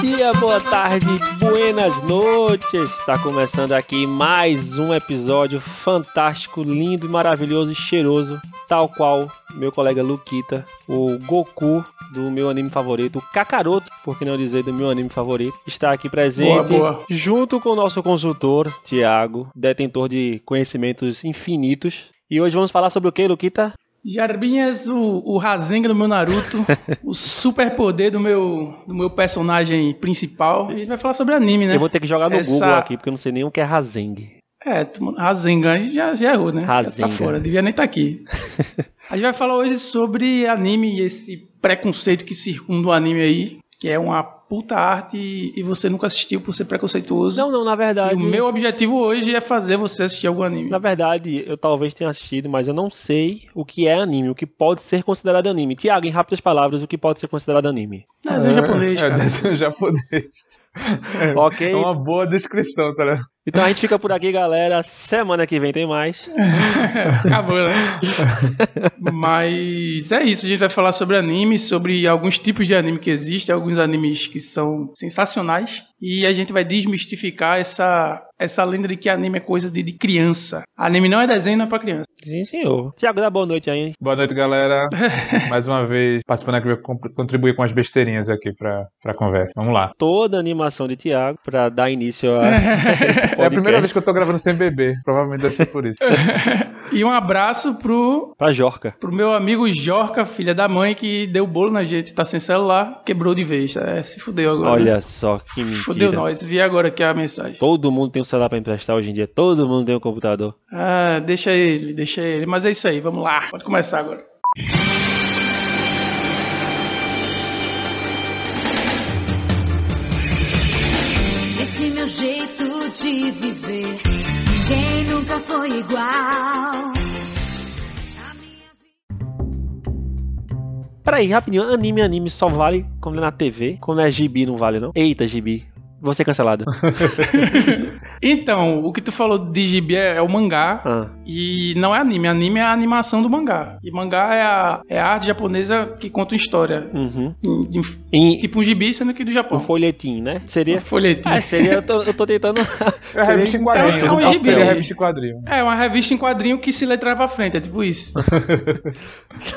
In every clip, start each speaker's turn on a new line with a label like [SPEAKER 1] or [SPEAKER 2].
[SPEAKER 1] dia, boa tarde, buenas noites. Está começando aqui mais um episódio fantástico, lindo e maravilhoso e cheiroso, tal qual meu colega Luquita, o Goku do meu anime favorito, o Kakaroto, por que não dizer do meu anime favorito, está aqui presente
[SPEAKER 2] Boa, boa.
[SPEAKER 1] junto com o nosso consultor, Tiago, detentor de conhecimentos infinitos. E hoje vamos falar sobre o que, Luquita?
[SPEAKER 2] Jarbinhas, o, o Rasengan do meu Naruto, o superpoder do meu, do meu personagem principal. E a gente vai falar sobre anime, né?
[SPEAKER 1] Eu vou ter que jogar no
[SPEAKER 2] Essa-
[SPEAKER 1] Google aqui, porque eu não sei nem o que é Razeng.
[SPEAKER 2] É, tu- Rasengan, a gente já, já errou, né?
[SPEAKER 1] Rasengan.
[SPEAKER 2] Já tá fora, devia nem estar aqui. a gente vai falar hoje sobre anime e esse preconceito que circunda o anime aí, que é uma puta arte e, e você nunca assistiu por ser preconceituoso.
[SPEAKER 1] Não, não, na
[SPEAKER 2] e
[SPEAKER 1] verdade.
[SPEAKER 2] o meu objetivo hoje é fazer você assistir algum anime.
[SPEAKER 1] Na verdade, eu talvez tenha assistido, mas eu não sei o que é anime, o que pode ser considerado anime. Tiago, em rápidas palavras, o que pode ser considerado anime?
[SPEAKER 2] Não, desenho japonês,
[SPEAKER 3] é,
[SPEAKER 2] cara.
[SPEAKER 3] É, desenho japonês. É,
[SPEAKER 1] Ok?
[SPEAKER 3] é uma boa descrição, tá ligado?
[SPEAKER 1] Então a gente fica por aqui, galera. Semana que vem tem mais.
[SPEAKER 2] Acabou, né? Mas é isso, a gente vai falar sobre anime, sobre alguns tipos de anime que existem, alguns animes que são sensacionais. E a gente vai desmistificar essa, essa lenda de que anime é coisa de, de criança. Anime não é desenho, não é pra criança.
[SPEAKER 1] Sim, senhor. Tiago, dá boa noite aí, hein?
[SPEAKER 3] Boa noite, galera. Mais uma vez, participando aqui, vou con- contribuir com as besteirinhas aqui pra, pra conversa. Vamos lá.
[SPEAKER 1] Toda a animação de Tiago pra dar início a esse podcast.
[SPEAKER 3] É a primeira vez que eu tô gravando sem beber. Provavelmente deve ser por isso.
[SPEAKER 2] E um abraço pro,
[SPEAKER 1] Pra Jorca.
[SPEAKER 2] pro meu amigo Jorca, filha da mãe, que deu bolo na gente, tá sem celular, quebrou de vez. É, se fudeu agora.
[SPEAKER 1] Olha só que mentira.
[SPEAKER 2] Fudeu nós, vi agora aqui a mensagem.
[SPEAKER 1] Todo mundo tem um celular pra emprestar hoje em dia. Todo mundo tem um computador.
[SPEAKER 2] Ah, deixa ele, deixa ele. Mas é isso aí, vamos lá. Pode começar agora.
[SPEAKER 4] Esse meu jeito de viver, ninguém nunca foi igual. A minha
[SPEAKER 1] Peraí, rapidinho, anime, anime só vale quando é na TV, quando é gibi não vale não. Eita, gibi, vou ser cancelado.
[SPEAKER 2] Então, o que tu falou de gibi é, é o mangá.
[SPEAKER 1] Ah,
[SPEAKER 2] E não é anime, anime é a animação do mangá. E mangá é a, é a arte japonesa que conta uma história.
[SPEAKER 1] uhum.
[SPEAKER 2] Em- em-
[SPEAKER 1] E
[SPEAKER 2] tipo um gibi, sendo que do
[SPEAKER 1] o
[SPEAKER 2] Japão. Um
[SPEAKER 1] folhetim, né? Seria...
[SPEAKER 2] Folhetim.
[SPEAKER 1] Ah, seria, eu tô, eu tô tentando...
[SPEAKER 3] É revista em quadrinho.
[SPEAKER 2] então, é um
[SPEAKER 3] Não,
[SPEAKER 2] gibi,
[SPEAKER 3] seria
[SPEAKER 2] né?
[SPEAKER 3] revista em quadrinho.
[SPEAKER 2] É, uma revista em quadrinho que se letrar pra frente, é tipo isso.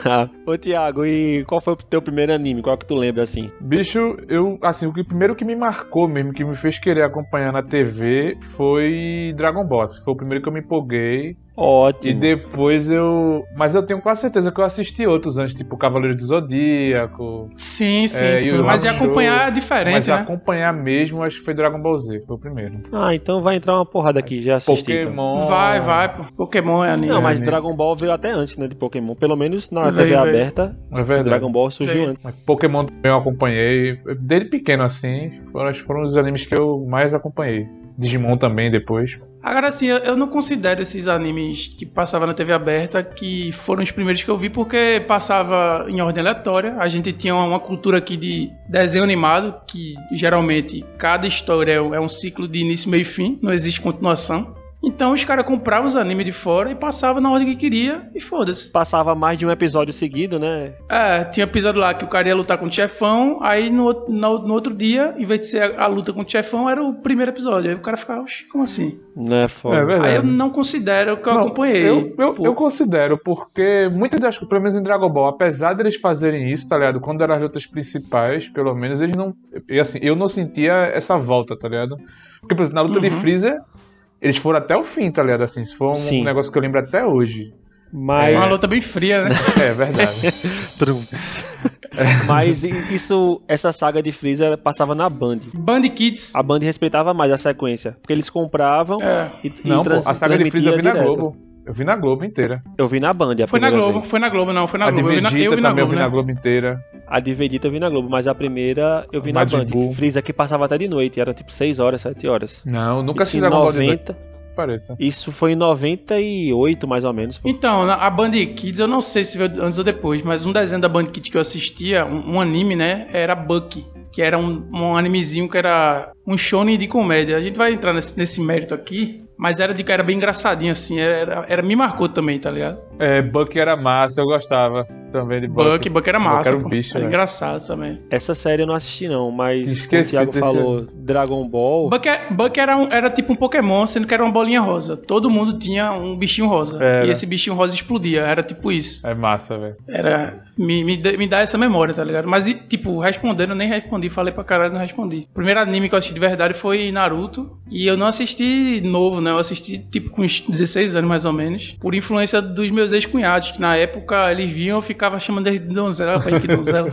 [SPEAKER 1] Tá. Ô Tiago, e qual foi o teu primeiro anime? Qual que tu lembra, assim?
[SPEAKER 3] Bicho, eu, assim, o que, primeiro que me marcou mesmo, que me fez querer acompanhar na TV, foi Dragon Ball. assim, Foi o primeiro que eu me empolguei. E
[SPEAKER 1] Ótimo.
[SPEAKER 3] depois eu. Mas eu tenho quase certeza que eu assisti outros antes, tipo Cavaleiro do Zodíaco.
[SPEAKER 2] Sim, sim,
[SPEAKER 3] É, e
[SPEAKER 2] sim.
[SPEAKER 3] o
[SPEAKER 2] Mas e
[SPEAKER 3] Hakusho-
[SPEAKER 2] acompanhar é diferente,
[SPEAKER 3] Mas
[SPEAKER 2] né?
[SPEAKER 3] acompanhar mesmo, acho que foi Dragon Ball Z, foi o primeiro.
[SPEAKER 1] Ah, então vai entrar uma porrada aqui, já assisti. então.
[SPEAKER 3] Pokémon.
[SPEAKER 2] Vai, vai, pô. Pokémon é anime.
[SPEAKER 1] Não, mas
[SPEAKER 3] né?
[SPEAKER 1] Dragon Ball veio até antes, né, de Pokémon. Pelo menos na
[SPEAKER 2] Veio,
[SPEAKER 1] TV
[SPEAKER 2] veio.
[SPEAKER 1] aberta,
[SPEAKER 3] É verdade.
[SPEAKER 1] Dragon Ball surgiu
[SPEAKER 2] Veio.
[SPEAKER 1] antes.
[SPEAKER 3] Mas Pokémon também eu acompanhei. Desde pequeno, assim, foram, acho que foram os animes que eu mais acompanhei. Digimon também depois.
[SPEAKER 2] Agora sim, eu- eu não considero esses animes que passavam na TV aberta que foram os primeiros que eu vi, porque passava em ordem aleatória. A gente tinha uma- uma cultura aqui de desenho animado, que geralmente cada história é um é um ciclo de início, meio e fim, não existe continuação. Então os caras compravam os animes de fora e passavam na ordem que queria e foda-se.
[SPEAKER 1] Passava mais de um episódio seguido, né?
[SPEAKER 2] É, tinha episódio lá que o cara ia lutar com o chefão, aí no, outro- no, no outro dia, em vez de ser a, a luta com o chefão, era o primeiro episódio. Aí o cara ficava, "Oxe, como assim?
[SPEAKER 1] Não é foda.
[SPEAKER 3] É verdade.
[SPEAKER 2] Aí eu não considero que eu
[SPEAKER 3] Não,
[SPEAKER 2] acompanhei.
[SPEAKER 3] Eu, eu,
[SPEAKER 2] Pô,
[SPEAKER 3] eu considero, porque muitas das coisas, pelo menos em Dragon Ball, apesar deles fazerem isso, tá ligado? Quando eram as lutas principais, pelo menos, eles não. E assim, eu não sentia essa volta, tá ligado? Porque, por exemplo, na luta de
[SPEAKER 2] Uhum.
[SPEAKER 3] Freezer, eles foram até o fim, tá ligado? Assim, isso foi um
[SPEAKER 1] Sim.
[SPEAKER 3] negócio que eu lembro até hoje.
[SPEAKER 1] Mas...
[SPEAKER 2] é uma luta bem fria, né?
[SPEAKER 3] É verdade.
[SPEAKER 1] Trunks. Mas i- isso, essa saga de Freezer passava na Band.
[SPEAKER 2] Band Kids.
[SPEAKER 1] A Band respeitava mais a sequência, porque eles compravam
[SPEAKER 2] É,
[SPEAKER 1] e, e
[SPEAKER 3] não, pô,
[SPEAKER 1] trans-
[SPEAKER 3] a saga de Freezer eu vi na
[SPEAKER 1] transmitia direto.
[SPEAKER 3] Globo. Eu vi na Globo inteira.
[SPEAKER 1] Eu vi na Band a
[SPEAKER 2] foi na
[SPEAKER 1] primeira
[SPEAKER 2] Globo,
[SPEAKER 1] vez.
[SPEAKER 2] foi na Globo, não, foi na
[SPEAKER 3] a
[SPEAKER 2] Globo. Eu vi na,
[SPEAKER 3] Dividita
[SPEAKER 2] eu vi na
[SPEAKER 3] também eu
[SPEAKER 2] Globo,
[SPEAKER 3] vi na
[SPEAKER 2] né?
[SPEAKER 3] Globo inteira.
[SPEAKER 1] A dividida eu vi na Globo, mas a primeira eu vi na
[SPEAKER 3] Majin
[SPEAKER 1] Band.
[SPEAKER 3] Buu.
[SPEAKER 1] Freezer que passava até de noite, era tipo 6 horas, 7 horas.
[SPEAKER 3] Não, nunca
[SPEAKER 1] isso
[SPEAKER 3] assisti
[SPEAKER 1] em
[SPEAKER 3] Dragon Ball de dois,
[SPEAKER 1] 90,
[SPEAKER 3] que pareça.
[SPEAKER 1] isso foi em 98 mais ou menos. pô.
[SPEAKER 2] Então, na- a Band Kids, eu não sei se veio antes ou depois, mas um desenho da Band Kids que eu assistia, um, um anime, né? Era Bucky, que era um, um animezinho que era um shonen de comédia. A gente vai entrar nesse, nesse mérito aqui, mas era de cara bem engraçadinho, assim. Era, era, era- me marcou também, tá ligado?
[SPEAKER 3] É, Bucky era massa, eu gostava. também de
[SPEAKER 2] Buck, Buck era massa.
[SPEAKER 3] era um
[SPEAKER 2] pô.
[SPEAKER 3] bicho,
[SPEAKER 2] era
[SPEAKER 3] né?
[SPEAKER 2] engraçado também.
[SPEAKER 1] Essa série eu não assisti, não, mas
[SPEAKER 3] Esqueci
[SPEAKER 1] como o Thiago
[SPEAKER 3] desse-
[SPEAKER 1] falou Dragon Ball.
[SPEAKER 2] Buck, é- Buck era, um- era tipo um Pokémon, sendo que era uma bolinha rosa. Todo mundo tinha um bichinho rosa.
[SPEAKER 3] Era.
[SPEAKER 2] E esse bichinho rosa explodia. Era tipo isso.
[SPEAKER 3] É massa, velho.
[SPEAKER 2] Era. Me, me, dá- me dá essa memória, tá ligado? Mas, e, tipo, respondendo, eu nem respondi. Falei pra caralho, não respondi. O primeiro anime que eu assisti de verdade foi Naruto. E eu não assisti novo, né? Eu assisti, tipo, com uns 16 anos mais ou menos. Por influência dos meus ex-cunhados, que na época eles vinham, eu ficava chamando eles de donzela. Pai, que donzela.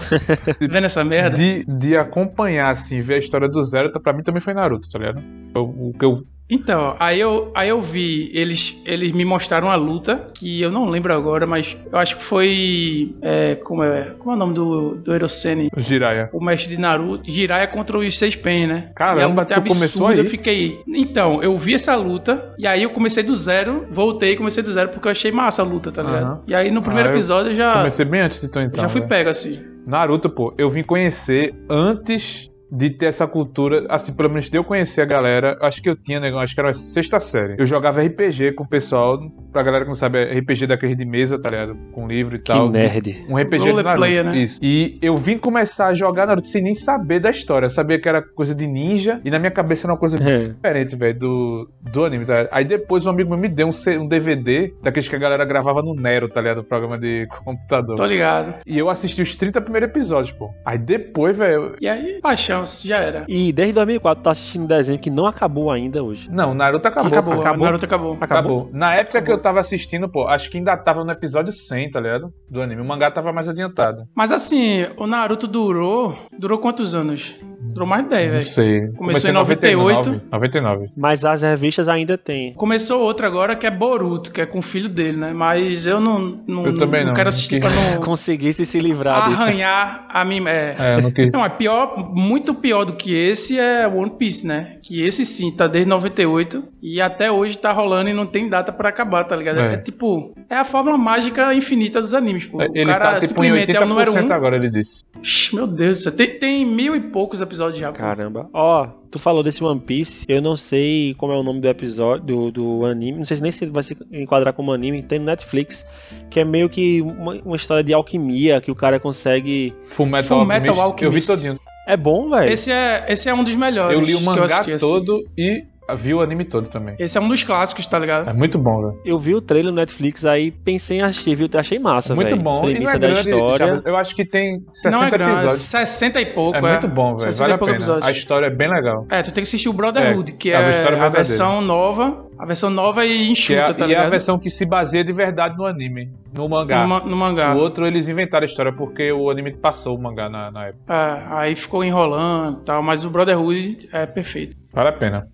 [SPEAKER 2] Vendo essa merda?
[SPEAKER 3] De, de acompanhar, assim, ver a história do zero, tá- pra mim também foi Naruto, tá ligado? Foi O, o que eu.
[SPEAKER 2] Então, aí eu, aí eu vi, eles, eles me mostraram a luta, que eu não lembro agora, mas eu acho que foi. é, como, é, como é o nome do, do Erosene?
[SPEAKER 3] o Jiraiya.
[SPEAKER 2] O mestre de Naruto, Jiraiya contra os seis pen, né?
[SPEAKER 3] Caramba,
[SPEAKER 2] E a luta é
[SPEAKER 3] tu começou aí?
[SPEAKER 2] Eu fiquei. Então, eu vi essa luta, e aí eu comecei do zero, voltei e comecei do zero, porque eu achei massa a luta, tá ligado?
[SPEAKER 3] Aham.
[SPEAKER 2] E aí no primeiro
[SPEAKER 3] Ah, eu
[SPEAKER 2] episódio eu já,
[SPEAKER 3] Comecei bem antes de tu
[SPEAKER 2] eu
[SPEAKER 3] então.
[SPEAKER 2] já fui
[SPEAKER 3] né?
[SPEAKER 2] pego, assim.
[SPEAKER 3] Naruto, pô, eu vim conhecer antes de ter essa cultura, assim, pelo menos de eu conhecer a galera, acho que eu tinha, negócio, acho que era a sexta série. Eu jogava RPG com o pessoal, pra galera que não sabe, é RPG daquele de mesa, tá ligado? Com livro e
[SPEAKER 1] que
[SPEAKER 3] tal.
[SPEAKER 1] nerd.
[SPEAKER 3] Um RPG de
[SPEAKER 2] Role
[SPEAKER 3] Naruto,
[SPEAKER 2] player, né?
[SPEAKER 3] isso. E eu vim começar a jogar Naruto sem nem saber da história. Eu sabia que era coisa de ninja, e na minha cabeça era uma coisa
[SPEAKER 1] É.
[SPEAKER 3] diferente, velho, do, do anime, tá ligado? Aí depois um amigo meu me deu um, C- um DVD daqueles que a galera gravava no Nero, tá ligado? Programa de computador.
[SPEAKER 2] Tô ligado.
[SPEAKER 3] E eu assisti os 30 primeiros episódios, pô. Aí depois, velho.
[SPEAKER 2] E aí, paixão, já era.
[SPEAKER 1] E desde 2004 tá assistindo desenho que não acabou ainda hoje.
[SPEAKER 3] Não, Naruto acabou.
[SPEAKER 2] Acabou,
[SPEAKER 3] pô.
[SPEAKER 2] acabou. Naruto acabou.
[SPEAKER 3] Acabou. Na época que eu tava assistindo, pô, acho que ainda tava no episódio 100, tá ligado? Do anime. O mangá tava mais adiantado.
[SPEAKER 2] Mas assim, o Naruto durou. Durou quantos anos? Durou mais de 10,
[SPEAKER 3] Não
[SPEAKER 2] É, velho.
[SPEAKER 3] sei.
[SPEAKER 2] Começou em 98.
[SPEAKER 3] 99.
[SPEAKER 1] Mas as revistas ainda tem.
[SPEAKER 2] Começou outro agora que é Boruto, que é com o filho dele, né? Mas eu não, não,
[SPEAKER 3] Eu também não.
[SPEAKER 2] quero assistir
[SPEAKER 3] Que-
[SPEAKER 2] pra não
[SPEAKER 1] Conseguisse se livrar disso.
[SPEAKER 2] arranhar a mim. É.
[SPEAKER 3] É, eu não quis.
[SPEAKER 2] Não, é pior, muito pior do que esse é One Piece, né? Que esse sim, tá desde 98 e até hoje tá rolando e não tem data pra acabar, tá ligado? É,
[SPEAKER 3] É.
[SPEAKER 2] tipo, é a fórmula mágica infinita dos animes, pô.
[SPEAKER 3] Ele
[SPEAKER 2] o cara
[SPEAKER 3] tá tipo em
[SPEAKER 2] simplesmente é o número
[SPEAKER 3] 80%
[SPEAKER 2] um.
[SPEAKER 3] agora, ele disse.
[SPEAKER 2] Ixi, meu Deus do céu, tem, tem mil e poucos episódios já. pô.
[SPEAKER 1] Caramba. Ó, tu falou desse One Piece. Eu não sei como é o nome do episódio, do, do anime. Não sei se nem se vai se enquadrar como anime. Tem no Netflix, que é meio que uma, uma história de alquimia que o cara consegue.
[SPEAKER 3] Full Metal,
[SPEAKER 2] Full Metal
[SPEAKER 3] Alchemist, Eu vi
[SPEAKER 2] Alchemist.
[SPEAKER 3] todinho.
[SPEAKER 1] É bom, velho.
[SPEAKER 2] Esse é, esse é um dos melhores.
[SPEAKER 3] Eu li o
[SPEAKER 2] que
[SPEAKER 3] mangá
[SPEAKER 2] assisti, assim.
[SPEAKER 3] todo e vi o anime todo também.
[SPEAKER 2] Esse é um dos clássicos, tá ligado?
[SPEAKER 3] É muito bom, velho.
[SPEAKER 1] Eu vi o trailer no Netflix, aí pensei em assistir, viu? Achei massa, velho.
[SPEAKER 3] Muito bom. E não
[SPEAKER 1] Premissa
[SPEAKER 3] é
[SPEAKER 1] da
[SPEAKER 3] grande,
[SPEAKER 1] história.
[SPEAKER 3] Thiago. Eu acho que tem 60
[SPEAKER 2] Não é grande, é
[SPEAKER 3] episódios.
[SPEAKER 2] 60 e pouco.
[SPEAKER 3] É muito bom, velho.
[SPEAKER 2] 60
[SPEAKER 3] Vale a
[SPEAKER 2] e pouco
[SPEAKER 3] pena.
[SPEAKER 2] episódio.
[SPEAKER 3] A história é bem legal.
[SPEAKER 2] É, tu tem que assistir o Brotherhood,
[SPEAKER 3] É,
[SPEAKER 2] que
[SPEAKER 3] é
[SPEAKER 2] é,
[SPEAKER 3] a história
[SPEAKER 2] a
[SPEAKER 3] verdadeira.
[SPEAKER 2] versão nova. A versão nova e
[SPEAKER 3] Que é,
[SPEAKER 2] enxuta, tá
[SPEAKER 3] e é
[SPEAKER 2] ligado?
[SPEAKER 3] a versão que se baseia de verdade no anime, no mangá.
[SPEAKER 2] No, ma- no mangá.
[SPEAKER 3] O outro eles inventaram a história porque o anime passou o mangá na, na época.
[SPEAKER 2] É, aí ficou enrolando e tal, mas o Brotherhood é perfeito.
[SPEAKER 3] Vale a pena.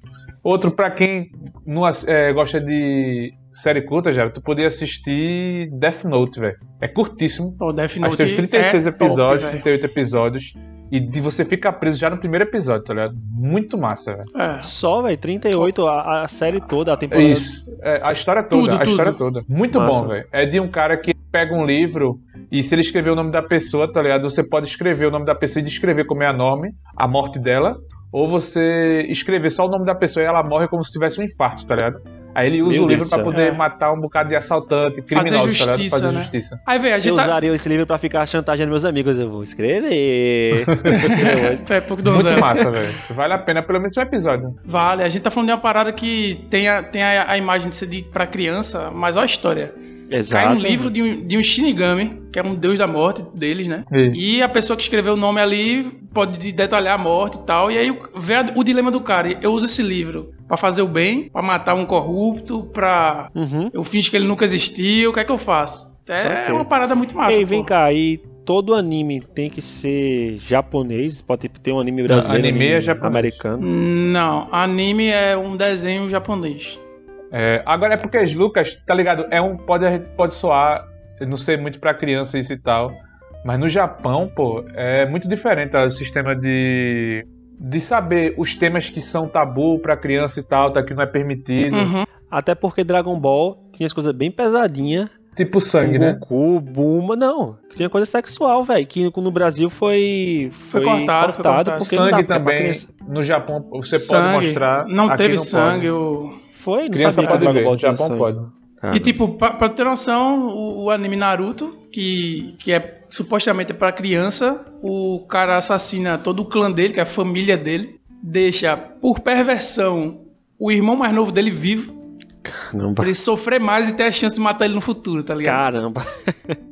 [SPEAKER 3] Outro, pra quem não, ass- é, gosta de série curta, já, tu podia assistir Death Note, velho. É curtíssimo.
[SPEAKER 2] O Death
[SPEAKER 3] Acho
[SPEAKER 2] Note
[SPEAKER 3] que tem uns 36
[SPEAKER 2] é top,
[SPEAKER 3] episódios,
[SPEAKER 2] velho.
[SPEAKER 3] 38 episódios. E de você fica preso já no primeiro episódio, tá ligado? Muito massa, velho.
[SPEAKER 2] É.
[SPEAKER 1] Só, velho, 38, a, a série toda, a
[SPEAKER 3] É
[SPEAKER 1] temporada.
[SPEAKER 3] isso. É, a história toda,
[SPEAKER 2] Tudo,
[SPEAKER 3] a
[SPEAKER 2] tudo.
[SPEAKER 3] história toda. Muito
[SPEAKER 1] Massa.
[SPEAKER 3] bom, velho. É de um cara que pega um livro e se ele escrever o nome da pessoa, tá ligado? Você pode escrever o nome da pessoa e descrever como é a nome, a morte dela, ou você escrever só o nome da pessoa e ela morre como se tivesse um infarto, tá ligado? Aí ele usa
[SPEAKER 1] Meu
[SPEAKER 3] o livro
[SPEAKER 1] Deus
[SPEAKER 3] pra
[SPEAKER 1] do céu.
[SPEAKER 3] poder
[SPEAKER 2] É.
[SPEAKER 3] matar um bocado de assaltante, criminoso, tá ligado?
[SPEAKER 2] justiça,
[SPEAKER 3] Fazer
[SPEAKER 2] né?
[SPEAKER 3] justiça.
[SPEAKER 2] Aí, velho, a
[SPEAKER 1] Eu
[SPEAKER 2] gente tá...
[SPEAKER 1] usaria esse livro pra ficar chantageando meus amigos. Eu vou escrever. Eu vou
[SPEAKER 2] É pouco do
[SPEAKER 3] Muito
[SPEAKER 2] Zé.
[SPEAKER 3] massa, velho. Vale a pena pelo menos um episódio.
[SPEAKER 2] Vale, a gente tá falando de uma parada que tem a, tem a, a imagem de ser de, pra criança, mas olha a história.
[SPEAKER 1] Exato.
[SPEAKER 2] Cai um livro de um, de um Shinigami, que é um deus da morte deles, né?
[SPEAKER 3] E-
[SPEAKER 2] E a pessoa que escreveu o nome ali pode detalhar a morte e tal. E aí vê a- o dilema do cara. Eu uso esse livro pra fazer o bem, pra matar um corrupto, pra.
[SPEAKER 1] Uhum.
[SPEAKER 2] Eu finge que ele nunca existiu. O que é que eu faço? É
[SPEAKER 1] Saquei.
[SPEAKER 2] uma parada muito massa.
[SPEAKER 1] Ei, vem
[SPEAKER 2] pô.
[SPEAKER 1] cá, e todo anime tem que ser japonês? Pode ter um anime brasileiro,
[SPEAKER 3] anime
[SPEAKER 1] anime
[SPEAKER 3] é japonês.
[SPEAKER 1] americano.
[SPEAKER 2] Não, anime é um desenho japonês.
[SPEAKER 3] É, agora é porque as Lucas, tá ligado? É um pode pode soar, eu não sei muito pra criança isso e tal, mas no Japão, pô, é muito diferente tá? o sistema de de saber os temas que são tabu pra criança e tal, tá que não é permitido,
[SPEAKER 2] Uhum.
[SPEAKER 1] Até porque Dragon Ball tinha as coisas bem pesadinhas.
[SPEAKER 3] tipo sangue,
[SPEAKER 2] Uhum.
[SPEAKER 3] né?
[SPEAKER 1] Goku, Buma, não. Tinha coisa sexual, velho. Que no Brasil foi.
[SPEAKER 2] Foi cortado, foi cortado.
[SPEAKER 1] porque não
[SPEAKER 3] sangue
[SPEAKER 1] dá pra
[SPEAKER 3] também
[SPEAKER 1] criança.
[SPEAKER 3] no Japão você
[SPEAKER 2] Sangue.
[SPEAKER 3] pode mostrar,
[SPEAKER 2] Não
[SPEAKER 3] aqui
[SPEAKER 2] teve
[SPEAKER 3] pode.
[SPEAKER 2] sangue. o-
[SPEAKER 1] Foi, não
[SPEAKER 3] Criança
[SPEAKER 1] sabia que
[SPEAKER 3] pode
[SPEAKER 1] Dragon
[SPEAKER 3] ver,
[SPEAKER 1] Ball
[SPEAKER 3] no
[SPEAKER 1] tinha
[SPEAKER 3] Japão
[SPEAKER 1] sangue.
[SPEAKER 3] pode.
[SPEAKER 2] E tipo, pra, pra ter noção, o, o anime Naruto, que, que é supostamente pra criança, o cara assassina todo o clã dele, que é a família dele, deixa, por perversão, o irmão mais novo dele vivo, pra
[SPEAKER 1] Caramba.
[SPEAKER 2] ele sofrer mais e ter a chance de matar ele no futuro, tá ligado?
[SPEAKER 1] Caramba.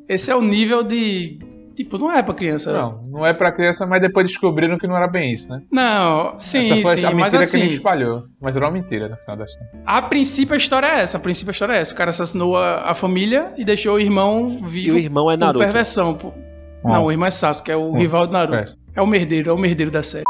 [SPEAKER 2] Esse é o nível de. Tipo, não é pra criança. Não,
[SPEAKER 3] Não, não é pra criança, mas depois descobriram que não era bem isso, né?
[SPEAKER 2] não sim,
[SPEAKER 3] Essa foi
[SPEAKER 2] sim,
[SPEAKER 3] a mentira
[SPEAKER 2] mas
[SPEAKER 3] que ele
[SPEAKER 2] assim.
[SPEAKER 3] espalhou. Mas era uma mentira, no final das contas.
[SPEAKER 2] A princípio a história é essa. A princípio a história é essa. O cara assassinou a, a família e deixou o irmão
[SPEAKER 1] E
[SPEAKER 2] vivo
[SPEAKER 1] o irmão é
[SPEAKER 2] por
[SPEAKER 1] Naruto.
[SPEAKER 2] perversão. pô.
[SPEAKER 3] Ah.
[SPEAKER 2] Não, o irmão é Sasuke, é o
[SPEAKER 3] Ah.
[SPEAKER 2] rival do Naruto. É. o merdeiro, é o merdeiro da série.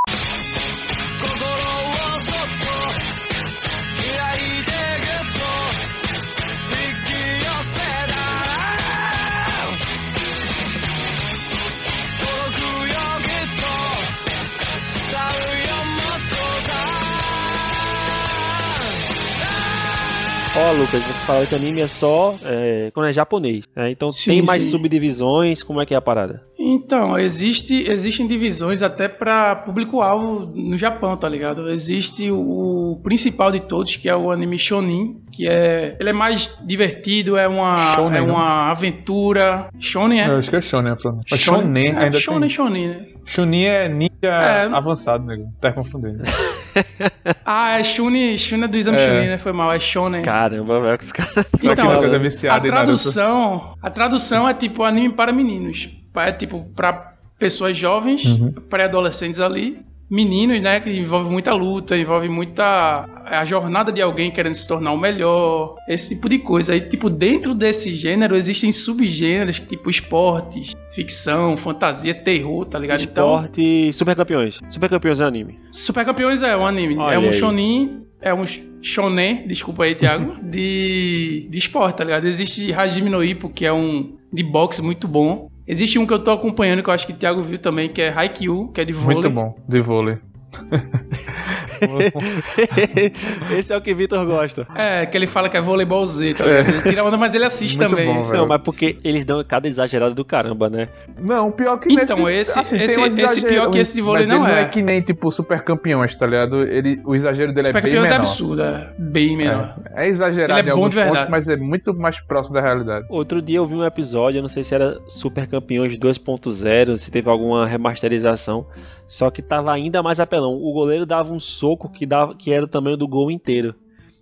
[SPEAKER 1] Ó, Lucas, você falou que anime é só é, quando é japonês. né? Então
[SPEAKER 2] Sim,
[SPEAKER 1] tem mais
[SPEAKER 2] sim.
[SPEAKER 1] subdivisões, como é que é a parada?
[SPEAKER 2] Então, existe, existem divisões até pra público-alvo no Japão, tá ligado? Existe o principal de todos, que é o anime shonen, que é ele é mais divertido, é uma
[SPEAKER 3] Shonen, né?
[SPEAKER 2] é
[SPEAKER 3] não?
[SPEAKER 2] uma aventura. Shonen é
[SPEAKER 3] Eu acho que é Shonen, Bruno. Mas Shonen
[SPEAKER 2] é,
[SPEAKER 3] ainda
[SPEAKER 2] shonen,
[SPEAKER 3] tem.
[SPEAKER 2] shonen, né?
[SPEAKER 3] Shonen é ninja
[SPEAKER 2] É.
[SPEAKER 3] avançado, nego. Tá confundindo.
[SPEAKER 2] Ah, é Shuni, Shuni é do exame
[SPEAKER 3] É.
[SPEAKER 2] Chunin, né? Foi mal, é Shonen.
[SPEAKER 1] Caramba, velho, que os caras.
[SPEAKER 3] Então,
[SPEAKER 2] Então,
[SPEAKER 3] aquela coisa
[SPEAKER 2] a
[SPEAKER 3] viciada em Naruto.
[SPEAKER 2] tradução, a tradução é tipo anime para meninos. É tipo para pessoas jovens,
[SPEAKER 3] Uhum.
[SPEAKER 2] pré-adolescentes ali, meninos, né, que envolve muita luta, envolve muita é, a jornada de alguém querendo se tornar o melhor, esse tipo de coisa. E tipo dentro desse gênero existem subgêneros, tipo esportes, ficção, fantasia, terror, tá ligado? Então,
[SPEAKER 1] Esporte super campeões. Super campeões é anime.
[SPEAKER 2] Super Campeões é um anime.
[SPEAKER 1] Olha
[SPEAKER 2] é um
[SPEAKER 1] aí.
[SPEAKER 2] shonin, é um sh- shonen, desculpa aí, Thiago, de, de esporte, tá ligado? Existe Hajime no Ippo, que é um de boxe muito bom. Existe um que eu tô acompanhando, que eu acho que o Thiago viu também, que é Haikyuu, que é de vôlei.
[SPEAKER 3] Muito bom, de vôlei.
[SPEAKER 1] Esse é o que Vitor gosta.
[SPEAKER 2] É, que ele fala que é voleibol Z, tá ligado? Ele tira onda, mas ele assiste
[SPEAKER 3] Muito
[SPEAKER 2] também.
[SPEAKER 3] bom, é velho.
[SPEAKER 1] Não, mas porque eles dão cada exagerada do caramba, né?
[SPEAKER 3] Não, pior que assim,
[SPEAKER 2] Então, esse- esse-
[SPEAKER 3] tem uns
[SPEAKER 2] esse pior que esse de vôlei
[SPEAKER 3] mas
[SPEAKER 2] não
[SPEAKER 3] ele não
[SPEAKER 2] é.
[SPEAKER 3] é que nem, tipo, super campeões, tá ligado? Ele, o exagero dele
[SPEAKER 2] Super
[SPEAKER 3] é bem
[SPEAKER 2] Campeões
[SPEAKER 3] menor.
[SPEAKER 2] é absurdo, é bem menor.
[SPEAKER 3] É exagerado
[SPEAKER 2] Ele é
[SPEAKER 3] em
[SPEAKER 2] bom
[SPEAKER 3] alguns
[SPEAKER 2] de verdade.
[SPEAKER 3] pontos, mas é muito mais próximo da realidade.
[SPEAKER 1] Outro dia eu vi um episódio, eu não sei se era Super Campeões 2.0, se teve alguma remasterização, só que tava ainda mais apelão. O goleiro dava um soco que, dava, que era o tamanho do gol inteiro.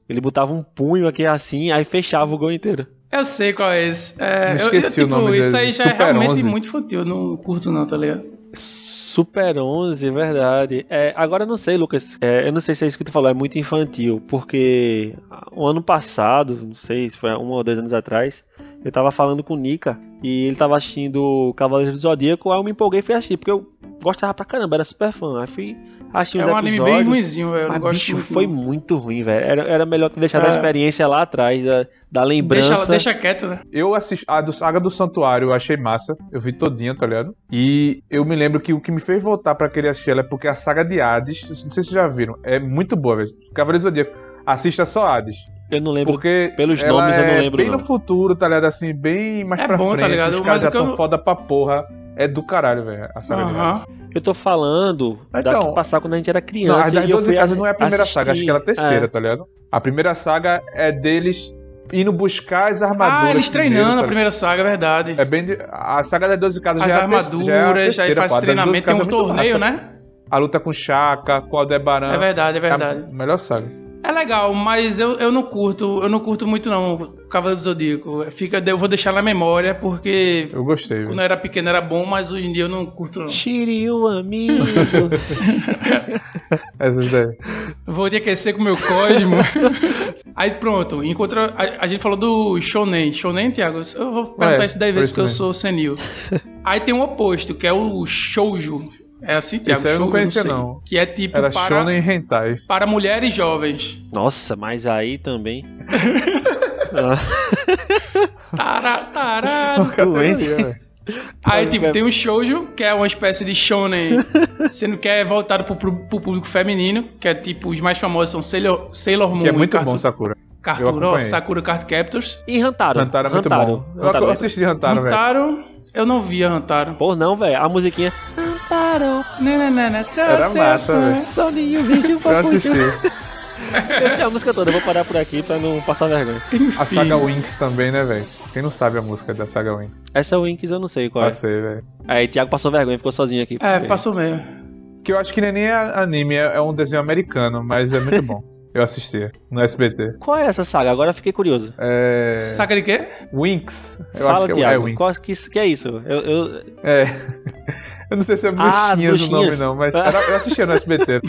[SPEAKER 1] Ele botava um punho aqui assim, aí fechava o gol inteiro.
[SPEAKER 2] Eu sei qual é esse. É,
[SPEAKER 3] Não
[SPEAKER 2] eu- eu,
[SPEAKER 3] esqueci o
[SPEAKER 2] tipo,
[SPEAKER 3] nome
[SPEAKER 2] isso
[SPEAKER 3] dele,
[SPEAKER 2] aí já é
[SPEAKER 3] Super
[SPEAKER 2] realmente
[SPEAKER 3] 11.
[SPEAKER 2] muito infantil, eu não curto não, tá ligado?
[SPEAKER 1] Super 11, verdade. É, agora eu não sei, Lucas. É, eu não sei se é isso que tu falou, é muito infantil, porque o ano passado, não sei se foi um ou dois anos atrás, eu tava falando com o Nika e ele tava assistindo Cavaleiro do Zodíaco, aí eu me empolguei e fui assistir, porque eu gostava pra caramba, era super fã. Aí fui assistir
[SPEAKER 2] É
[SPEAKER 1] uns
[SPEAKER 2] um anime bem
[SPEAKER 1] episódios.
[SPEAKER 2] ruimzinho, velho. Eu não
[SPEAKER 1] mas,
[SPEAKER 2] gosto
[SPEAKER 1] bicho,
[SPEAKER 2] muito,
[SPEAKER 1] foi
[SPEAKER 2] não.
[SPEAKER 1] muito ruim, velho. Era, era melhor ter deixado a
[SPEAKER 2] É.
[SPEAKER 1] experiência lá atrás, da, da lembrança.
[SPEAKER 2] Deixa, deixa quieto, né?
[SPEAKER 3] Eu assisti a do Saga do Santuário, eu achei massa. Eu vi todinha, tá ligado? E eu me lembro que o que me fez voltar pra querer assistir ela é porque a Saga de Hades, não sei se vocês já viram, é muito boa, velho. Cavaleiro do Zodíaco, assista só Hades.
[SPEAKER 1] Eu não lembro.
[SPEAKER 3] Porque
[SPEAKER 1] pelos
[SPEAKER 3] ela
[SPEAKER 1] nomes eu não
[SPEAKER 3] é
[SPEAKER 1] lembro,
[SPEAKER 3] Bem
[SPEAKER 1] não.
[SPEAKER 3] no futuro, tá ligado? Assim, bem mais
[SPEAKER 2] É
[SPEAKER 3] pra
[SPEAKER 2] bom, tá
[SPEAKER 3] frente.
[SPEAKER 2] ligado?
[SPEAKER 3] Os
[SPEAKER 2] Mas
[SPEAKER 3] caras
[SPEAKER 2] o
[SPEAKER 3] já
[SPEAKER 2] que eu
[SPEAKER 3] tão
[SPEAKER 2] não-
[SPEAKER 3] foda pra porra. É do caralho, velho, a saga de Hades.
[SPEAKER 2] Aham.
[SPEAKER 1] Eu tô falando da
[SPEAKER 3] Então,
[SPEAKER 1] que passava quando a gente era
[SPEAKER 3] Não,
[SPEAKER 1] criança.
[SPEAKER 3] a
[SPEAKER 1] e
[SPEAKER 3] das
[SPEAKER 1] eu
[SPEAKER 3] 12
[SPEAKER 1] fui
[SPEAKER 3] casas
[SPEAKER 1] a-
[SPEAKER 3] não é a primeira
[SPEAKER 1] assistir.
[SPEAKER 3] saga, acho que era a terceira,
[SPEAKER 1] É.
[SPEAKER 3] tá ligado? A primeira saga é deles indo buscar as armaduras.
[SPEAKER 2] Ah, eles
[SPEAKER 3] primeiro,
[SPEAKER 2] treinando
[SPEAKER 3] tá
[SPEAKER 2] a
[SPEAKER 3] ligado?
[SPEAKER 2] primeira saga, é verdade.
[SPEAKER 3] É bem de... A saga das 12 casas
[SPEAKER 2] As
[SPEAKER 3] já é a te- já é a
[SPEAKER 2] armaduras, aí
[SPEAKER 3] terceira,
[SPEAKER 2] faz
[SPEAKER 3] pô. A das 12
[SPEAKER 2] treinamento, tem
[SPEAKER 3] casas
[SPEAKER 2] um
[SPEAKER 3] é muito
[SPEAKER 2] torneio,
[SPEAKER 3] massa.
[SPEAKER 2] né?
[SPEAKER 3] A luta com Chaka, com Aldebaran.
[SPEAKER 2] É verdade, é
[SPEAKER 3] É a
[SPEAKER 2] verdade.
[SPEAKER 3] melhor saga.
[SPEAKER 2] É legal, mas eu, eu não curto, eu não curto muito não o Cavaleiro do Zodíaco. Fica, eu vou deixar na memória, porque
[SPEAKER 3] Eu gostei, velho.
[SPEAKER 2] quando eu era pequeno era bom, mas hoje em dia eu não curto não.
[SPEAKER 1] Shiryu, um amigo.
[SPEAKER 2] é
[SPEAKER 3] Essas daí.
[SPEAKER 2] Vou te aquecer com meu código. aí pronto, encontra. A, a gente falou do Shonen. Shonen, Thiago? Eu vou perguntar
[SPEAKER 3] Ué,
[SPEAKER 2] isso 10 vezes
[SPEAKER 3] É, por
[SPEAKER 2] porque eu
[SPEAKER 3] isso
[SPEAKER 2] sou senil. aí tem um oposto, que é o Shoujo. É assim, Thiago?
[SPEAKER 3] Esse aí eu não
[SPEAKER 2] Shoujo,
[SPEAKER 3] conhecia,
[SPEAKER 2] sei.
[SPEAKER 3] não.
[SPEAKER 2] Que é tipo
[SPEAKER 3] Era
[SPEAKER 2] para,
[SPEAKER 3] Shonen e Hentai.
[SPEAKER 2] para mulheres jovens.
[SPEAKER 1] Nossa, mas aí também.
[SPEAKER 2] Tara, tarado.
[SPEAKER 1] Doente.
[SPEAKER 3] Categoria, velho.
[SPEAKER 2] Aí tipo, tem o Shoujo, que é uma espécie de Shonen, sendo que é voltado pro, pro, pro público feminino, que é tipo, os mais famosos são Sailor, Sailor Moon
[SPEAKER 3] Que
[SPEAKER 2] e
[SPEAKER 3] é muito
[SPEAKER 2] Cartu-
[SPEAKER 3] bom, Sakura.
[SPEAKER 2] Cartura, ó,
[SPEAKER 3] acompanhei.
[SPEAKER 2] Sakura Card Captors.
[SPEAKER 1] E Rantaro.
[SPEAKER 3] Hantaro é muito bom. Eu- Eu assisti Hantaro, velho.
[SPEAKER 2] Rantaro, eu não via Rantaro.
[SPEAKER 1] Pô, não, velho. A musiquinha. Rantaro.
[SPEAKER 2] Né, né, né, né.
[SPEAKER 1] É
[SPEAKER 3] Era massa, velho.
[SPEAKER 1] Soninho, bicho,
[SPEAKER 3] É. Eu
[SPEAKER 1] pra
[SPEAKER 3] assisti.
[SPEAKER 1] Essa é a música toda, eu vou parar por aqui pra não passar vergonha.
[SPEAKER 3] A saga Winx também, né, velho? Quem não sabe a música da saga Winx?
[SPEAKER 1] Essa Winx eu não sei qual é.
[SPEAKER 3] Passei, velho.
[SPEAKER 1] Aí Thiago passou vergonha, ficou sozinho aqui.
[SPEAKER 2] É,
[SPEAKER 1] Porque-
[SPEAKER 2] passou mesmo.
[SPEAKER 3] Que eu acho que nem nem é anime, é é um desenho americano, mas é muito bom. Eu assistia no SBT.
[SPEAKER 1] Qual é essa saga? Agora eu fiquei curioso.
[SPEAKER 3] É.
[SPEAKER 2] Saca de quê?
[SPEAKER 3] Winx. Eu
[SPEAKER 1] Fala,
[SPEAKER 3] acho que é- é
[SPEAKER 1] Thiago.
[SPEAKER 3] Winx.
[SPEAKER 1] qual, que, que é isso? Eu, eu-
[SPEAKER 3] É. Eu não sei se é
[SPEAKER 1] Ah,
[SPEAKER 3] bruxinhas o nome,
[SPEAKER 1] bruxinhas.
[SPEAKER 3] não, mas era- eu assistia no SBT.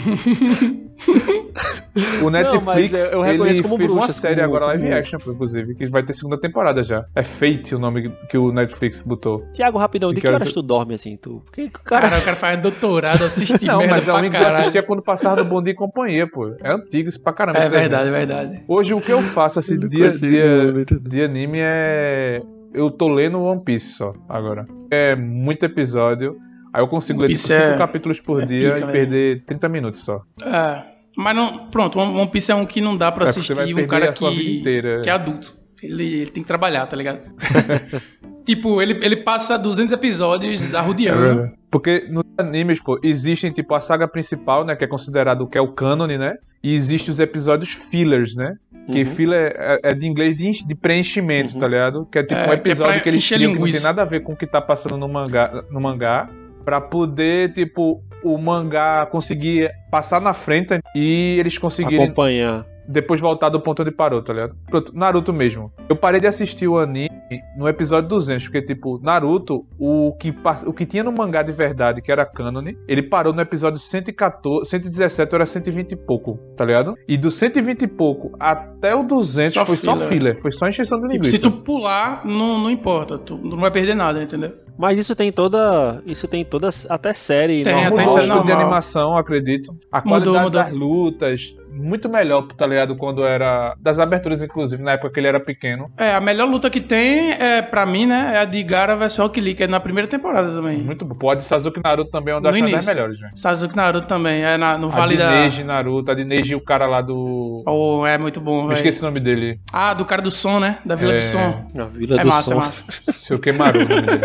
[SPEAKER 3] o
[SPEAKER 1] mas
[SPEAKER 3] Netflix,
[SPEAKER 1] eu- eu reconheço
[SPEAKER 3] ele
[SPEAKER 1] como
[SPEAKER 3] fez uma
[SPEAKER 1] bruxas,
[SPEAKER 3] série
[SPEAKER 1] como-
[SPEAKER 3] agora live
[SPEAKER 1] como-
[SPEAKER 3] action, inclusive, que vai ter segunda temporada já. É Fate o nome que- que o Netflix botou.
[SPEAKER 1] Thiago, rapidão, de
[SPEAKER 3] Que
[SPEAKER 1] que
[SPEAKER 3] horas
[SPEAKER 1] horas tu dorme assim? Tu... Porque, cara,
[SPEAKER 2] Cara, o cara faz doutorado, assiste
[SPEAKER 3] Não,
[SPEAKER 2] merda
[SPEAKER 3] mas é
[SPEAKER 2] pra
[SPEAKER 3] um que eu
[SPEAKER 2] caralho.
[SPEAKER 3] assistia quando passava no Bom Dia e Companhia, pô. É antigo isso pra caramba.
[SPEAKER 2] É
[SPEAKER 3] esse desenho.
[SPEAKER 2] verdade, é verdade.
[SPEAKER 3] Hoje o que eu faço, assim, dia, dia, de anime é. Eu tô lendo One Piece só agora. É muito episódio. Aí eu consigo ler
[SPEAKER 2] One
[SPEAKER 3] tipo,
[SPEAKER 2] Piece
[SPEAKER 3] 5
[SPEAKER 2] é-
[SPEAKER 3] capítulos por
[SPEAKER 2] é
[SPEAKER 3] dia
[SPEAKER 2] pica,
[SPEAKER 3] e
[SPEAKER 2] velho.
[SPEAKER 3] perder 30 minutos só.
[SPEAKER 2] É, mas não, pronto, One One Piece é um que não dá pra
[SPEAKER 3] É,
[SPEAKER 2] assistir
[SPEAKER 3] você vai
[SPEAKER 2] um
[SPEAKER 3] perder
[SPEAKER 2] cara
[SPEAKER 3] a sua vida
[SPEAKER 2] que,
[SPEAKER 3] inteira. né?
[SPEAKER 2] que é adulto. Ele, ele tem que trabalhar, tá ligado? tipo, ele, ele passa 200 episódios arrodeando.
[SPEAKER 3] É Porque nos animes, pô, existem, tipo, a saga principal, né? Que é considerado o que é o cânone, né? E existem os episódios fillers, né? Que
[SPEAKER 1] Uhum.
[SPEAKER 3] filler é, é de inglês de, enche- de preenchimento,
[SPEAKER 1] Uhum.
[SPEAKER 3] tá ligado? Que é tipo
[SPEAKER 2] É,
[SPEAKER 3] um
[SPEAKER 2] que é pra
[SPEAKER 3] episódio que, eles
[SPEAKER 2] encher
[SPEAKER 3] criam que não tem
[SPEAKER 2] linguiça.
[SPEAKER 3] nada a ver com o que tá passando no mangá, no mangá pra poder, tipo, o mangá conseguir passar na frente e eles conseguirem
[SPEAKER 1] acompanhar.
[SPEAKER 3] depois voltar do ponto onde parou, tá ligado? Pronto, Naruto mesmo. Eu parei de assistir o anime no episódio 200, porque, tipo, Naruto, o que, pa- o que tinha no mangá de verdade, que era cânone, ele parou no episódio 114, 117, era 120 e pouco, tá ligado? E do 120 e pouco até o 200
[SPEAKER 2] Só
[SPEAKER 3] foi só
[SPEAKER 2] filler.
[SPEAKER 3] filler, foi só encheção de
[SPEAKER 2] Tipo,
[SPEAKER 3] linguiça.
[SPEAKER 2] se tu pular, não, não importa. Tu não vai perder nada, entendeu?
[SPEAKER 1] Mas isso tem toda. Isso tem toda. Até série.
[SPEAKER 2] Tem,
[SPEAKER 1] normal.
[SPEAKER 3] Mudou
[SPEAKER 2] até
[SPEAKER 3] o
[SPEAKER 2] isso é
[SPEAKER 3] estilo um de
[SPEAKER 2] normal.
[SPEAKER 3] animação, acredito. A
[SPEAKER 2] Mudou,
[SPEAKER 3] qualidade
[SPEAKER 2] mudou.
[SPEAKER 3] das lutas, muito melhor, tá ligado? Quando era... Das aberturas, inclusive, na época que ele era pequeno.
[SPEAKER 2] É, a melhor luta que tem, é, pra mim, né, é a de Gara versus Rock Lee, que é na primeira temporada também.
[SPEAKER 3] Muito bom. Pode Sasuke Naruto também é uma
[SPEAKER 2] No
[SPEAKER 3] das das
[SPEAKER 2] início.
[SPEAKER 3] melhores, velho.
[SPEAKER 2] Sasuke Naruto também, é na- no
[SPEAKER 3] A
[SPEAKER 2] Vale
[SPEAKER 3] de
[SPEAKER 2] da...
[SPEAKER 3] Neji Naruto, a de Neji e o cara lá do.
[SPEAKER 2] Oh, é muito bom,
[SPEAKER 3] Eu
[SPEAKER 2] velho.
[SPEAKER 3] esqueci o nome dele.
[SPEAKER 2] Ah, do cara do som, né? Da Vila
[SPEAKER 3] É.
[SPEAKER 2] do Som.
[SPEAKER 1] A Vila
[SPEAKER 2] É
[SPEAKER 1] do
[SPEAKER 2] massa,
[SPEAKER 1] Som.
[SPEAKER 2] é massa.
[SPEAKER 3] Sei o que, Maru. o nome dele.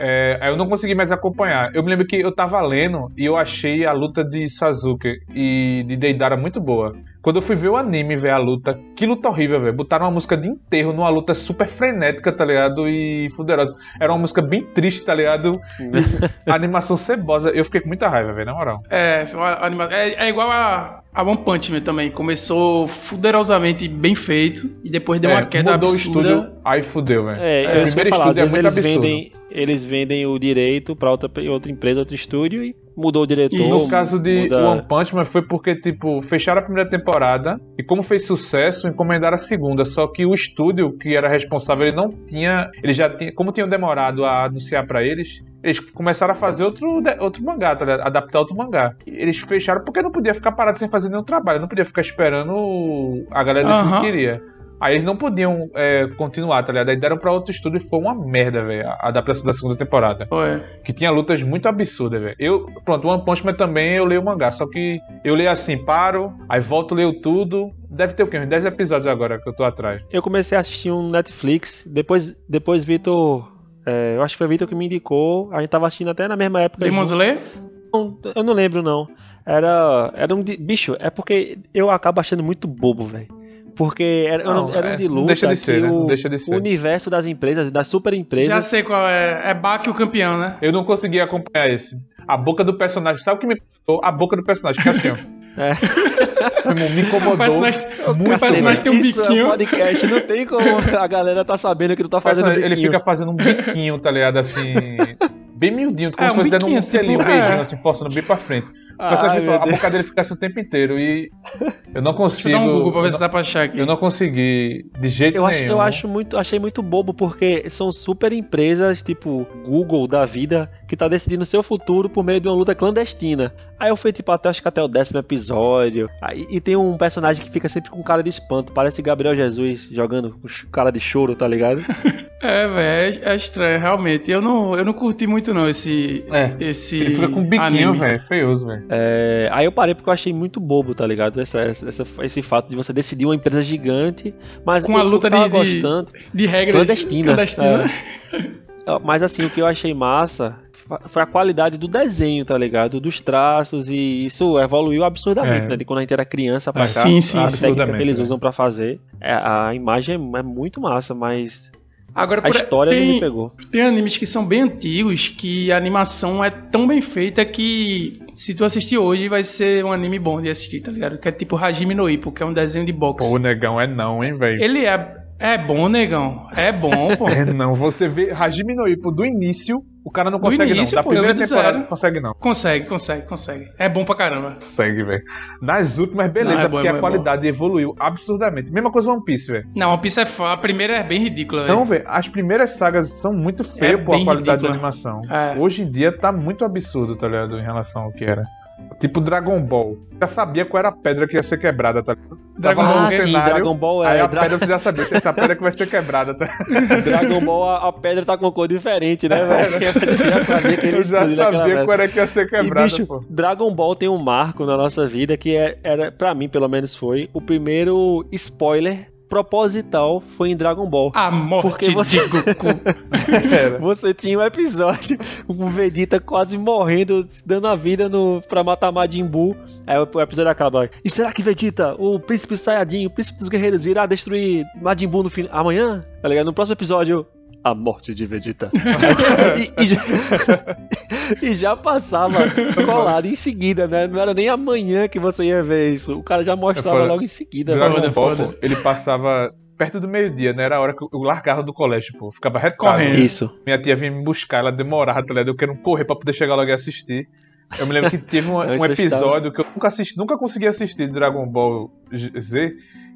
[SPEAKER 3] É, aí eu não consegui mais acompanhar. Eu me lembro que eu tava lendo e eu achei a luta de Sasuke e de Deidara muito boa. Quando eu fui ver o anime, ver a luta, que luta horrível, velho. Botaram uma música de enterro numa luta super frenética, tá ligado? E fuderosa. Era uma música bem triste, tá ligado? A animação cebosa. Eu fiquei com muita raiva, velho, na moral.
[SPEAKER 2] É, foi uma anima- é, é igual a, a One Punch Man também. Começou fuderosamente bem feito e depois deu
[SPEAKER 3] É,
[SPEAKER 2] uma queda
[SPEAKER 3] mudou
[SPEAKER 2] absurda.
[SPEAKER 3] o estúdio, aí fudeu, velho.
[SPEAKER 1] É,
[SPEAKER 2] É,
[SPEAKER 1] eu
[SPEAKER 2] o
[SPEAKER 1] ia
[SPEAKER 3] primeiro
[SPEAKER 1] falar, às
[SPEAKER 3] estúdio é
[SPEAKER 1] vezes
[SPEAKER 3] muito
[SPEAKER 1] eles
[SPEAKER 3] absurdo.
[SPEAKER 1] vendem, eles vendem o direito pra outra, outra empresa, outro estúdio e mudou o diretor.
[SPEAKER 2] E
[SPEAKER 3] No
[SPEAKER 2] Isso.
[SPEAKER 3] caso de
[SPEAKER 1] muda-
[SPEAKER 3] One Punch Man foi porque, tipo, fecharam a primeira temporada e como fez sucesso, encomendaram a segunda. Só que o estúdio que era responsável, ele não tinha... Ele já tinha... Como tinham demorado a anunciar pra eles, eles começaram a fazer outro, de- outro mangá, tá ligado? Adaptar outro mangá. E Eles fecharam porque não podia ficar parado sem fazer nenhum trabalho. Não podia ficar esperando a galera decidir o
[SPEAKER 2] Aham.
[SPEAKER 3] que queria. Aí eles não podiam é, continuar, tá ligado? Aí deram pra outro estúdio e foi uma merda, velho, a adaptação da segunda temporada
[SPEAKER 2] Foi.
[SPEAKER 3] que tinha lutas muito absurdas, velho. Eu, pronto, One Punch Man também eu leio o mangá, só que eu leio assim, paro, aí volto, leio tudo. Deve ter o quê? Uns 10 episódios agora que eu tô atrás.
[SPEAKER 1] Eu comecei a assistir um Netflix, depois, depois Vitor. é, eu acho que foi Vitor que me indicou. A gente tava assistindo até na mesma época.
[SPEAKER 2] Demon
[SPEAKER 1] junto.
[SPEAKER 2] Slayer?
[SPEAKER 1] Não, eu não lembro, não. Era. Era um. de- bicho, é porque eu acabo achando muito bobo, velho. Porque era, era um-
[SPEAKER 3] Não,
[SPEAKER 1] era
[SPEAKER 3] é,
[SPEAKER 1] um de
[SPEAKER 3] não
[SPEAKER 1] luta
[SPEAKER 3] deixa de ser,
[SPEAKER 1] que
[SPEAKER 3] né?
[SPEAKER 1] o,
[SPEAKER 3] Não deixa de ser.
[SPEAKER 1] o universo das empresas, das super
[SPEAKER 2] Já
[SPEAKER 1] empresas.
[SPEAKER 2] sei qual é. É Baki o campeão, né?
[SPEAKER 3] Eu não consegui acompanhar esse. A boca do personagem, sabe o que me incomodou? A boca do personagem, que é assim, ó.
[SPEAKER 1] É.
[SPEAKER 3] Irmão, Me incomodou.
[SPEAKER 2] O personagem- o
[SPEAKER 3] muito,
[SPEAKER 2] personagem
[SPEAKER 3] velho.
[SPEAKER 2] Mas tem um
[SPEAKER 1] Isso é
[SPEAKER 2] biquinho.
[SPEAKER 1] um podcast, não tem como a galera tá sabendo que tu tá fazendo
[SPEAKER 3] Personagem, ele
[SPEAKER 1] biquinho.
[SPEAKER 3] fica fazendo um biquinho, tá ligado? Assim. Bem miudinho, como
[SPEAKER 2] É,
[SPEAKER 3] se
[SPEAKER 2] um
[SPEAKER 3] fosse dando um
[SPEAKER 2] biquinho, tipo,
[SPEAKER 3] selinho, um
[SPEAKER 2] é.
[SPEAKER 3] beijinho, assim, forçando bem pra frente. O personagem
[SPEAKER 1] Ai,
[SPEAKER 3] principal,
[SPEAKER 1] meu
[SPEAKER 3] a
[SPEAKER 1] Deus.
[SPEAKER 3] boca dele fica assim o tempo inteiro e. Eu não
[SPEAKER 2] Deixa
[SPEAKER 3] consigo.
[SPEAKER 2] eu dar um Google pra
[SPEAKER 3] eu
[SPEAKER 2] ver se dá pra achar aqui.
[SPEAKER 3] Eu não consegui, de jeito
[SPEAKER 1] Eu
[SPEAKER 3] nenhum.
[SPEAKER 1] acho,
[SPEAKER 2] né?
[SPEAKER 1] eu acho muito, achei muito bobo porque são super empresas tipo Google da vida que tá decidindo seu futuro por meio de uma luta clandestina. Aí eu fui tipo até acho que até o décimo episódio. Aí, e tem um personagem que fica sempre com cara de espanto, parece Gabriel Jesus jogando com ch- cara de choro, tá ligado?
[SPEAKER 2] É, velho, é, é estranho, realmente. Eu não, eu não curti muito, não, esse.
[SPEAKER 3] É.
[SPEAKER 2] esse
[SPEAKER 3] Ele fica com um biquinho,
[SPEAKER 2] anime.
[SPEAKER 3] velho. Feioso, velho.
[SPEAKER 1] É, aí eu parei porque eu achei muito bobo, tá ligado? Essa- essa- essa- esse fato de você decidir uma empresa gigante, mas
[SPEAKER 2] Com a
[SPEAKER 1] eu- eu
[SPEAKER 2] luta de-
[SPEAKER 1] tava
[SPEAKER 2] de-
[SPEAKER 1] gostando.
[SPEAKER 2] De regra
[SPEAKER 1] Clandestina. É. Mas assim, o que eu achei massa foi a qualidade do desenho, tá ligado? Dos traços, e isso evoluiu absurdamente,
[SPEAKER 3] É.
[SPEAKER 1] né? De quando a gente era criança pra cá,
[SPEAKER 2] Sim, sim,
[SPEAKER 1] a
[SPEAKER 2] sim.
[SPEAKER 1] técnica é que eles
[SPEAKER 3] Absurdamente, né?
[SPEAKER 1] usam pra fazer, é, a imagem é muito massa, mas
[SPEAKER 2] Agora,
[SPEAKER 1] a
[SPEAKER 2] por-
[SPEAKER 1] história
[SPEAKER 2] tem,
[SPEAKER 1] não me pegou.
[SPEAKER 2] Tem animes que são bem antigos, que a animação é tão bem feita que se tu assistir hoje vai ser um anime bom de assistir, tá ligado? Que é tipo Hajime no Ippo, que é um desenho de boxe.
[SPEAKER 3] Pô, o negão é não, hein, velho?
[SPEAKER 2] Ele é, é bom, negão. É bom, pô.
[SPEAKER 3] É não, você vê Hajime no Ippo do início, o cara não
[SPEAKER 2] Do
[SPEAKER 3] consegue
[SPEAKER 2] início,
[SPEAKER 3] não. Da
[SPEAKER 2] pô, eu é.
[SPEAKER 3] primeira
[SPEAKER 2] vi do
[SPEAKER 3] temporada
[SPEAKER 2] zero.
[SPEAKER 3] não consegue não.
[SPEAKER 2] Consegue, consegue, consegue. É bom pra caramba.
[SPEAKER 3] Consegue, velho. Nas últimas, beleza,
[SPEAKER 2] Não, é bom,
[SPEAKER 3] porque
[SPEAKER 2] é bom,
[SPEAKER 3] a
[SPEAKER 2] é bom.
[SPEAKER 3] qualidade evoluiu absurdamente. Mesma coisa One Piece, velho.
[SPEAKER 2] Não, One Piece é fã. A primeira é bem ridícula, velho.
[SPEAKER 3] Então, velho, as primeiras sagas são muito feias,
[SPEAKER 2] É
[SPEAKER 3] pô, a
[SPEAKER 2] bem
[SPEAKER 3] qualidade da
[SPEAKER 2] ridícula.
[SPEAKER 3] animação.
[SPEAKER 2] É.
[SPEAKER 3] Hoje em dia tá muito absurdo, tá ligado? Em relação ao que era. Tipo Dragon Ball. Já sabia qual era a pedra que ia ser quebrada, tá ligado?
[SPEAKER 2] Dragon
[SPEAKER 3] Tava
[SPEAKER 2] Ball
[SPEAKER 3] no
[SPEAKER 2] é-
[SPEAKER 1] Ah, sim,
[SPEAKER 3] cenário,
[SPEAKER 1] Dragon Ball
[SPEAKER 3] Aí
[SPEAKER 1] é.
[SPEAKER 3] a
[SPEAKER 1] Dra-
[SPEAKER 3] pedra você já sabia, tem essa pedra que vai ser quebrada, tá
[SPEAKER 1] Dragon Ball, a, a pedra tá com uma cor diferente, né, velho? Eu já sabia que ele
[SPEAKER 3] É. Eu já
[SPEAKER 1] explodiu daquela
[SPEAKER 3] sabia
[SPEAKER 1] vez.
[SPEAKER 3] qual era que ia ser quebrada,
[SPEAKER 1] e, bicho,
[SPEAKER 3] pô.
[SPEAKER 1] Dragon Ball tem um marco na nossa vida que é, era, pra mim, pelo menos foi, o primeiro spoiler proposital foi em Dragon Ball.
[SPEAKER 2] A morte
[SPEAKER 1] Porque você-
[SPEAKER 2] de Goku.
[SPEAKER 3] Era.
[SPEAKER 1] Você tinha um episódio, o Vegeta quase morrendo, se dando a vida no, pra matar Majin Buu. Aí o o episódio acaba. E será que Vegeta, o príncipe Saiyajin, o príncipe dos guerreiros, irá destruir Majin Buu no fim, amanhã? Tá ligado? No próximo episódio, a morte de Vegeta. e, e já, e já passava colado em seguida, né? Não era nem amanhã que você ia ver isso. O cara já mostrava
[SPEAKER 3] Foda.
[SPEAKER 1] logo em seguida. né?
[SPEAKER 3] Dragon
[SPEAKER 1] mano.
[SPEAKER 2] foda,
[SPEAKER 3] Ball,
[SPEAKER 2] foda.
[SPEAKER 3] pô, ele passava perto do meio-dia, né? Era a hora que eu largava do colégio, pô. Eu Ficava retado.
[SPEAKER 2] Correndo.
[SPEAKER 1] Isso.
[SPEAKER 3] Minha tia vinha me buscar, ela demorava, tá ligado? Eu querendo correr pra poder chegar logo e assistir. Eu me lembro que teve um,
[SPEAKER 1] Eu
[SPEAKER 3] um episódio que eu nunca assisti, nunca consegui assistir de Dragon Ball Z,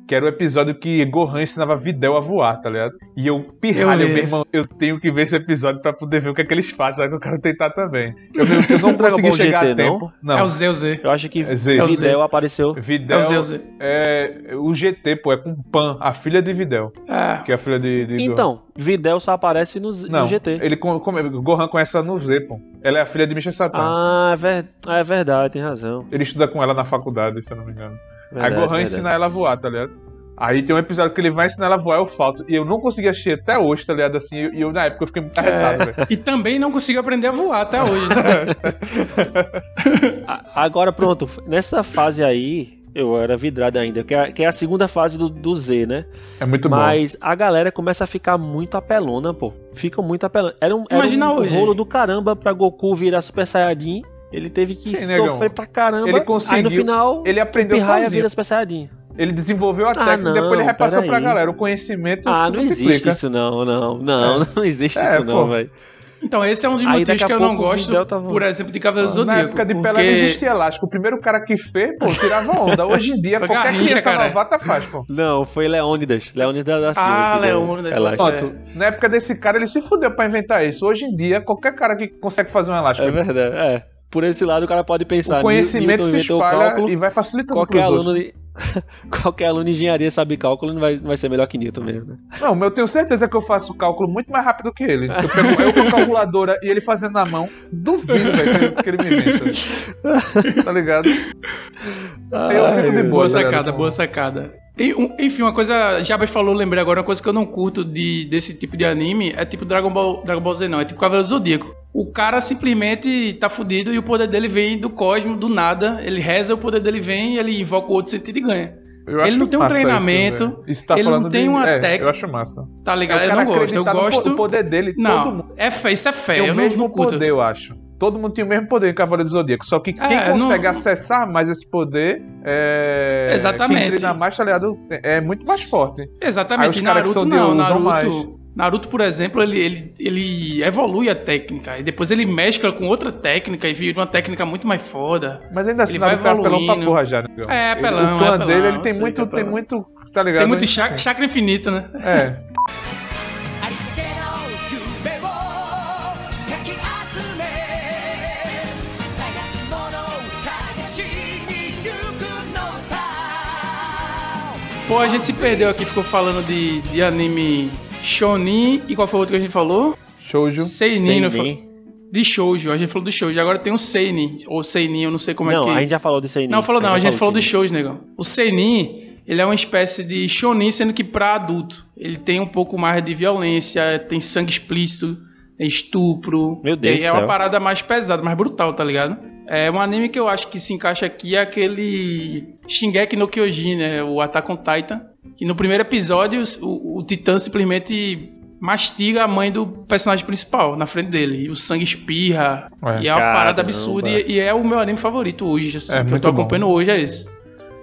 [SPEAKER 3] que era o episódio que Gohan ensinava Videl a voar, tá ligado? E eu pirralho,
[SPEAKER 2] Eu
[SPEAKER 3] meu
[SPEAKER 2] lembro.
[SPEAKER 3] irmão, eu tenho que ver esse episódio pra poder ver o que é que eles fazem, que eu quero tentar também. Eu, lembro que eu não
[SPEAKER 1] Dragon
[SPEAKER 3] consegui
[SPEAKER 1] Ball
[SPEAKER 3] chegar
[SPEAKER 1] GT,
[SPEAKER 3] a tempo. Não,
[SPEAKER 2] É o Z, o Z.
[SPEAKER 1] Eu acho que
[SPEAKER 3] É Z.
[SPEAKER 1] Videl apareceu.
[SPEAKER 2] É
[SPEAKER 3] Videl
[SPEAKER 2] o Z, o Z.
[SPEAKER 3] é o GT, pô, é com Pan, a filha de Videl,
[SPEAKER 2] É.
[SPEAKER 3] que é a filha de, de Gohan.
[SPEAKER 1] Então, Videl só aparece no, Z- no
[SPEAKER 3] Não,
[SPEAKER 1] GT.
[SPEAKER 3] Ele com, com, Gohan conhece ela no Z, pô. Ela é a filha de Michel Satan.
[SPEAKER 1] Ah, é, ver- ah, é verdade, tem razão.
[SPEAKER 3] Ele estuda com ela na faculdade, se eu não me engano.
[SPEAKER 1] Verdade,
[SPEAKER 3] aí Gohan
[SPEAKER 1] verdade.
[SPEAKER 3] ensina ela a voar, tá ligado? Aí tem um episódio que ele vai ensinar ela a voar, eu falto. E eu não consegui assistir até hoje, tá ligado? Assim, e eu, na época eu fiquei muito arretado, velho.
[SPEAKER 2] E também não consigo aprender a voar até hoje, né?
[SPEAKER 1] A- Agora pronto, nessa fase aí, eu era vidrado ainda, que é, que é a segunda fase do, do Z, né?
[SPEAKER 3] É muito bom.
[SPEAKER 1] Mas a galera começa a ficar muito apelona, pô. Fica muito apelona. Era um, era
[SPEAKER 2] Imagina
[SPEAKER 1] um
[SPEAKER 2] hoje.
[SPEAKER 1] rolo do caramba pra Goku virar Super Saiyajin. Ele teve que
[SPEAKER 3] Sim, negão.
[SPEAKER 1] sofrer pra caramba.
[SPEAKER 3] Ele
[SPEAKER 1] Aí no
[SPEAKER 3] conseguiu.
[SPEAKER 1] final,
[SPEAKER 3] Ele aprendeu
[SPEAKER 1] Pirraia
[SPEAKER 3] sozinho.
[SPEAKER 1] vira Super Saiyajin.
[SPEAKER 3] Ele desenvolveu a
[SPEAKER 1] Ah,
[SPEAKER 3] técnica e depois
[SPEAKER 1] não,
[SPEAKER 3] ele repassou
[SPEAKER 1] peraí.
[SPEAKER 3] pra galera. O conhecimento
[SPEAKER 1] Ah,
[SPEAKER 3] se
[SPEAKER 1] não
[SPEAKER 3] multiplica.
[SPEAKER 1] existe isso não, não. Não, não existe
[SPEAKER 3] É,
[SPEAKER 1] isso não,
[SPEAKER 3] pô.
[SPEAKER 1] velho.
[SPEAKER 2] Então, esse é um dos
[SPEAKER 1] Aí,
[SPEAKER 2] motivos
[SPEAKER 1] daqui a
[SPEAKER 2] que eu não
[SPEAKER 1] pouco, o
[SPEAKER 2] gosto,
[SPEAKER 1] Videl tá voando.
[SPEAKER 2] por exemplo, de Cavaleiros do
[SPEAKER 3] Na
[SPEAKER 2] Zodíaco.
[SPEAKER 3] época de
[SPEAKER 2] porque...
[SPEAKER 3] Pelé não existia elástico. O primeiro cara que fez, pô, tirava onda. Hoje em dia,
[SPEAKER 2] Foi
[SPEAKER 3] qualquer
[SPEAKER 2] Garrincha,
[SPEAKER 3] criança
[SPEAKER 2] cara.
[SPEAKER 3] novata faz, pô.
[SPEAKER 1] Não, foi Leônidas. Leônidas da Silva.
[SPEAKER 2] Ah,
[SPEAKER 1] que deu-
[SPEAKER 2] Leônidas.
[SPEAKER 1] Ela-
[SPEAKER 2] Ó,
[SPEAKER 3] Pronto, na época desse cara, ele se fudeu pra inventar isso. Hoje em dia, qualquer cara que consegue fazer um elástico,
[SPEAKER 1] É verdade, é. Por esse lado, o cara pode pensar.
[SPEAKER 3] o conhecimento
[SPEAKER 1] Newton
[SPEAKER 3] se
[SPEAKER 1] inventou o
[SPEAKER 3] espalha
[SPEAKER 1] cálculo,
[SPEAKER 3] e vai facilitando
[SPEAKER 1] qualquer
[SPEAKER 3] pros outros.
[SPEAKER 1] aluno, de... qualquer aluno de engenharia sabe cálculo, não vai, não vai ser melhor que Newton mesmo. né?
[SPEAKER 3] Não, mas eu tenho certeza que eu faço o cálculo muito mais rápido que ele. Eu pego eu com a calculadora e ele fazendo na mão. Duvido, velho, que ele me inventa. Tá ligado? Eu
[SPEAKER 1] Ai,
[SPEAKER 3] fico de
[SPEAKER 1] meu
[SPEAKER 3] boa.
[SPEAKER 2] Boa
[SPEAKER 3] tá ligado?
[SPEAKER 2] sacada, boa sacada. E, um- enfim, uma coisa, Jabas falou, lembrei agora, uma coisa que eu não curto de, desse tipo de anime é tipo Dragon Ball, Dragon Ball Z, não, é tipo Cavaleiro do Zodíaco. O cara simplesmente tá fudido e o poder dele vem do cosmo, do nada. Ele reza, o poder dele vem, ele invoca o outro sentido e ganha.
[SPEAKER 3] Eu acho
[SPEAKER 2] Ele não tem um
[SPEAKER 3] massa
[SPEAKER 2] treinamento,
[SPEAKER 3] velho. Isso tá
[SPEAKER 2] ele não
[SPEAKER 3] falando
[SPEAKER 2] tem
[SPEAKER 3] de-
[SPEAKER 2] uma
[SPEAKER 3] é,
[SPEAKER 2] técnica.
[SPEAKER 3] Eu acho massa.
[SPEAKER 2] Tá
[SPEAKER 3] É o
[SPEAKER 2] ligado? eu não
[SPEAKER 3] cara
[SPEAKER 2] gosto. Eu
[SPEAKER 3] acreditar no po-
[SPEAKER 2] gosto.
[SPEAKER 3] O poder dele, todo mundo
[SPEAKER 2] Não, é fé, isso é fé.
[SPEAKER 3] tem
[SPEAKER 2] eu
[SPEAKER 3] o
[SPEAKER 2] não-
[SPEAKER 3] mesmo
[SPEAKER 2] não curto.
[SPEAKER 3] poder, eu acho. Todo mundo tem o mesmo poder em Cavaleiro do Zodíaco. Só que quem
[SPEAKER 2] É, não-
[SPEAKER 3] consegue acessar mais esse poder é.
[SPEAKER 2] Exatamente.
[SPEAKER 3] Quem treina mais, tá ligado? É muito mais forte. Aí os
[SPEAKER 2] Exatamente, e
[SPEAKER 3] caras que
[SPEAKER 2] Naruto
[SPEAKER 3] são
[SPEAKER 2] não,
[SPEAKER 3] de ouro usam
[SPEAKER 2] Naruto,
[SPEAKER 3] mais.
[SPEAKER 2] Naruto, por exemplo, ele, ele, ele evolui a técnica e depois ele mescla com outra técnica e vira uma técnica muito mais foda.
[SPEAKER 3] Mas ainda assim,
[SPEAKER 2] Ele vai
[SPEAKER 3] Naruto é apelão pra
[SPEAKER 2] evoluindo.
[SPEAKER 3] porra já, negão.
[SPEAKER 2] É, apelão,
[SPEAKER 3] O clã
[SPEAKER 2] é apelão,
[SPEAKER 3] dele, ele tem
[SPEAKER 2] sei
[SPEAKER 3] muito,
[SPEAKER 2] que é
[SPEAKER 3] tem
[SPEAKER 2] apelão.
[SPEAKER 3] muito, tá ligado?
[SPEAKER 2] Tem muito chakra, chakra infinito, né?
[SPEAKER 3] É.
[SPEAKER 4] ありつけの夢をかき集め探し物を探しに行くのさ
[SPEAKER 2] Pô, a gente se perdeu aqui, ficou falando de, de anime Shonin e qual foi o outro que a gente falou?
[SPEAKER 3] Shoujo.
[SPEAKER 2] Seinin, não foi?
[SPEAKER 1] Seinin.
[SPEAKER 2] De Shoujo, a gente falou do Shoujo, agora tem o Seinin, ou Seinin, eu não sei como
[SPEAKER 1] não,
[SPEAKER 2] é que...
[SPEAKER 1] a gente já falou de Seinin.
[SPEAKER 2] Não, falou não, a gente falou dos
[SPEAKER 1] Seinin.
[SPEAKER 2] shows, negão. O Senin, ele é uma espécie de shonin, sendo que pra adulto. Ele tem um pouco mais de violência, tem sangue explícito, tem é estupro.
[SPEAKER 1] Meu Deus
[SPEAKER 2] E aí
[SPEAKER 1] do
[SPEAKER 2] é uma
[SPEAKER 1] céu.
[SPEAKER 2] parada mais pesada, mais brutal, tá ligado? É um anime que eu acho que se encaixa aqui é aquele Shingeki no Kyojin, né? O Attack on Titan. Que no primeiro episódio o, o Titã simplesmente mastiga a mãe do personagem principal na frente dele. E o sangue espirra.
[SPEAKER 3] É.
[SPEAKER 2] e é uma
[SPEAKER 1] Caramba.
[SPEAKER 2] parada absurda. E, e é o meu anime favorito hoje. Assim,
[SPEAKER 3] É,
[SPEAKER 2] que eu
[SPEAKER 3] muito
[SPEAKER 2] tô
[SPEAKER 3] bom.
[SPEAKER 2] acompanhando hoje é esse.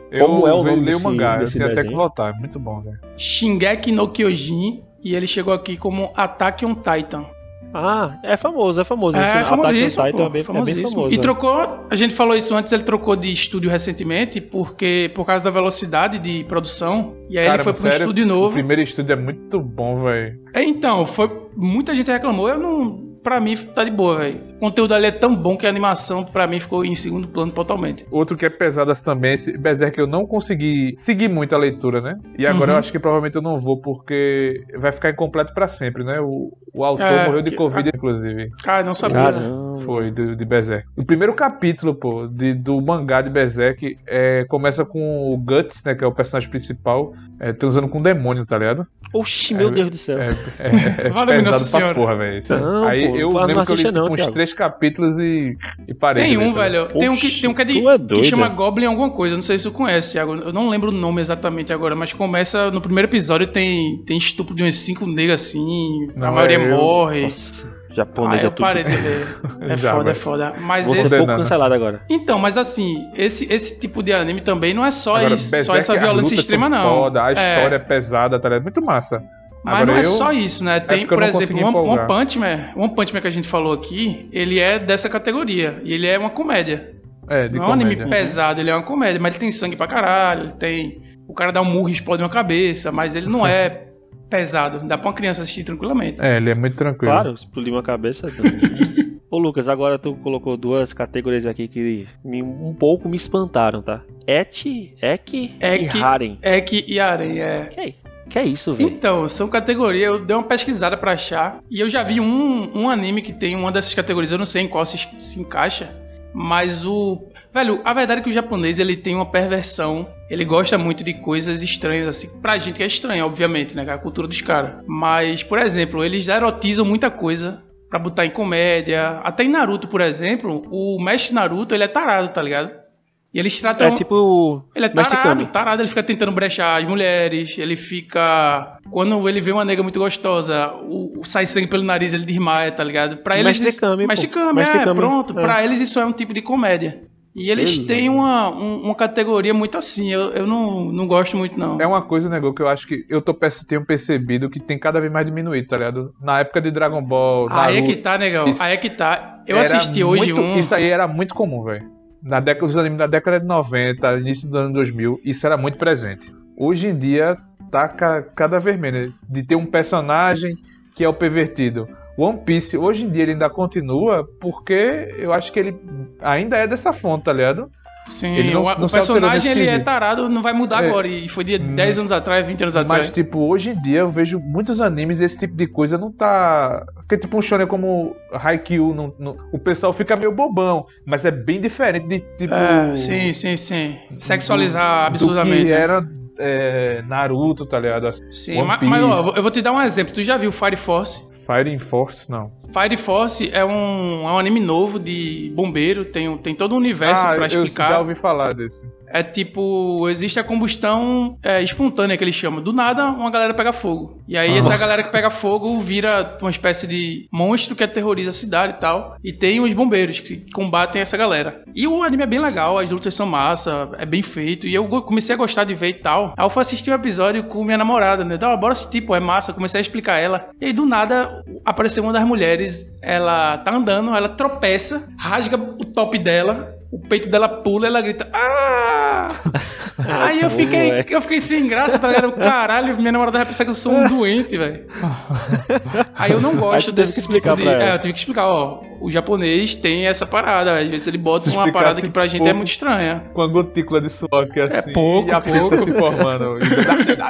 [SPEAKER 3] Eu
[SPEAKER 1] Como é o
[SPEAKER 3] ve-
[SPEAKER 1] nome
[SPEAKER 3] li o
[SPEAKER 1] desse-
[SPEAKER 3] mangá, eu
[SPEAKER 1] desse
[SPEAKER 3] tenho até que
[SPEAKER 1] desenho?
[SPEAKER 3] voltar, é muito bom, velho.
[SPEAKER 2] Shingeki no Kyojin. E ele chegou aqui como Attack on Titan.
[SPEAKER 1] Ah, é famoso, é famoso. esse
[SPEAKER 2] É,
[SPEAKER 1] Attack on
[SPEAKER 2] famosíssimo,
[SPEAKER 1] Titan
[SPEAKER 2] pô,
[SPEAKER 1] é bem, é bem
[SPEAKER 2] famosíssimo.
[SPEAKER 1] famoso.
[SPEAKER 2] E
[SPEAKER 1] né?
[SPEAKER 2] trocou, a gente falou isso antes, ele trocou de estúdio recentemente porque por causa da velocidade de produção. E aí ele foi para um
[SPEAKER 3] sério,
[SPEAKER 2] estúdio
[SPEAKER 3] O
[SPEAKER 2] novo.
[SPEAKER 3] primeiro estúdio é muito bom, velho.
[SPEAKER 2] É, então, foi muita gente reclamou, eu não, Pra mim tá de boa, velho. O conteúdo ali é tão bom que a animação pra mim ficou em segundo plano totalmente.
[SPEAKER 3] Outro que é pesado assim também, esse Berserk eu não consegui seguir muito a leitura, né? E agora
[SPEAKER 2] Uhum.
[SPEAKER 3] eu acho que provavelmente eu não vou, porque vai ficar incompleto pra sempre, né? O, o autor
[SPEAKER 2] É,
[SPEAKER 3] morreu de
[SPEAKER 2] que-
[SPEAKER 3] Covid, inclusive.
[SPEAKER 2] Cara, não sabia. né?
[SPEAKER 1] Caramba.
[SPEAKER 3] Foi, do, de Berserk. O primeiro capítulo, pô, de- do mangá de Berserk é, começa com o Guts, né? Que é o personagem principal, é, transando com um demônio, tá ligado?
[SPEAKER 1] Oxi, meu
[SPEAKER 3] É,
[SPEAKER 1] Deus do céu.
[SPEAKER 3] É, é
[SPEAKER 2] Valeu, Nossa
[SPEAKER 3] pesado pra
[SPEAKER 2] Senhora.
[SPEAKER 3] porra, velho. é.
[SPEAKER 1] Não,
[SPEAKER 3] Aí
[SPEAKER 1] pô,
[SPEAKER 3] eu
[SPEAKER 1] não
[SPEAKER 3] lembro que eu li
[SPEAKER 1] assista não,
[SPEAKER 3] tipo, uns
[SPEAKER 1] Thiago.
[SPEAKER 3] três capítulos e, e parei.
[SPEAKER 2] Tem
[SPEAKER 3] de ler,
[SPEAKER 2] um,
[SPEAKER 3] tá ligado?
[SPEAKER 2] velho. Tem um que,
[SPEAKER 1] Oxi,
[SPEAKER 2] tem um que, é de,
[SPEAKER 1] tu é doido,
[SPEAKER 2] que chama
[SPEAKER 1] é?
[SPEAKER 2] Goblin alguma coisa. Não sei se tu conhece, Thiago. Eu não lembro o nome exatamente agora, mas começa no primeiro episódio tem, tem estupro de uns cinco negros assim. a
[SPEAKER 3] Não,
[SPEAKER 2] maioria
[SPEAKER 3] é, eu-
[SPEAKER 2] morre.
[SPEAKER 1] Nossa, japonês
[SPEAKER 2] ah,
[SPEAKER 1] é
[SPEAKER 2] eu
[SPEAKER 1] tudo.
[SPEAKER 2] parei de ver. É
[SPEAKER 3] Já,
[SPEAKER 2] foda, é
[SPEAKER 3] mas-
[SPEAKER 2] foda. Mas
[SPEAKER 1] Vou
[SPEAKER 2] esse.
[SPEAKER 1] ser um pouco
[SPEAKER 3] Condenando.
[SPEAKER 1] cancelado agora.
[SPEAKER 2] Então, mas assim, esse, esse tipo de anime também não é só,
[SPEAKER 3] Agora,
[SPEAKER 2] isso, só
[SPEAKER 3] Berserk,
[SPEAKER 2] essa
[SPEAKER 3] as
[SPEAKER 2] violência
[SPEAKER 3] lutas
[SPEAKER 2] extrema,
[SPEAKER 3] são
[SPEAKER 2] não.
[SPEAKER 3] Foda, a
[SPEAKER 2] É,
[SPEAKER 3] história é, pesada, tá ligado? Muito massa.
[SPEAKER 2] mas
[SPEAKER 3] Agora,
[SPEAKER 2] não é
[SPEAKER 3] eu-
[SPEAKER 2] só isso, né? Tem,
[SPEAKER 3] porque eu
[SPEAKER 2] por
[SPEAKER 3] não
[SPEAKER 2] exemplo,
[SPEAKER 3] consegui
[SPEAKER 2] One, One
[SPEAKER 3] empolgar.
[SPEAKER 2] Punch Man. One Punch Man que a gente falou aqui, ele é dessa categoria. E ele é uma comédia.
[SPEAKER 3] É, de
[SPEAKER 2] não é um anime
[SPEAKER 3] comédia.
[SPEAKER 2] pesado, ele é uma comédia, mas ele tem sangue pra caralho, ele tem. O cara dá um murro e explode uma cabeça, mas ele não é pesado. Dá pra uma criança assistir tranquilamente.
[SPEAKER 3] É, ele é muito tranquilo.
[SPEAKER 1] Claro, explodiu minha cabeça. né? Ô Lucas, agora tu colocou duas categorias aqui que me- um pouco me espantaram, tá? Et, Ek e
[SPEAKER 2] Ek.
[SPEAKER 1] Haren.
[SPEAKER 2] É que e Aranha é.
[SPEAKER 1] Que, é- que é isso, velho?
[SPEAKER 2] Então, são categorias, eu dei uma pesquisada pra achar. E eu já
[SPEAKER 1] É.
[SPEAKER 2] vi um, um anime que tem uma dessas categorias, eu não sei em qual se, se encaixa. Mas o. Velho, a verdade é que o japonês ele tem uma perversão. Ele gosta muito de coisas estranhas, assim. Pra gente que é estranha, obviamente, né? que é A cultura dos caras. Mas, por exemplo, eles erotizam muita coisa pra botar em comédia. Até em Naruto, por exemplo, o mestre Naruto, ele é tarado, tá ligado? E eles tratam.
[SPEAKER 1] É tipo.
[SPEAKER 2] Então, Ele é
[SPEAKER 1] Mestre
[SPEAKER 2] tarado,
[SPEAKER 1] Kami.
[SPEAKER 2] tarado, ele fica tentando brechar as mulheres, ele fica. Quando ele vê uma nega muito gostosa, o, o- sai sangue pelo nariz, ele desmaia, tá ligado? Pra eles.
[SPEAKER 1] Mestre
[SPEAKER 2] isso-
[SPEAKER 1] Kami, pô.
[SPEAKER 2] Mestre Kami,
[SPEAKER 1] Mestre
[SPEAKER 2] é,
[SPEAKER 1] Kami,
[SPEAKER 2] pronto.
[SPEAKER 1] é.
[SPEAKER 2] Pra eles isso é um tipo de comédia. E eles
[SPEAKER 1] Beleza.
[SPEAKER 2] têm uma, um- uma categoria muito assim, eu, eu não, não gosto muito, não.
[SPEAKER 3] É uma coisa, negócio, que eu acho que eu tô, perce- tenho percebido que tem cada vez mais diminuído, tá ligado? Na época de Dragon Ball,
[SPEAKER 2] Aí é
[SPEAKER 3] um Naruto,
[SPEAKER 2] que tá, negão.
[SPEAKER 3] Isso.
[SPEAKER 2] Aí é que tá. Eu
[SPEAKER 3] era
[SPEAKER 2] assisti hoje
[SPEAKER 3] muito-
[SPEAKER 2] um.
[SPEAKER 3] Isso aí era muito comum, velho. Na década dos animes da década de 90, início do ano 2000, isso era muito presente. Hoje em dia tá ca- cada vez menos né? de ter um personagem que é o pervertido. One Piece hoje em dia ele ainda continua porque eu acho que ele ainda é dessa fonte, tá ligado?
[SPEAKER 2] Sim,
[SPEAKER 3] ele não-
[SPEAKER 2] o,
[SPEAKER 3] não
[SPEAKER 2] o
[SPEAKER 3] se alterou nesse
[SPEAKER 2] personagem ele é
[SPEAKER 3] quesito.
[SPEAKER 2] tarado, não vai mudar
[SPEAKER 3] É.
[SPEAKER 2] agora. E foi de
[SPEAKER 3] Hum.
[SPEAKER 2] 10 anos atrás, 20 anos atrás.
[SPEAKER 3] Mas tipo, hoje em dia eu vejo muitos animes esse tipo de coisa não tá, porque tipo um shonen como Haikyuu, não- não- o pessoal fica meio bobão, mas é bem diferente de tipo
[SPEAKER 2] É, sim, sim, sim.
[SPEAKER 1] é
[SPEAKER 2] Sexualizar
[SPEAKER 3] Do
[SPEAKER 2] absurdamente. né?
[SPEAKER 3] que era é, Naruto, tá ligado? Assim,
[SPEAKER 2] Sim,
[SPEAKER 3] One
[SPEAKER 2] ma- mas,
[SPEAKER 3] Piece.
[SPEAKER 2] ó, eu vou te dar um exemplo. Tu já viu Fire Force?
[SPEAKER 3] Fighting Force, não.
[SPEAKER 2] Fire Force é um, é um anime novo de bombeiro, tem, um- tem todo um universo pra explicar.
[SPEAKER 3] Ah, eu já ouvi falar desse.
[SPEAKER 2] É tipo, existe a combustão é, espontânea que eles chamam. Do nada, uma galera pega fogo. E aí,
[SPEAKER 3] Ah.
[SPEAKER 2] essa galera que pega fogo vira uma espécie de monstro que aterroriza a cidade e tal. E tem os bombeiros que combatem essa galera. E o anime é bem legal, as lutas são massa, é bem feito. E eu go- comecei a gostar de ver e tal. Aí eu fui assistir um episódio com minha namorada, né? Dá, bora assistir, pô, é massa. Comecei a explicar ela. E aí, do nada, apareceu uma das mulheres. Ela tá andando, ela tropeça, rasga o top dela. O peito dela pula ela grita, ah! Aí eu
[SPEAKER 1] Pô,
[SPEAKER 2] fiquei,
[SPEAKER 1] moleque.
[SPEAKER 2] eu fiquei sem graça, tá ligado? Caralho, minha namorada vai pensar que eu sou um doente, velho. Aí eu não gosto
[SPEAKER 1] Aí tu teve que explicar
[SPEAKER 2] tipo
[SPEAKER 1] pra ela.
[SPEAKER 2] É, eu tive que explicar, ó. O japonês tem essa parada, às vezes ele bota
[SPEAKER 3] Se
[SPEAKER 2] uma parada
[SPEAKER 3] explicasse
[SPEAKER 2] que pra gente é
[SPEAKER 3] pouco.
[SPEAKER 2] muito estranha.
[SPEAKER 3] Com a gotícula de suor que é assim.
[SPEAKER 2] pouco,
[SPEAKER 3] e a
[SPEAKER 2] pouco.
[SPEAKER 3] pizza se formando.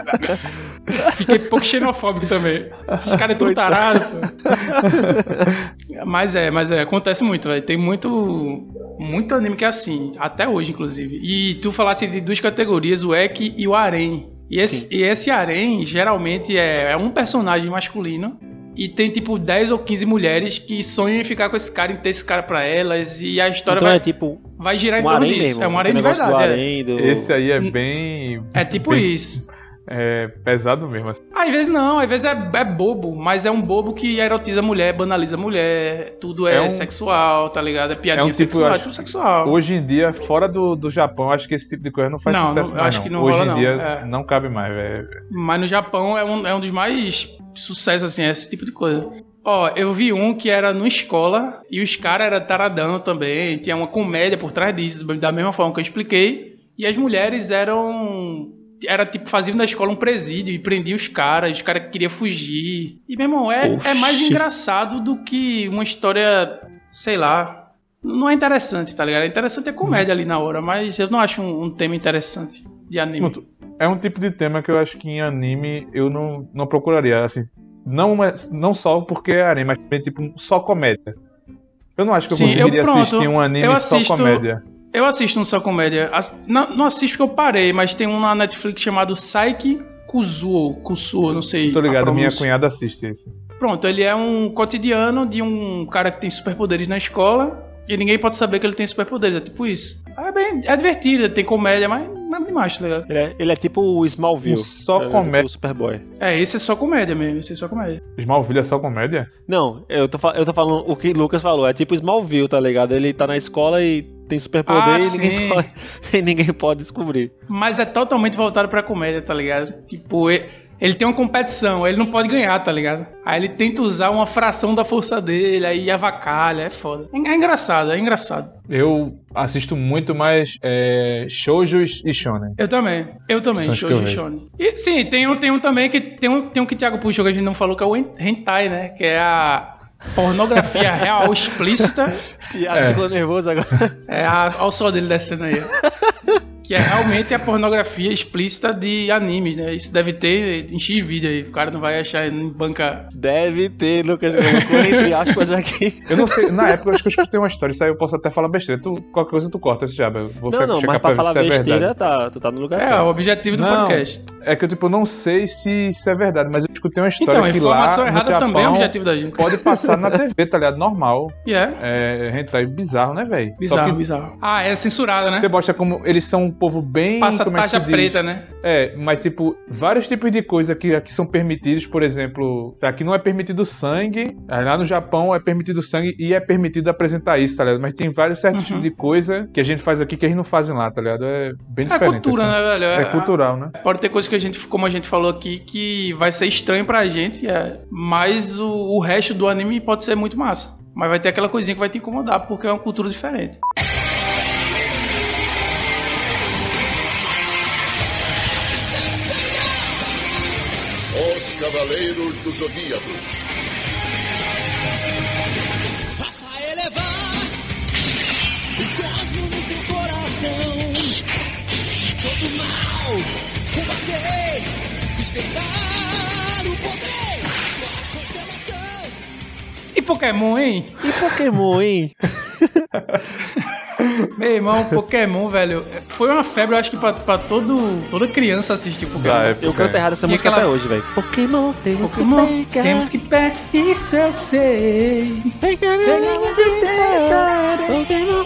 [SPEAKER 2] Fiquei um pouco xenofóbico também. Esses caras é tudo tarado, pô. Mas é, mas é, acontece muito, velho. Tem muito. Muito anime que é assim, até hoje, inclusive. E tu falasse de duas categorias, o Ek e o Harém. E esse, e esse Harém, geralmente, é, é um personagem masculino E tem tipo 10 ou 15 mulheres que sonham em ficar com esse cara, em ter esse cara pra elas, e a história
[SPEAKER 1] Então
[SPEAKER 2] vai,
[SPEAKER 1] é tipo
[SPEAKER 2] vai girar em
[SPEAKER 1] um
[SPEAKER 2] torno
[SPEAKER 1] harém
[SPEAKER 2] disso.
[SPEAKER 1] mesmo.
[SPEAKER 2] é um harém
[SPEAKER 1] o
[SPEAKER 2] de
[SPEAKER 1] negócio
[SPEAKER 2] verdade.
[SPEAKER 1] do
[SPEAKER 2] é.
[SPEAKER 1] harém, do...
[SPEAKER 3] Esse aí é
[SPEAKER 2] Hum.
[SPEAKER 3] bem.
[SPEAKER 2] É tipo
[SPEAKER 3] bem-
[SPEAKER 2] isso.
[SPEAKER 3] É pesado mesmo. assim.
[SPEAKER 2] Às vezes não, às vezes é, é bobo, mas é um bobo que erotiza a mulher, banaliza a mulher, tudo é,
[SPEAKER 3] É um-
[SPEAKER 2] sexual, tá ligado? É piadinha
[SPEAKER 3] É um tipo,
[SPEAKER 2] sexual,
[SPEAKER 3] eu
[SPEAKER 2] é
[SPEAKER 3] acho-
[SPEAKER 2] tudo sexual.
[SPEAKER 3] Hoje em dia, fora do, do Japão, acho que esse tipo de coisa não faz
[SPEAKER 2] Não,
[SPEAKER 3] sucesso
[SPEAKER 2] não-
[SPEAKER 3] mais,
[SPEAKER 2] acho que não
[SPEAKER 3] Hoje
[SPEAKER 2] rola,
[SPEAKER 3] em
[SPEAKER 2] não.
[SPEAKER 3] dia
[SPEAKER 2] É.
[SPEAKER 3] não cabe mais, velho.
[SPEAKER 2] Mas no Japão é um, é um dos mais sucessos, assim, esse tipo de coisa. Ó, eu vi um que era numa escola e os caras eram taradão também, tinha uma comédia por trás disso, da mesma forma que eu expliquei. E as mulheres eram. Era tipo, faziam da escola um presídio e prendiam os caras, os caras queriam fugir. E, meu irmão, é, é mais
[SPEAKER 1] Oxi.
[SPEAKER 2] engraçado do que uma história, sei lá. Não é interessante, tá ligado? É interessante a comédia ali na hora, mas eu não acho um, um tema interessante de anime.
[SPEAKER 3] Pronto. É um tipo de tema que eu acho que em anime eu não, não procuraria. Assim, não, é- não só porque é anime, mas também tipo só comédia. Eu não acho que eu
[SPEAKER 2] Sim, eu-
[SPEAKER 3] conseguiria
[SPEAKER 2] pronto,
[SPEAKER 3] assistir um
[SPEAKER 2] eu
[SPEAKER 3] anime só
[SPEAKER 2] assisto-
[SPEAKER 3] comédia.
[SPEAKER 2] Eu assisto um só comédia. As- Não, não assisto porque eu parei, mas tem um na Netflix chamado Psyche Kuzuo, Kusuo, não sei.
[SPEAKER 3] Tô
[SPEAKER 2] a
[SPEAKER 3] ligado, minha
[SPEAKER 2] pronúncia.
[SPEAKER 3] cunhada assiste esse.
[SPEAKER 2] Pronto, ele é um cotidiano de um cara que tem superpoderes na escola e ninguém pode saber que ele tem superpoderes, é tipo isso. É bem, é divertido, tem comédia, mas nada demais, tá ligado?
[SPEAKER 1] Ele, é, ele é tipo o Smallville.
[SPEAKER 3] Um só
[SPEAKER 1] é, o-
[SPEAKER 3] comé-
[SPEAKER 1] O Superboy.
[SPEAKER 2] É, esse é só comédia mesmo, esse é só comédia.
[SPEAKER 3] Smallville é só comédia?
[SPEAKER 1] Não, eu tô, fa- eu tô falando o que o Lucas falou. É tipo Smallville, tá ligado? Ele tá na escola e tem superpoder
[SPEAKER 2] Ah,
[SPEAKER 1] e, ninguém
[SPEAKER 2] sim.
[SPEAKER 1] pode, e ninguém pode descobrir.
[SPEAKER 2] Mas é totalmente voltado pra comédia, tá ligado? Tipo, e- ele tem uma competição, ele não pode ganhar, tá ligado? Aí ele tenta usar uma fração da força dele, aí avacalha, é foda. É é engraçado, é engraçado.
[SPEAKER 3] Eu assisto muito mais é, shoujos e shonen.
[SPEAKER 2] Eu também, eu também,
[SPEAKER 3] Só acho que
[SPEAKER 2] Shoji
[SPEAKER 3] eu
[SPEAKER 2] Shone. E sim, tem um, tem um também que tem um, tem um que o Thiago puxou que a gente não falou, que é o hen- hentai, né? Que é a pornografia real explícita.
[SPEAKER 1] Tiago
[SPEAKER 3] É.
[SPEAKER 1] ficou nervoso agora.
[SPEAKER 2] É a, olha o sol dele descendo aí. Que é realmente a pornografia explícita de animes, né? Isso deve ter em X vídeo aí. O cara não vai achar em banca.
[SPEAKER 1] Deve ter, Lucas colocou entre aspas aqui.
[SPEAKER 3] Eu não sei, na época eu acho que eu escutei uma história, isso aí eu posso até falar besteira. Tu, qualquer coisa tu corta esse diabo. eu Vou
[SPEAKER 1] não, não, mas pra
[SPEAKER 3] é
[SPEAKER 1] falar besteira, tá, tu tá no lugar
[SPEAKER 2] É,
[SPEAKER 1] certo.
[SPEAKER 2] o objetivo do
[SPEAKER 3] Não.
[SPEAKER 2] podcast. Então,
[SPEAKER 3] É que eu tipo, não sei se isso é verdade, mas eu escutei uma história
[SPEAKER 2] Então, a
[SPEAKER 3] que lá
[SPEAKER 2] informação
[SPEAKER 3] no
[SPEAKER 2] errada
[SPEAKER 3] Japão
[SPEAKER 2] também é o objetivo da gente.
[SPEAKER 3] pode passar na TV, tá ligado? Normal.
[SPEAKER 2] E é.
[SPEAKER 3] É, hentai bizarro, né, velho?
[SPEAKER 2] Bizarro,
[SPEAKER 3] Só que
[SPEAKER 2] bizarro. Ah, é censurada, né?
[SPEAKER 3] você mostra como eles são um povo bem...
[SPEAKER 2] Passa
[SPEAKER 3] como é que se
[SPEAKER 2] taxa
[SPEAKER 3] diz?
[SPEAKER 2] preta, né?
[SPEAKER 3] É, mas tipo, vários tipos de coisa que aqui são permitidos, por exemplo, aqui não é permitido sangue, lá no Japão é permitido sangue e é permitido apresentar isso, tá ligado? Mas tem vários certos
[SPEAKER 2] Uhum.
[SPEAKER 3] tipos de coisa que a gente faz aqui que eles não fazem lá, tá ligado? É bem
[SPEAKER 2] É
[SPEAKER 3] diferente.
[SPEAKER 2] cultura,
[SPEAKER 3] assim.
[SPEAKER 2] né, velho?
[SPEAKER 3] É cultural, né?
[SPEAKER 2] Pode ter coisas que a gente, como a gente falou aqui, que vai ser estranho pra gente, é. mas o, o resto do anime pode ser muito massa. Mas vai ter aquela coisinha que vai te incomodar, porque é uma cultura diferente.
[SPEAKER 5] Os Cavaleiros do Zodíaco.
[SPEAKER 4] Faça elevar o cosmo no seu coração. Todo mal combater, despertar o poder da constelação.
[SPEAKER 2] E Pokémon, hein?
[SPEAKER 1] E Pokémon, hein?
[SPEAKER 2] Meu irmão, Pokémon, velho, foi uma febre, eu acho que pra, pra todo, toda criança assistir Pokémon.
[SPEAKER 3] Da época.
[SPEAKER 1] Eu canto errado essa
[SPEAKER 2] E
[SPEAKER 1] música
[SPEAKER 2] aquela-
[SPEAKER 1] até hoje, velho. Pokémon temos
[SPEAKER 2] Pokémon,
[SPEAKER 1] que pegar.
[SPEAKER 2] temos que pegar. Isso eu sei.
[SPEAKER 1] pegar.
[SPEAKER 2] Temos que pegar.
[SPEAKER 1] Pokémon.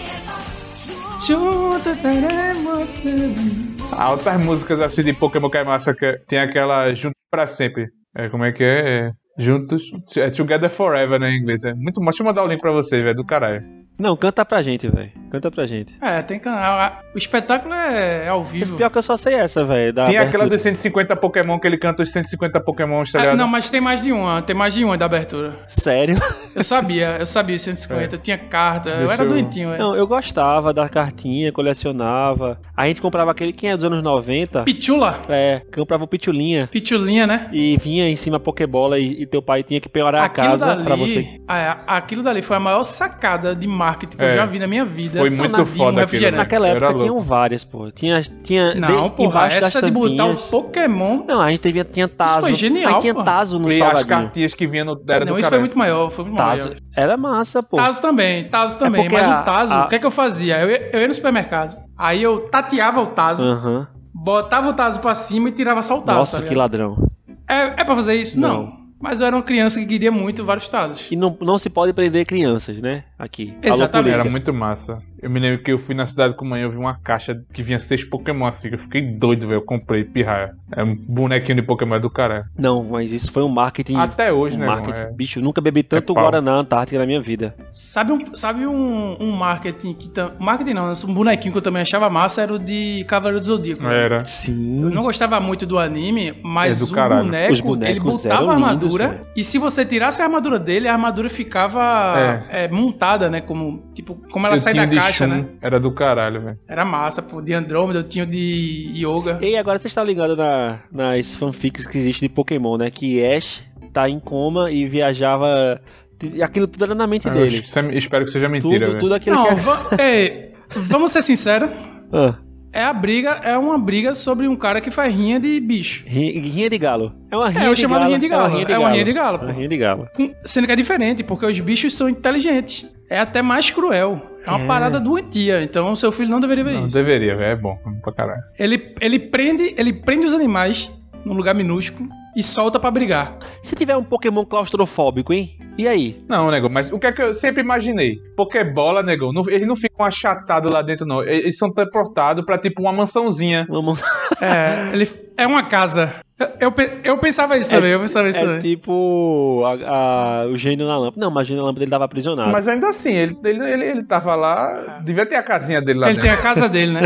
[SPEAKER 2] Juntos seremos. felizes.
[SPEAKER 3] Altas músicas assim de Pokémon que é massa, que tem aquela Juntos pra Sempre. É, como é que é? É, Juntos. É Together Forever, né, em inglês. É muito massa. Deixa eu mandar o link pra vocês, velho, do caralho.
[SPEAKER 1] Não, canta pra gente, velho. Canta pra gente.
[SPEAKER 2] É, tem canal. O espetáculo é ao
[SPEAKER 1] Mas
[SPEAKER 2] vivo.
[SPEAKER 1] pior que eu só sei essa, velho. da
[SPEAKER 3] Tem aquela
[SPEAKER 1] abertura.
[SPEAKER 3] dos 150 Pokémon que ele canta os 150 Pokémon, tá
[SPEAKER 2] Ah,
[SPEAKER 3] ligado?
[SPEAKER 2] não, mas tem mais de uma, tem mais de uma da abertura.
[SPEAKER 1] Sério?
[SPEAKER 2] Eu sabia, eu sabia, 150, tinha carta, eu
[SPEAKER 3] É. Deixa
[SPEAKER 2] era
[SPEAKER 3] eu-
[SPEAKER 2] doentinho, é. velho.
[SPEAKER 1] Não, eu gostava da cartinha, colecionava. A gente comprava aquele, quem é dos anos 90?
[SPEAKER 2] Pichula,
[SPEAKER 1] É, comprava o pitulinha.
[SPEAKER 2] pichulinha, né?
[SPEAKER 1] E vinha em cima a Pokébola e, e teu pai tinha que penhorar a casa pra você.
[SPEAKER 2] Ah, aquilo dali foi a maior sacada de marketing que eu
[SPEAKER 3] É.
[SPEAKER 2] já vi na minha vida.
[SPEAKER 3] Foi muito
[SPEAKER 2] Panadinho,
[SPEAKER 3] foda aquilo,
[SPEAKER 2] refrigerante.
[SPEAKER 3] né?
[SPEAKER 1] Naquela
[SPEAKER 3] eu
[SPEAKER 1] época
[SPEAKER 3] era
[SPEAKER 1] tinham
[SPEAKER 3] louco.
[SPEAKER 1] várias, pô. Tinha, tinha
[SPEAKER 2] Não,
[SPEAKER 1] de-
[SPEAKER 2] porra,
[SPEAKER 1] embaixo
[SPEAKER 2] essa
[SPEAKER 1] das
[SPEAKER 2] de botar o
[SPEAKER 1] tampinhas.
[SPEAKER 2] Pokémon.
[SPEAKER 1] Não, a gente teve, tinha Tazo.
[SPEAKER 2] foi genial,
[SPEAKER 1] Aí tinha
[SPEAKER 2] pô.
[SPEAKER 1] Tazo no
[SPEAKER 3] E as
[SPEAKER 1] salgadinho.
[SPEAKER 3] cartinhas que vinha no, era
[SPEAKER 2] Não,
[SPEAKER 3] do
[SPEAKER 2] isso foi
[SPEAKER 3] caralho.
[SPEAKER 2] muito maior, foi muito
[SPEAKER 1] Tazo.
[SPEAKER 2] maior.
[SPEAKER 1] Era massa, pô. É
[SPEAKER 2] Tazo também, Tazo também.
[SPEAKER 1] porque
[SPEAKER 2] Mas
[SPEAKER 1] a-
[SPEAKER 2] o Tazo,
[SPEAKER 1] a-
[SPEAKER 2] o que é que eu fazia? Eu ia, eu ia no supermercado. Aí eu tateava o Tazo,
[SPEAKER 1] Aham.
[SPEAKER 2] botava o Tazo pra cima e tirava só o Tazo.
[SPEAKER 1] Ah. Nossa,
[SPEAKER 2] tá
[SPEAKER 1] que
[SPEAKER 2] ligado?
[SPEAKER 1] ladrão.
[SPEAKER 2] é, é pra fazer isso?
[SPEAKER 1] Não.
[SPEAKER 2] Não. Mas eu era uma criança que queria muito vários estados.
[SPEAKER 1] E não, não se pode prender crianças, né? Aqui. Alô,
[SPEAKER 2] Exatamente.
[SPEAKER 1] polícia.
[SPEAKER 3] Era muito massa. Eu me lembro que eu fui na cidade com a mãe, eu vi uma caixa que vinha seis Pokémon assim, que eu fiquei doido, velho. Eu comprei pirraia. É um bonequinho de Pokémon do caralho.
[SPEAKER 1] Não, mas isso foi um marketing.
[SPEAKER 3] Até hoje,
[SPEAKER 1] um
[SPEAKER 3] né? irmão?
[SPEAKER 1] marketing.
[SPEAKER 3] É.
[SPEAKER 1] Bicho, eu nunca bebi tanto
[SPEAKER 3] pau.
[SPEAKER 1] Guaraná Antártica na minha vida.
[SPEAKER 2] Sabe um, sabe um, um marketing que. tam- Marketing não, né? um bonequinho que eu também achava massa era o de Cavaleiro do Zodíaco. né?
[SPEAKER 3] É, Era.
[SPEAKER 2] Eu
[SPEAKER 1] Sim.
[SPEAKER 2] não gostava muito do anime, mas
[SPEAKER 3] É do
[SPEAKER 2] o
[SPEAKER 3] caralho.
[SPEAKER 2] boneco,
[SPEAKER 1] Os bonecos
[SPEAKER 2] ele botava
[SPEAKER 1] eram
[SPEAKER 2] a
[SPEAKER 1] lindos,
[SPEAKER 2] armadura
[SPEAKER 1] velho.
[SPEAKER 2] e se você tirasse a armadura dele, a armadura ficava é, montada, né? Como, tipo, como ela
[SPEAKER 3] Eu
[SPEAKER 2] sai
[SPEAKER 3] tinha
[SPEAKER 2] da
[SPEAKER 3] de
[SPEAKER 2] caixa,
[SPEAKER 3] Shun,
[SPEAKER 2] né?
[SPEAKER 3] Era do caralho, velho.
[SPEAKER 2] Era massa, pô. De Andrômeda, eu tinha o de Yoga.
[SPEAKER 1] E agora você está ligado na- nas fanfics que existe de Pokémon, né? Que Ash tá em coma e viajava. E aquilo tudo era na mente
[SPEAKER 3] Eu
[SPEAKER 1] dele.
[SPEAKER 3] acho que isso é- espero que seja mentira,
[SPEAKER 1] tudo,
[SPEAKER 3] velho.
[SPEAKER 1] tudo aquilo
[SPEAKER 2] Não,
[SPEAKER 1] que é.
[SPEAKER 2] va- é, vamos ser sinceros.
[SPEAKER 1] Ah,
[SPEAKER 2] É a briga, é uma briga sobre um cara que faz rinha de bicho.
[SPEAKER 1] ri- rinha de galo. É uma rinha
[SPEAKER 2] eu
[SPEAKER 1] de
[SPEAKER 2] chamo de
[SPEAKER 1] galo.
[SPEAKER 2] rinha de
[SPEAKER 1] É
[SPEAKER 2] galo,
[SPEAKER 1] uma rinha de
[SPEAKER 2] é uma
[SPEAKER 1] galo.
[SPEAKER 2] rinha de galo,
[SPEAKER 1] É uma
[SPEAKER 2] pô.
[SPEAKER 1] rinha de galo.
[SPEAKER 2] Com- Sendo que é diferente, porque os bichos são inteligentes. É até mais cruel. É uma
[SPEAKER 1] É.
[SPEAKER 2] parada doentia. Então seu filho não deveria ver
[SPEAKER 3] Não,
[SPEAKER 2] isso.
[SPEAKER 3] deveria, velho. É bom pra caralho.
[SPEAKER 2] Ele, ele, prende, ele prende os animais num lugar minúsculo e solta pra brigar.
[SPEAKER 1] Se tiver um Pokémon claustrofóbico, hein? E aí?
[SPEAKER 3] Não, nego, mas o que é que eu sempre imaginei? Pokébola, nego, não- eles não ficam achatados lá dentro, não. E- Eles são transportados pra, tipo, uma mansãozinha.
[SPEAKER 1] Vamos...
[SPEAKER 2] É, ele, é uma casa. Eu, eu, pe- eu pensava isso
[SPEAKER 1] É-
[SPEAKER 2] também, eu pensava isso
[SPEAKER 1] É
[SPEAKER 2] também.
[SPEAKER 1] tipo a- a- o gênio na lâmpada. Não, mas o gênio na lâmpada ele tava aprisionado.
[SPEAKER 3] Mas ainda assim, ele, ele, ele, ele tava lá. Devia ter a casinha dele lá
[SPEAKER 2] Ele tem
[SPEAKER 3] dentro.
[SPEAKER 2] a casa dele, né?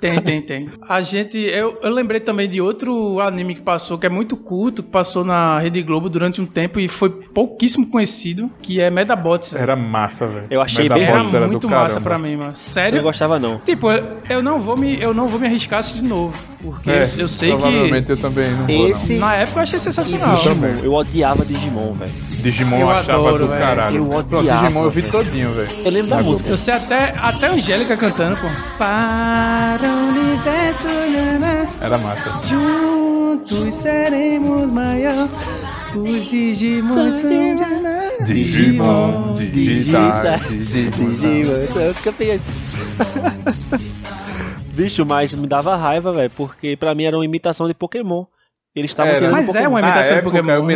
[SPEAKER 2] tem, tem, tem. A gente. Eu, eu lembrei também de outro anime que passou, que é muito culto, que passou na Rede Globo durante um tempo e foi pouquíssimo conhecido, que é Medabots. velho.
[SPEAKER 3] Era massa, velho.
[SPEAKER 1] Eu achei
[SPEAKER 3] Mas a
[SPEAKER 1] bem
[SPEAKER 3] bola
[SPEAKER 2] Era
[SPEAKER 1] Medabots
[SPEAKER 3] era do
[SPEAKER 2] muito
[SPEAKER 3] caramba.
[SPEAKER 2] massa pra mim, mano.
[SPEAKER 1] Eu não
[SPEAKER 2] Sério?
[SPEAKER 1] gostava, não.
[SPEAKER 2] Tipo, eu, eu não vou me, eu não vou me arriscar isso de novo. Porque
[SPEAKER 3] É,
[SPEAKER 2] eu, eu sei que.
[SPEAKER 3] Provavelmente eu também não vou,
[SPEAKER 1] Esse
[SPEAKER 2] Na época eu achei
[SPEAKER 1] e
[SPEAKER 2] sensacional.
[SPEAKER 1] Digimon. Eu odiava Digimon, velho.
[SPEAKER 3] não. Digimon eu
[SPEAKER 2] eu
[SPEAKER 3] achava
[SPEAKER 2] adoro,
[SPEAKER 3] do
[SPEAKER 2] velho.
[SPEAKER 3] caralho.
[SPEAKER 1] Eu
[SPEAKER 3] Pronto,
[SPEAKER 1] odiava,
[SPEAKER 3] Digimon eu vi
[SPEAKER 1] velho.
[SPEAKER 3] todinho, velho.
[SPEAKER 1] Eu lembro da
[SPEAKER 3] Mas
[SPEAKER 1] música.
[SPEAKER 2] Eu sei até, até a Angélica cantando, pô. Para o universo, nanã,
[SPEAKER 3] Era massa.
[SPEAKER 2] juntos seremos maior. Os Digimons são nanã.
[SPEAKER 3] Digimon, digitar, Digimon.
[SPEAKER 1] Digimon, são os campeões. Bicho, mas me dava raiva, velho, porque pra mim era uma imitação de Pokémon. Eles estavam
[SPEAKER 3] Era.
[SPEAKER 1] tirando
[SPEAKER 2] Mas é
[SPEAKER 1] Pokémon.
[SPEAKER 2] uma
[SPEAKER 3] Na
[SPEAKER 2] imitação de
[SPEAKER 3] época,
[SPEAKER 2] Pokémon. né?
[SPEAKER 3] Eu me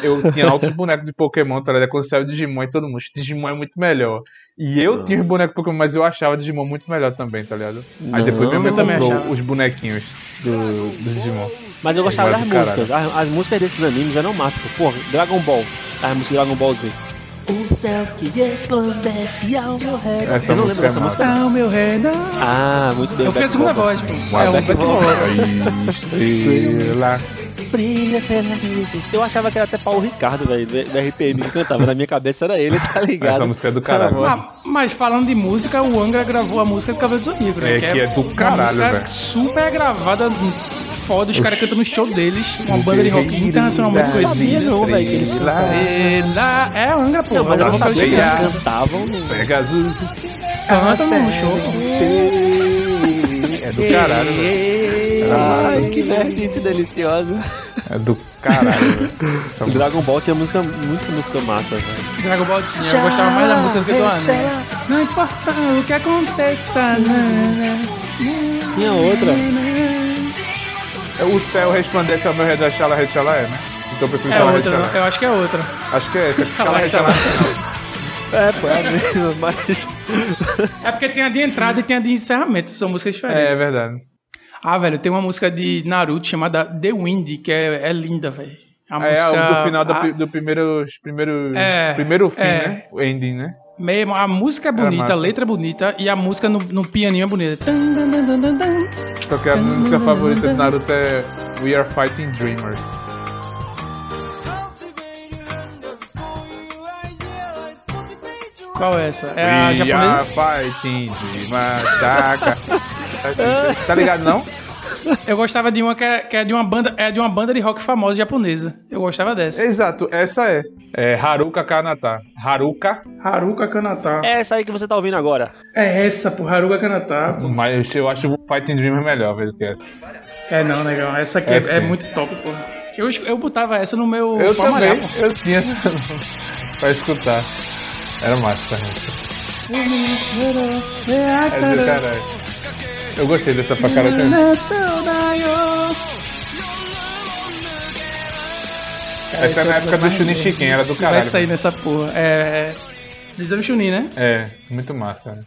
[SPEAKER 3] eu tinha altos bonecos de Pokémon, tá ligado? Quando saiu o Digimon e todo mundo, Digimon é muito melhor. E eu tinha os bonecos de Pokémon, mas eu achava Digimon muito melhor também, tá ligado? Aí depois
[SPEAKER 1] Não.
[SPEAKER 3] minha mãe
[SPEAKER 2] Eu também
[SPEAKER 3] comprou
[SPEAKER 2] achava.
[SPEAKER 3] os bonequinhos do, do Digimon.
[SPEAKER 1] Mas eu gostava
[SPEAKER 3] Mas
[SPEAKER 1] das
[SPEAKER 3] do caralho.
[SPEAKER 1] músicas. As, as músicas desses animes eram massa. pô. Porra, Dragon Ball. As músicas de Dragon Ball Z. O céu que resplandece ao meu redor.
[SPEAKER 3] Essa
[SPEAKER 1] Você não
[SPEAKER 3] música
[SPEAKER 1] lembra
[SPEAKER 3] é
[SPEAKER 1] dessa
[SPEAKER 3] massa.
[SPEAKER 1] música?
[SPEAKER 2] Ao meu redor.
[SPEAKER 1] Ah, muito bem.
[SPEAKER 2] Eu fiz a
[SPEAKER 1] Black
[SPEAKER 2] segunda
[SPEAKER 1] Clover.
[SPEAKER 2] voz, pô. É um
[SPEAKER 1] Black
[SPEAKER 2] Batman.
[SPEAKER 3] Estrela.
[SPEAKER 1] Brilha pela luz. Eu achava que era até Paulo Ricardo, velho, do do RPM que cantava. Na minha cabeça era ele, tá ligado?
[SPEAKER 3] Essa música é do caralho.
[SPEAKER 1] Ah,
[SPEAKER 2] Ah, mas falando de música, o Angra gravou a música do Cabelo do Zodíaco, né?
[SPEAKER 3] É, que é do
[SPEAKER 2] uma
[SPEAKER 3] caralho,
[SPEAKER 2] música
[SPEAKER 3] velho.
[SPEAKER 2] super gravada, um foda, os caras cantando no show deles, uma banda de rock internacional muito
[SPEAKER 1] Eu não sabia
[SPEAKER 2] conhecida.
[SPEAKER 1] não, velho, que eles cantavam.
[SPEAKER 2] Ela é a Angra, pô.
[SPEAKER 1] Não, mas eu não
[SPEAKER 3] Nossa,
[SPEAKER 1] sabia que eles
[SPEAKER 3] veia.
[SPEAKER 1] cantavam. né? não.
[SPEAKER 3] Pega azul.
[SPEAKER 2] Canta no show, pô.
[SPEAKER 3] É do caralho, velho. Era massa.
[SPEAKER 1] Ai, que nerdice deliciosa.
[SPEAKER 3] É do caralho, velho. Essa
[SPEAKER 1] O
[SPEAKER 3] música- é
[SPEAKER 1] Dragon Ball tinha música, muita música massa, velho.
[SPEAKER 2] Dragon Ball sim, eu gostava mais da música do que do anime. Não importa o que aconteça, né, nana.
[SPEAKER 1] Tinha outra.
[SPEAKER 3] É O céu resplandece ao meu redor, Xala Rechala é, né? Então eu prefiro
[SPEAKER 2] É
[SPEAKER 3] Xala
[SPEAKER 2] outra,
[SPEAKER 3] Rechala.
[SPEAKER 2] não? eu acho que é outra.
[SPEAKER 3] Acho que é essa. Xala
[SPEAKER 2] Rechala.
[SPEAKER 3] Rechala.
[SPEAKER 1] É, pô, é a mesma, mas.
[SPEAKER 2] É porque tem a de entrada e tem a de encerramento, são músicas diferentes.
[SPEAKER 3] É, é verdade.
[SPEAKER 2] Ah, velho, tem uma música de Naruto chamada The Wind, que é, é linda, velho. A
[SPEAKER 3] é
[SPEAKER 2] música.
[SPEAKER 3] a do final da
[SPEAKER 2] a-
[SPEAKER 3] pri- do primeiro, primeiro,
[SPEAKER 2] É,
[SPEAKER 3] primeiro fim,
[SPEAKER 2] é.
[SPEAKER 3] né? O ending, né?
[SPEAKER 2] Mesmo, a música é
[SPEAKER 3] Era
[SPEAKER 2] bonita,
[SPEAKER 3] massa.
[SPEAKER 2] a letra é bonita e a música no, no pianinho é bonita. Tan, tan, tan, tan, tan, tan.
[SPEAKER 3] Só que a minha música favorita de Naruto é We Are Fighting Dreamers.
[SPEAKER 2] Qual é essa? É a
[SPEAKER 3] We
[SPEAKER 2] japonesa?
[SPEAKER 3] are fighting dreamers. Taka. tá ligado, não?
[SPEAKER 2] Eu gostava de uma que é, que é de uma banda, é de uma banda de rock famosa japonesa. Eu gostava dessa.
[SPEAKER 3] Exato, essa é. É Haruka Kanata. Haruka.
[SPEAKER 2] Haruka Kanata.
[SPEAKER 1] É essa aí que você tá ouvindo agora.
[SPEAKER 2] É essa, pô, Haruka Kanata.
[SPEAKER 3] Mas eu acho o Fighting Dreamers melhor, velho, que essa.
[SPEAKER 2] É não, legal. Essa aqui
[SPEAKER 3] É
[SPEAKER 2] é,
[SPEAKER 3] sim.
[SPEAKER 2] é muito top, pô. Eu, es- eu botava essa no meu
[SPEAKER 3] Eu também,
[SPEAKER 2] palmaré, pô.
[SPEAKER 3] eu tinha pra escutar. Era massa essa música. É do caralho. Eu gostei dessa pra caralho também. Essa é na época do Chunin Chiquinho, era do
[SPEAKER 2] Vai
[SPEAKER 3] caralho.
[SPEAKER 2] sair né? nessa porra. É. Eles Chunin, né?
[SPEAKER 3] É, muito massa. né?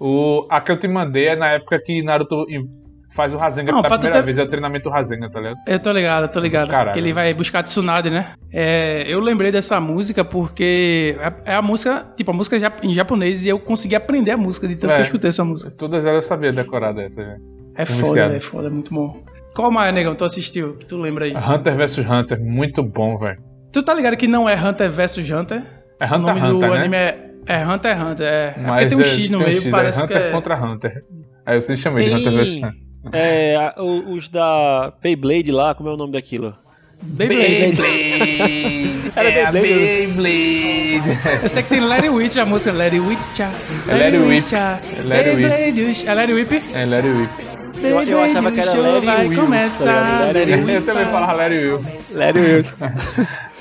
[SPEAKER 3] O, a que eu te mandei é na época que Naruto in- faz o Rasengan
[SPEAKER 2] Não,
[SPEAKER 3] pela
[SPEAKER 2] Ah, pra tu
[SPEAKER 3] primeira
[SPEAKER 2] ter-
[SPEAKER 3] vez, é o treinamento Rasengan, tá ligado?
[SPEAKER 2] Eu tô ligado, eu tô ligado.
[SPEAKER 3] Caralho.
[SPEAKER 2] Que ele vai buscar Tsunade, né? É, eu lembrei dessa música porque é é a música, tipo, a música é jap- em japonês e eu consegui aprender a música de tanto que
[SPEAKER 3] É.
[SPEAKER 2] eu escutei essa música.
[SPEAKER 3] Todas elas eu sabia decorar dessa. né?
[SPEAKER 2] É
[SPEAKER 3] Tô
[SPEAKER 2] foda,
[SPEAKER 3] viciado.
[SPEAKER 2] é foda, é muito bom. Qual mais, negão, tu assistiu? Que tu lembra aí?
[SPEAKER 3] Hunter vs Hunter, muito bom, velho.
[SPEAKER 2] Tu tá ligado que não é Hunter vs Hunter?
[SPEAKER 3] É
[SPEAKER 2] o
[SPEAKER 3] Hunter
[SPEAKER 2] nome
[SPEAKER 3] x Hunter,
[SPEAKER 2] do
[SPEAKER 3] né?
[SPEAKER 2] anime é, é Hunter x Hunter, é. é porque
[SPEAKER 3] Mas
[SPEAKER 2] tem um
[SPEAKER 3] é-
[SPEAKER 2] X no
[SPEAKER 3] tem um
[SPEAKER 2] meio,
[SPEAKER 3] X,
[SPEAKER 2] parece
[SPEAKER 3] é
[SPEAKER 2] que
[SPEAKER 3] Hunter
[SPEAKER 2] é...
[SPEAKER 3] contra Hunter. Aí eu sempre chamei de Hunter vs Hunter.
[SPEAKER 1] Tem é, a- o- os da Beyblade lá, como é o nome daquilo?
[SPEAKER 2] Beyblade.
[SPEAKER 3] É
[SPEAKER 1] Era Beyblade.
[SPEAKER 2] Eu sei que tem Larry Witch, a música Larry Witch.
[SPEAKER 3] Larry Witch. Larry Whip.
[SPEAKER 2] Witch. É Larry Whip?
[SPEAKER 3] É Larry Whip.
[SPEAKER 1] Eu- eu achava que era
[SPEAKER 2] Beyblade, o show
[SPEAKER 1] Larry
[SPEAKER 2] vai
[SPEAKER 1] Wilson, tá
[SPEAKER 2] começar,
[SPEAKER 1] Larry
[SPEAKER 2] Larry
[SPEAKER 1] Wilson.
[SPEAKER 3] Eu também
[SPEAKER 2] Whip.
[SPEAKER 3] falava Larry Will.
[SPEAKER 1] Larry Wilson.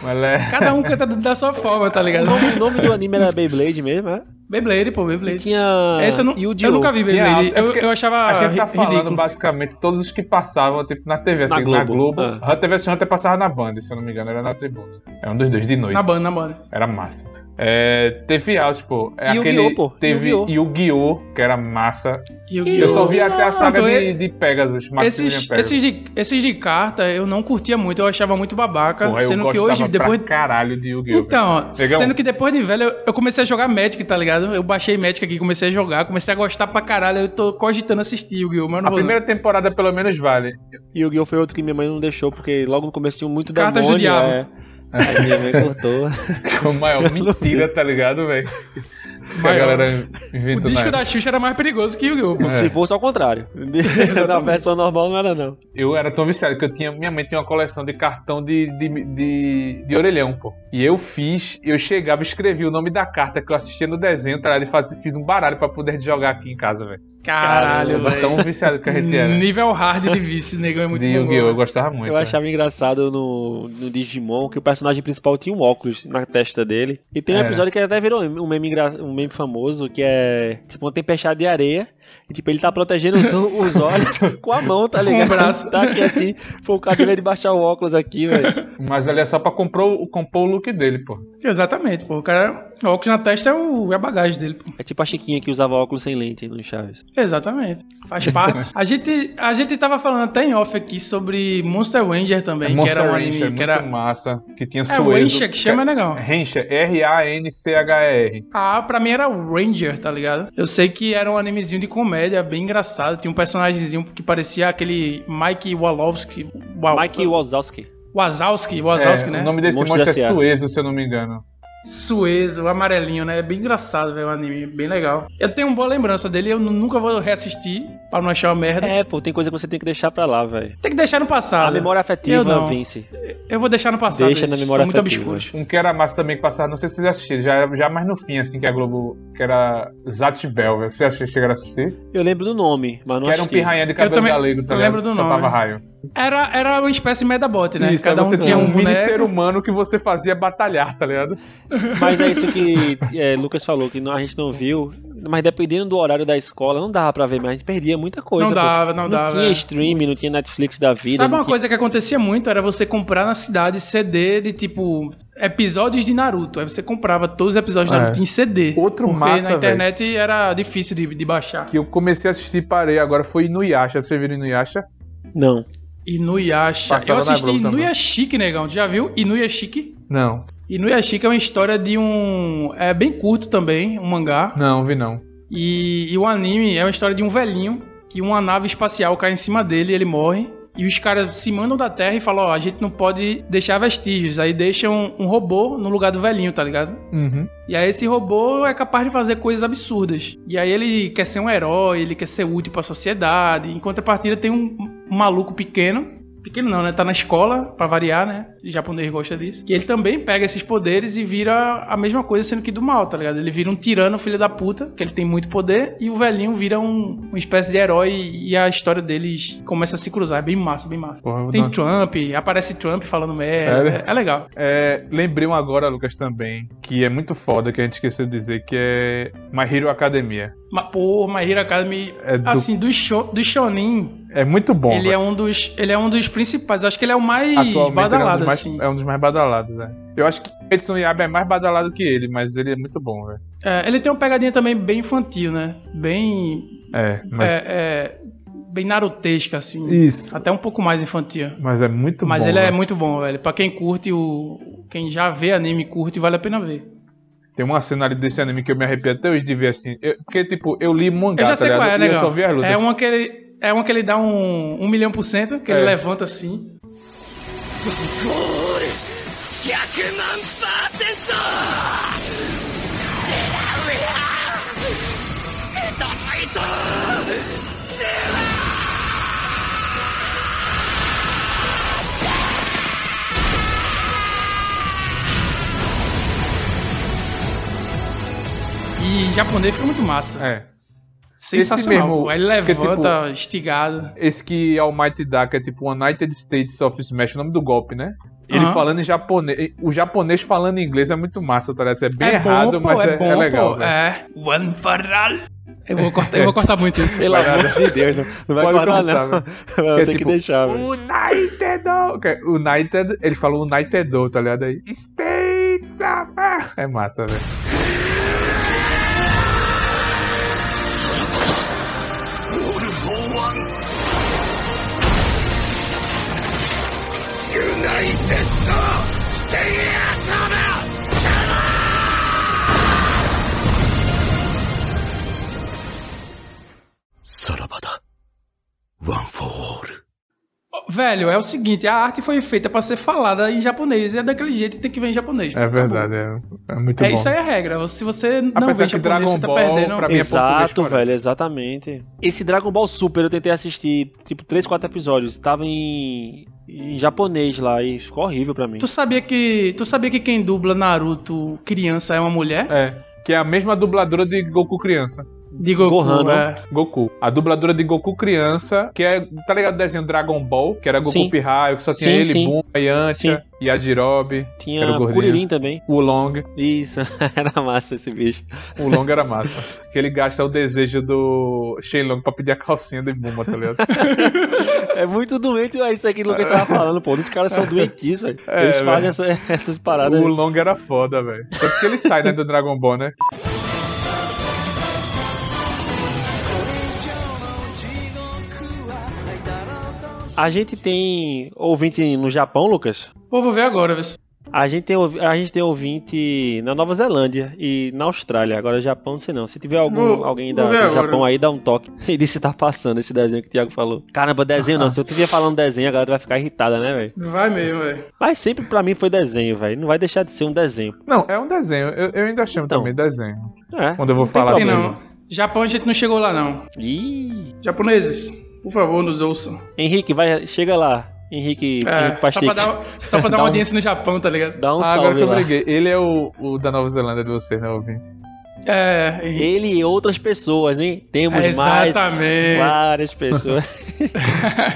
[SPEAKER 3] Mas é...
[SPEAKER 2] Cada um canta da sua forma, tá
[SPEAKER 1] O
[SPEAKER 2] ligado?
[SPEAKER 1] nome, o nome do anime era Beyblade mesmo, é?
[SPEAKER 2] Beyblade, pô,
[SPEAKER 1] E
[SPEAKER 2] Beyblade.
[SPEAKER 1] tinha.
[SPEAKER 2] Essa eu, não,
[SPEAKER 1] Yu-Gi-Oh!
[SPEAKER 2] eu nunca vi
[SPEAKER 3] Tinha
[SPEAKER 2] Beyblade.
[SPEAKER 3] altos, é
[SPEAKER 2] eu,
[SPEAKER 3] porque
[SPEAKER 2] eu achava
[SPEAKER 3] A gente tá
[SPEAKER 2] ri-
[SPEAKER 3] falando
[SPEAKER 2] ridículo.
[SPEAKER 3] basicamente todos os que passavam tipo, na TV,
[SPEAKER 1] Na
[SPEAKER 3] assim, na
[SPEAKER 1] Globo.
[SPEAKER 3] Globo.
[SPEAKER 1] Ah.
[SPEAKER 3] Hunter vs Hunter passava na Band, se eu não me engano, era na tribuna. É um dos dois de noite.
[SPEAKER 2] Na banda, na banda.
[SPEAKER 3] Era massa. É, teve altos, pô. É
[SPEAKER 1] Yu-Gi-Oh,
[SPEAKER 3] aquele,
[SPEAKER 1] pô.
[SPEAKER 3] Teve
[SPEAKER 1] Yu-Gi-oh.
[SPEAKER 3] Yu-Gi-Oh! que era massa.
[SPEAKER 2] E o
[SPEAKER 3] Eu só vi até a saga
[SPEAKER 2] Então,
[SPEAKER 3] de,
[SPEAKER 2] e-
[SPEAKER 3] de Pegasus, Maximilian
[SPEAKER 2] Esses,
[SPEAKER 3] Pegasus.
[SPEAKER 2] esses, de, esses de carta eu não curtia muito, eu achava muito babaca.
[SPEAKER 3] Porra, eu
[SPEAKER 2] sendo
[SPEAKER 3] gostava
[SPEAKER 2] que hoje, depois.
[SPEAKER 3] pra caralho de Yu-Gi-Oh!
[SPEAKER 2] Então,
[SPEAKER 3] velho. Negão,
[SPEAKER 2] sendo que depois de velho, eu, eu comecei a jogar Magic, tá ligado? Eu baixei Magic aqui, comecei a jogar, comecei a gostar pra caralho. Eu tô cogitando assistir o Guilherme, mas eu não
[SPEAKER 3] A
[SPEAKER 2] vou. não.
[SPEAKER 3] primeira temporada pelo menos vale.
[SPEAKER 1] Yu-Gi-Oh! foi outro que minha mãe não deixou, porque logo no começo tinha muito
[SPEAKER 2] Cartas do
[SPEAKER 1] demônio.
[SPEAKER 2] Diabo.
[SPEAKER 1] é. Aí minha mãe cortou.
[SPEAKER 3] A maior mentira, tá ligado, velho? Que a
[SPEAKER 2] Maior.
[SPEAKER 3] galera
[SPEAKER 2] O
[SPEAKER 3] inventou
[SPEAKER 2] disco
[SPEAKER 3] na
[SPEAKER 2] da Xuxa era mais perigoso que o Guilherme.
[SPEAKER 1] Se fosse ao contrário. Na versão normal não era, não.
[SPEAKER 3] Eu era tão viciado que eu tinha. Minha mãe tinha uma coleção de cartão de, de, de, de orelhão, pô. E eu fiz, eu chegava e escrevia o nome da carta que eu assistia no desenho, tá ligado? E faz- fiz um baralho pra poder jogar aqui em casa, velho.
[SPEAKER 2] Caralho,
[SPEAKER 1] Caramba,
[SPEAKER 2] velho.
[SPEAKER 3] Era Tão viciado que a gente era.
[SPEAKER 2] Nível hard de vice, negão, é muito
[SPEAKER 3] de
[SPEAKER 2] bom,
[SPEAKER 3] Yu-Gi-Oh! Eu
[SPEAKER 2] velho.
[SPEAKER 3] gostava muito.
[SPEAKER 1] Eu
[SPEAKER 3] velho.
[SPEAKER 1] achava engraçado no, no Digimon que o personagem principal tinha um óculos na testa dele. E tem um
[SPEAKER 3] É.
[SPEAKER 1] episódio que até virou um meme, engra- um meme famoso, que é tipo uma tempestade de areia. E tipo, ele tá protegendo os, os olhos com a mão, tá ligado?
[SPEAKER 2] Com o braço.
[SPEAKER 1] Tá aqui assim, foi o cara dele de baixar o óculos aqui, velho.
[SPEAKER 3] Mas ali é só pra comprar o, compor o look dele, pô.
[SPEAKER 2] Exatamente, pô. O cara. O óculos na testa é, o, é a bagagem dele, pô.
[SPEAKER 1] É tipo a Chiquinha que usava óculos sem lente no Chaves.
[SPEAKER 2] Exatamente. Faz parte. a, gente, a gente tava falando até em off aqui sobre Monster Ranger também, que
[SPEAKER 3] É Monster
[SPEAKER 2] era um anime
[SPEAKER 3] Rancher,
[SPEAKER 2] que
[SPEAKER 3] muito É.
[SPEAKER 2] era.
[SPEAKER 3] massa. Que tinha
[SPEAKER 2] É
[SPEAKER 3] Suezo.
[SPEAKER 2] o Ranger que chama, negão.
[SPEAKER 3] Rancher, R-A-N-C-H-E-R.
[SPEAKER 2] Ah, pra mim era o Ranger, tá ligado? Eu sei que era um animezinho de comédia, bem engraçado. Tinha um personagemzinho que parecia aquele Mike Walowski. Wa-
[SPEAKER 1] Mike Wazowski.
[SPEAKER 2] Wazowski, Wazowski,
[SPEAKER 3] É,
[SPEAKER 2] né?
[SPEAKER 3] O nome desse
[SPEAKER 1] Monstro
[SPEAKER 3] monstro é
[SPEAKER 1] S.A..
[SPEAKER 3] Suezo, se eu não me engano.
[SPEAKER 2] Suezo, amarelinho, né? É bem engraçado, velho, o anime. Bem legal. Eu tenho uma boa lembrança dele, eu nu- nunca vou reassistir pra não achar uma merda.
[SPEAKER 1] É, pô, tem coisa que você tem que deixar pra lá, velho.
[SPEAKER 2] Tem que deixar no passado.
[SPEAKER 1] A memória
[SPEAKER 2] Eu
[SPEAKER 1] afetiva
[SPEAKER 2] não.
[SPEAKER 1] vence.
[SPEAKER 2] Eu vou deixar no passado.
[SPEAKER 1] Deixa na
[SPEAKER 2] esses
[SPEAKER 1] memória
[SPEAKER 2] São muito
[SPEAKER 1] afetiva.
[SPEAKER 2] obscuros.
[SPEAKER 3] Um que era massa também que passava, não sei se vocês assistiram, já, era- já mais no fim, assim, que a Globo, que era Zat Bell, velho. Vocês assistiram- chegaram a assistir?
[SPEAKER 1] Eu lembro do nome, mas não
[SPEAKER 3] que era um
[SPEAKER 1] assisti.
[SPEAKER 3] pirranha de cabelo
[SPEAKER 2] também-
[SPEAKER 3] galego, tá
[SPEAKER 2] eu
[SPEAKER 3] ligado?
[SPEAKER 2] lembro do
[SPEAKER 3] que soltava
[SPEAKER 2] nome.
[SPEAKER 3] raio.
[SPEAKER 2] Era, era uma espécie de Medabot, né?
[SPEAKER 3] Isso, Cada você tinha um mini
[SPEAKER 2] boneco.
[SPEAKER 3] ser humano que você fazia batalhar, tá ligado?
[SPEAKER 1] Mas é isso que é, Lucas falou, que não- a gente não viu. Mas dependendo do horário da escola, não dava pra ver, mas a gente perdia muita coisa.
[SPEAKER 2] Não
[SPEAKER 1] pô.
[SPEAKER 2] dava, não dava,
[SPEAKER 1] tinha
[SPEAKER 2] é.
[SPEAKER 1] stream, não tinha Netflix da vida.
[SPEAKER 2] Sabe
[SPEAKER 1] não
[SPEAKER 2] uma
[SPEAKER 1] tinha-
[SPEAKER 2] coisa que acontecia muito? Era você comprar na cidade CD de tipo episódios de Naruto. Aí você comprava todos os episódios de
[SPEAKER 3] É.
[SPEAKER 2] Naruto em CD.
[SPEAKER 3] Outro
[SPEAKER 2] porque
[SPEAKER 3] massa,
[SPEAKER 2] na internet era difícil de, de baixar.
[SPEAKER 3] Que eu comecei a assistir e parei agora foi Inuyasha. Vocês viram Inuyasha?
[SPEAKER 1] Não.
[SPEAKER 2] Inuyasha.
[SPEAKER 3] Passava
[SPEAKER 2] Eu
[SPEAKER 3] na
[SPEAKER 2] assisti
[SPEAKER 3] Globo também.
[SPEAKER 2] Inuyashiki, negão. Tu já viu Inuyashiki?
[SPEAKER 3] Não.
[SPEAKER 2] Inuyashiki é uma história de um... É bem curto também, um mangá.
[SPEAKER 3] Não, vi não.
[SPEAKER 2] E, e o anime é uma história de um velhinho que uma nave espacial cai em cima dele e ele morre. E os caras se mandam da Terra e falam, ó, a gente não pode deixar vestígios. Aí deixam um robô no lugar do velhinho, tá ligado?
[SPEAKER 3] Uhum.
[SPEAKER 2] E aí esse robô é capaz de fazer coisas absurdas. E aí ele quer ser um herói, ele quer ser útil pra sociedade. Em contrapartida tem um, um maluco pequeno, pequeno não, né? Tá na escola, pra variar, né? O japonês gosta disso. Que ele também pega esses poderes e vira a mesma coisa, sendo que do mal, tá ligado? Ele vira um tirano, filho da puta, que ele tem muito poder, e o velhinho vira um, uma espécie de herói e a história deles começa a se cruzar. É bem massa, bem massa.
[SPEAKER 3] Porra, eu vou
[SPEAKER 2] Tem
[SPEAKER 3] dar-
[SPEAKER 2] Trump, aparece Trump falando merda.
[SPEAKER 3] É.
[SPEAKER 2] É, é legal.
[SPEAKER 3] É, lembrei um agora, Lucas, também, que é muito foda, que a gente esqueceu de dizer, que é My Hero Academia.
[SPEAKER 2] Mas, pô, My Hero Academy.
[SPEAKER 3] É do-
[SPEAKER 2] Assim, do, sho, do Shonin,
[SPEAKER 3] É muito bom,
[SPEAKER 2] ele, é um dos, ele é um dos principais. Acho que ele é o mais
[SPEAKER 3] Atualmente ele é um dos
[SPEAKER 2] badalado, assim.
[SPEAKER 3] mais mais,
[SPEAKER 2] sim.
[SPEAKER 3] é um dos mais badalados, né? Eu acho que Edson Yabe é mais badalado que ele, mas ele é muito bom, velho.
[SPEAKER 2] É, ele tem uma pegadinha também bem infantil, né? Bem.
[SPEAKER 3] É, mas.
[SPEAKER 2] é, é, bem narutesca, assim.
[SPEAKER 3] Isso.
[SPEAKER 2] Até um pouco mais infantil.
[SPEAKER 3] Mas é muito
[SPEAKER 2] Mas
[SPEAKER 3] bom.
[SPEAKER 2] ele é
[SPEAKER 3] velho.
[SPEAKER 2] muito bom, velho. Pra quem curte o. Quem já vê anime e curte, vale a pena ver.
[SPEAKER 3] Tem uma cena ali desse anime que eu me arrepio até hoje de ver assim. Eu- porque, tipo, eu li mangá,
[SPEAKER 2] Eu já
[SPEAKER 3] tá
[SPEAKER 2] sei
[SPEAKER 3] ligado?
[SPEAKER 2] qual é,
[SPEAKER 3] e eu
[SPEAKER 2] legal.
[SPEAKER 3] só vi as lutas.
[SPEAKER 2] É uma que ele, é uma que ele dá um, um milhão por cento, que
[SPEAKER 3] É.
[SPEAKER 2] ele levanta assim. 100%! E em japonês fica muito massa.
[SPEAKER 3] É.
[SPEAKER 2] Sensacional.
[SPEAKER 3] mesmo,
[SPEAKER 2] pô. Ele
[SPEAKER 3] porque, tipo,
[SPEAKER 2] levanta estigado.
[SPEAKER 3] Esse que Almighty Duck é tipo United States of Smash, o nome do golpe, né? Ele
[SPEAKER 2] Aham.
[SPEAKER 3] falando em japonês. O japonês falando em inglês é muito massa, tá ligado? Isso é bem errado,
[SPEAKER 2] bom, pô,
[SPEAKER 3] mas é, é
[SPEAKER 2] bom, pô.
[SPEAKER 3] legal. velho.
[SPEAKER 2] É. One for all. Eu vou cortar, eu vou cortar muito isso.
[SPEAKER 1] Pelo amor de Deus, não, não vai
[SPEAKER 3] Pode
[SPEAKER 1] guardar
[SPEAKER 3] cortar,
[SPEAKER 1] não.
[SPEAKER 3] É
[SPEAKER 1] Tem que
[SPEAKER 3] tipo,
[SPEAKER 1] deixar, velho.
[SPEAKER 3] United, okay. United, ele falou United, tá ligado aí? States of... É massa, velho.
[SPEAKER 2] Velho, é o seguinte, a arte foi feita pra ser falada em japonês, e é daquele jeito tem que ver em japonês.
[SPEAKER 3] É
[SPEAKER 1] Tá
[SPEAKER 2] pô,
[SPEAKER 3] verdade, é, é muito
[SPEAKER 2] Tá bom. é,
[SPEAKER 3] bom.
[SPEAKER 2] isso aí é a regra. Se você não
[SPEAKER 3] Apesar
[SPEAKER 2] vê
[SPEAKER 3] que
[SPEAKER 2] japonês,
[SPEAKER 3] Dragon
[SPEAKER 2] você tá
[SPEAKER 3] Ball,
[SPEAKER 2] perdendo.
[SPEAKER 3] pra mim, é português,
[SPEAKER 1] Exato,
[SPEAKER 3] mano.
[SPEAKER 1] velho, exatamente. Esse Dragon Ball Super eu tentei assistir, tipo, 3, 4 episódios. Tava em, em japonês lá e ficou horrível pra mim.
[SPEAKER 2] Tu sabia que. Tu sabia que quem dubla Naruto criança é uma mulher?
[SPEAKER 3] É, que é a mesma dubladora de Goku criança.
[SPEAKER 2] De Goku,
[SPEAKER 1] Gohan, não?
[SPEAKER 2] é.
[SPEAKER 3] Goku. A dubladora de Goku criança, que é, tá ligado o desenho Dragon Ball, que era Goku
[SPEAKER 1] Sim.
[SPEAKER 3] Pirraio, que só tinha
[SPEAKER 1] Sim,
[SPEAKER 3] ele,
[SPEAKER 1] sim.
[SPEAKER 3] Bulma, Yantia, Yajirobe,
[SPEAKER 1] Tinha
[SPEAKER 3] Era o gordinho.
[SPEAKER 1] Kuririn também.
[SPEAKER 3] o Long.
[SPEAKER 1] Isso, era massa esse bicho.
[SPEAKER 3] O Long era massa. que ele gasta o desejo do Shenlong pra pedir a calcinha de Bulma, tá ligado?
[SPEAKER 1] É muito doente é isso aqui que o Lucas tava falando, pô. Os caras são doentios, velho.
[SPEAKER 3] É,
[SPEAKER 1] Eles fazem
[SPEAKER 3] velho.
[SPEAKER 1] essa- essas paradas.
[SPEAKER 3] O Long era foda, velho. Tanto que ele sai, né, do Dragon Ball, né?
[SPEAKER 1] A gente tem ouvinte no Japão, Lucas?
[SPEAKER 2] Pô, vou ver agora. vê se-
[SPEAKER 1] A gente, tem, ouvi- a gente tem ouvinte na Nova Zelândia e na Austrália. Agora, Japão, não sei não. Se tiver algum,
[SPEAKER 2] Vou-
[SPEAKER 1] alguém
[SPEAKER 2] vou
[SPEAKER 1] da,
[SPEAKER 2] ver
[SPEAKER 1] do
[SPEAKER 2] agora.
[SPEAKER 1] Japão aí, dá um toque. E disse tá passando esse desenho que o Thiago falou. Caramba, desenho não. Se eu estiver falando desenho, a galera vai ficar irritada, né, velho?
[SPEAKER 2] Vai mesmo, velho.
[SPEAKER 1] Mas sempre pra mim foi desenho, velho. Não vai deixar de ser um desenho.
[SPEAKER 3] Não, é um desenho. Eu, eu ainda chamo
[SPEAKER 1] Então.
[SPEAKER 3] também desenho.
[SPEAKER 1] É.
[SPEAKER 3] Quando eu vou
[SPEAKER 1] Não tem
[SPEAKER 3] falar
[SPEAKER 2] Tem
[SPEAKER 1] problema.
[SPEAKER 3] dele.
[SPEAKER 2] não. Japão a gente não chegou lá, não.
[SPEAKER 1] Ih.
[SPEAKER 2] Japoneses, por favor, nos ouçam.
[SPEAKER 1] Henrique, vai, chega lá. Henrique, Henrique
[SPEAKER 2] É, só
[SPEAKER 1] Pastique.
[SPEAKER 2] pra dar, só pra
[SPEAKER 1] Dá
[SPEAKER 2] dar
[SPEAKER 1] um-
[SPEAKER 2] uma audiência no Japão, tá ligado?
[SPEAKER 1] Dá um
[SPEAKER 3] Ah, agora
[SPEAKER 1] salve
[SPEAKER 3] que eu
[SPEAKER 1] lá.
[SPEAKER 3] me liguei. Ele é o, o da Nova Zelândia de vocês, né, ouvinte?
[SPEAKER 2] É, Henrique.
[SPEAKER 1] Ele e outras pessoas, hein? Temos mais
[SPEAKER 2] Exatamente.
[SPEAKER 1] Várias pessoas.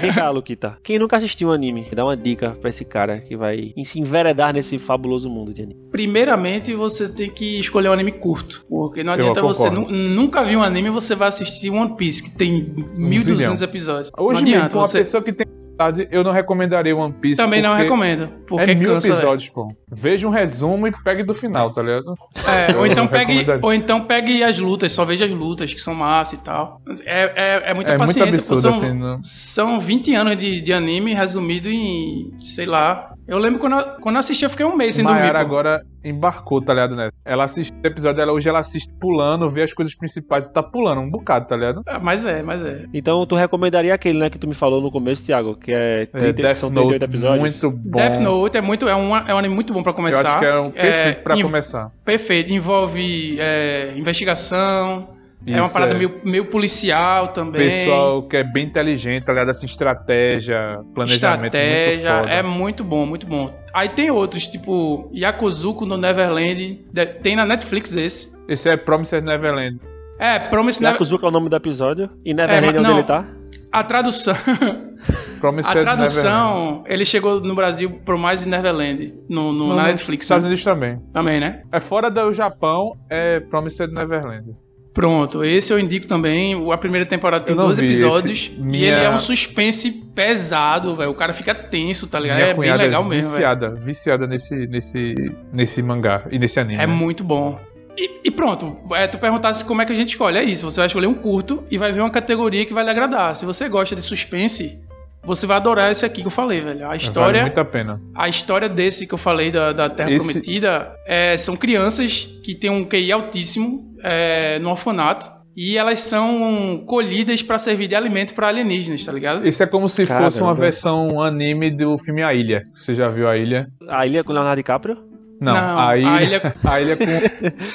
[SPEAKER 1] Vem cá, Luquita. Quem nunca assistiu um anime, dá uma dica pra esse cara que vai se enveredar nesse fabuloso mundo de anime.
[SPEAKER 2] Primeiramente, você tem que escolher um anime curto. Porque não
[SPEAKER 3] Eu
[SPEAKER 2] adianta você
[SPEAKER 3] concordo. Um
[SPEAKER 2] nu- nunca ver um anime e você vai assistir One Piece, que tem 1.200 episódios. não
[SPEAKER 3] Hoje mesmo,
[SPEAKER 2] adianta.
[SPEAKER 3] pra uma
[SPEAKER 2] Você...
[SPEAKER 3] pessoa que tem vontade, eu não recomendaria One Piece.
[SPEAKER 2] Também não
[SPEAKER 3] porque
[SPEAKER 2] recomendo. Porque
[SPEAKER 3] É mil
[SPEAKER 2] cansa. né? velho.
[SPEAKER 3] episódios, pô. Veja um resumo e pegue do final, tá ligado?
[SPEAKER 2] É, ou,
[SPEAKER 3] Eu
[SPEAKER 2] então
[SPEAKER 3] não
[SPEAKER 2] pegue,
[SPEAKER 3] recomendaria.
[SPEAKER 2] ou então pegue as lutas, só veja as lutas, que são massa e tal. É, é, é muita
[SPEAKER 3] é muito
[SPEAKER 2] paciência. pô,
[SPEAKER 3] absurdo,
[SPEAKER 2] são,
[SPEAKER 3] assim. Não...
[SPEAKER 2] são 20 anos de, de anime resumido em, sei lá. Eu lembro quando eu, quando eu assisti, eu fiquei um mês sem dormir.
[SPEAKER 3] Mayara
[SPEAKER 2] pô.
[SPEAKER 3] agora embarcou, tá ligado, né? Ela assiste o episódio dela, hoje ela assiste pulando, vê as coisas principais e tá pulando um bocado, tá ligado?
[SPEAKER 2] Ah, Mas é, mas é.
[SPEAKER 1] Então, tu recomendaria aquele, né, que tu me falou no começo, Thiago, que é, 30, são 38 episódios.
[SPEAKER 3] muito bom.
[SPEAKER 2] Death Note é muito é um, é um anime muito bom pra
[SPEAKER 3] Eu
[SPEAKER 2] começar.
[SPEAKER 3] acho que é um perfeito pra
[SPEAKER 2] env-
[SPEAKER 3] começar.
[SPEAKER 2] Perfeito, envolve é, investigação, é uma
[SPEAKER 3] Isso,
[SPEAKER 2] parada Meio, meio policial também.
[SPEAKER 3] Pessoal que é bem inteligente, tá ligado? Assim, estratégia, planejamento
[SPEAKER 2] estratégia,
[SPEAKER 3] muito foda.
[SPEAKER 2] é muito bom, muito bom. Aí tem outros, tipo Yakuzuko no Neverland, de- tem na Netflix esse.
[SPEAKER 3] Esse é Promised Neverland.
[SPEAKER 2] É, Promise Never...
[SPEAKER 1] Yakuzuka é o nome do episódio. E Neverland é,
[SPEAKER 2] mas
[SPEAKER 1] onde
[SPEAKER 2] não.
[SPEAKER 1] ele tá?
[SPEAKER 2] A tradução, a
[SPEAKER 3] Promised Neverland.
[SPEAKER 2] tradução, ele chegou no Brasil por mais Neverland, no, no- na Netflix
[SPEAKER 3] Estados
[SPEAKER 2] né?
[SPEAKER 3] Unidos também.
[SPEAKER 2] também, né? Tá
[SPEAKER 3] É fora do Japão, é Promised Neverland.
[SPEAKER 2] Pronto, esse eu indico também. O- A primeira temporada tem
[SPEAKER 3] Eu não
[SPEAKER 2] 12
[SPEAKER 3] vi
[SPEAKER 2] episódios. E
[SPEAKER 3] esse. Minha-
[SPEAKER 2] ele é um suspense pesado, velho. O cara fica tenso, tá ligado?
[SPEAKER 3] Minha
[SPEAKER 2] é bem
[SPEAKER 3] cunhada
[SPEAKER 2] legal
[SPEAKER 3] é
[SPEAKER 2] mesmo, velho.
[SPEAKER 3] viciada, viciada nesse, nesse, nesse mangá e nesse anime.
[SPEAKER 2] É
[SPEAKER 3] né?
[SPEAKER 2] muito bom. E, e pronto, é, tu perguntasse como é que a gente escolhe. É isso, você vai escolher um curto e vai ver uma categoria que vai lhe agradar. Se você gosta de suspense, você vai adorar esse aqui que eu falei, velho. A história,
[SPEAKER 3] Vale muito a pena.
[SPEAKER 2] a história desse que eu falei da, da Terra
[SPEAKER 3] Esse-
[SPEAKER 2] Prometida é, são crianças que têm um QI altíssimo é, no orfanato. E elas são colhidas pra servir de alimento pra alienígenas, tá ligado?
[SPEAKER 3] Isso é como se
[SPEAKER 1] Caramba.
[SPEAKER 3] fosse uma versão anime do filme A Ilha. Você já viu A Ilha?
[SPEAKER 1] A ilha Ah, é com Leonardo DiCaprio?
[SPEAKER 3] Não,
[SPEAKER 2] Não,
[SPEAKER 3] a, ilha,
[SPEAKER 2] A Ilha-
[SPEAKER 3] A Ilha com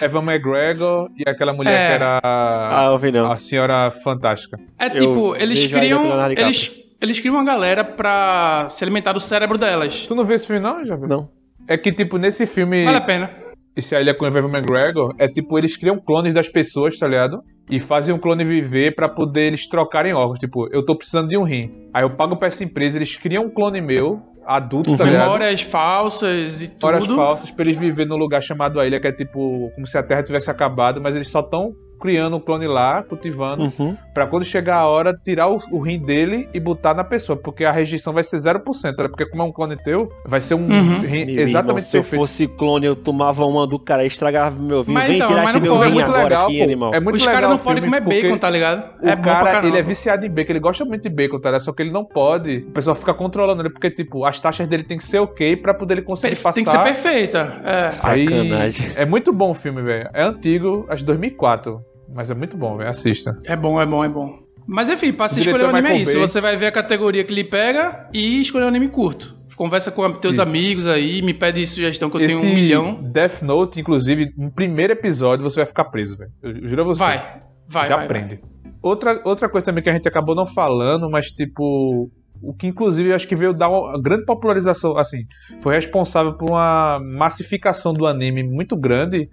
[SPEAKER 3] Eva McGregor e aquela mulher
[SPEAKER 2] É.
[SPEAKER 3] que era
[SPEAKER 1] Ah,
[SPEAKER 3] a,
[SPEAKER 1] eu vi não.
[SPEAKER 3] a senhora fantástica.
[SPEAKER 2] É
[SPEAKER 1] Eu
[SPEAKER 2] tipo, eles
[SPEAKER 1] vejo a Ilha do
[SPEAKER 2] criam.
[SPEAKER 1] Leonardo DiCaprio.
[SPEAKER 2] Eles, eles criam uma galera pra se alimentar do cérebro delas.
[SPEAKER 3] Tu não viu esse filme, não? Já viu?
[SPEAKER 1] Não.
[SPEAKER 3] É que, tipo, nesse filme,
[SPEAKER 2] Vale a pena.
[SPEAKER 3] esse A Ilha com Eva McGregor, é tipo, eles criam clones das pessoas, tá ligado? E fazem um clone viver pra poder eles trocarem órgãos. Tipo, eu tô precisando de um rim. Aí eu pago pra essa empresa, eles criam um clone meu, adulto,
[SPEAKER 1] Uhum.
[SPEAKER 3] tá ligado?
[SPEAKER 2] memórias falsas e tudo.
[SPEAKER 3] horas falsas pra eles viverem num lugar chamado a ilha, que é tipo como se a Terra tivesse acabado, mas eles só estão criando um clone lá, cultivando,
[SPEAKER 1] Uhum.
[SPEAKER 3] pra quando chegar a hora tirar o, o rim dele e botar na pessoa, porque a rejeição vai ser 0%, né? porque como é um clone teu, vai ser um
[SPEAKER 2] Uhum.
[SPEAKER 3] rim
[SPEAKER 1] Meu irmão,
[SPEAKER 3] exatamente
[SPEAKER 1] se eu
[SPEAKER 3] perfeito.
[SPEAKER 1] fosse clone, eu tomava uma do cara, estragava meu vinho.
[SPEAKER 2] Mas
[SPEAKER 1] Vem
[SPEAKER 2] então,
[SPEAKER 1] tirar
[SPEAKER 2] mas
[SPEAKER 1] esse
[SPEAKER 2] não
[SPEAKER 1] meu
[SPEAKER 2] pode, é
[SPEAKER 1] vinho
[SPEAKER 3] muito
[SPEAKER 1] agora
[SPEAKER 3] legal,
[SPEAKER 1] aqui,
[SPEAKER 3] pô.
[SPEAKER 1] animal.
[SPEAKER 3] É muito
[SPEAKER 2] Os
[SPEAKER 3] legal
[SPEAKER 2] caras não
[SPEAKER 3] o filme
[SPEAKER 2] podem comer
[SPEAKER 3] porque
[SPEAKER 2] bacon, tá ligado?
[SPEAKER 3] O
[SPEAKER 2] é bom pra
[SPEAKER 3] cara,
[SPEAKER 2] caramba.
[SPEAKER 3] ele é viciado em bacon, ele gosta muito de bacon, tá? ligado? Só que ele não pode, o pessoal fica controlando ele, porque, tipo, as taxas dele tem que ser ok pra poder ele conseguir
[SPEAKER 2] Perfe-
[SPEAKER 3] passar.
[SPEAKER 2] Tem que ser perfeita. É.
[SPEAKER 3] Aí-
[SPEAKER 1] Sacanagem.
[SPEAKER 3] é muito bom o filme, velho. É antigo, acho 2004. Mas é muito bom, velho. Assista.
[SPEAKER 2] É bom, é bom, é bom. Mas enfim, pra se
[SPEAKER 3] O diretor
[SPEAKER 2] escolher o anime é
[SPEAKER 3] Michael
[SPEAKER 2] isso.
[SPEAKER 3] Bay.
[SPEAKER 2] Você vai ver a categoria que lhe pega e escolher um anime curto. Conversa com teus
[SPEAKER 3] Isso.
[SPEAKER 2] amigos aí, me pede sugestão que eu tenho um milhão.
[SPEAKER 3] Death Note, inclusive, no primeiro episódio você vai ficar preso, velho. Eu juro a você.
[SPEAKER 2] Vai, vai.
[SPEAKER 3] já
[SPEAKER 2] vai,
[SPEAKER 3] aprende. Outra, outra coisa também que a gente acabou não falando, mas tipo. O que inclusive eu acho que veio dar uma grande popularização, assim, foi responsável por uma massificação do anime muito grande.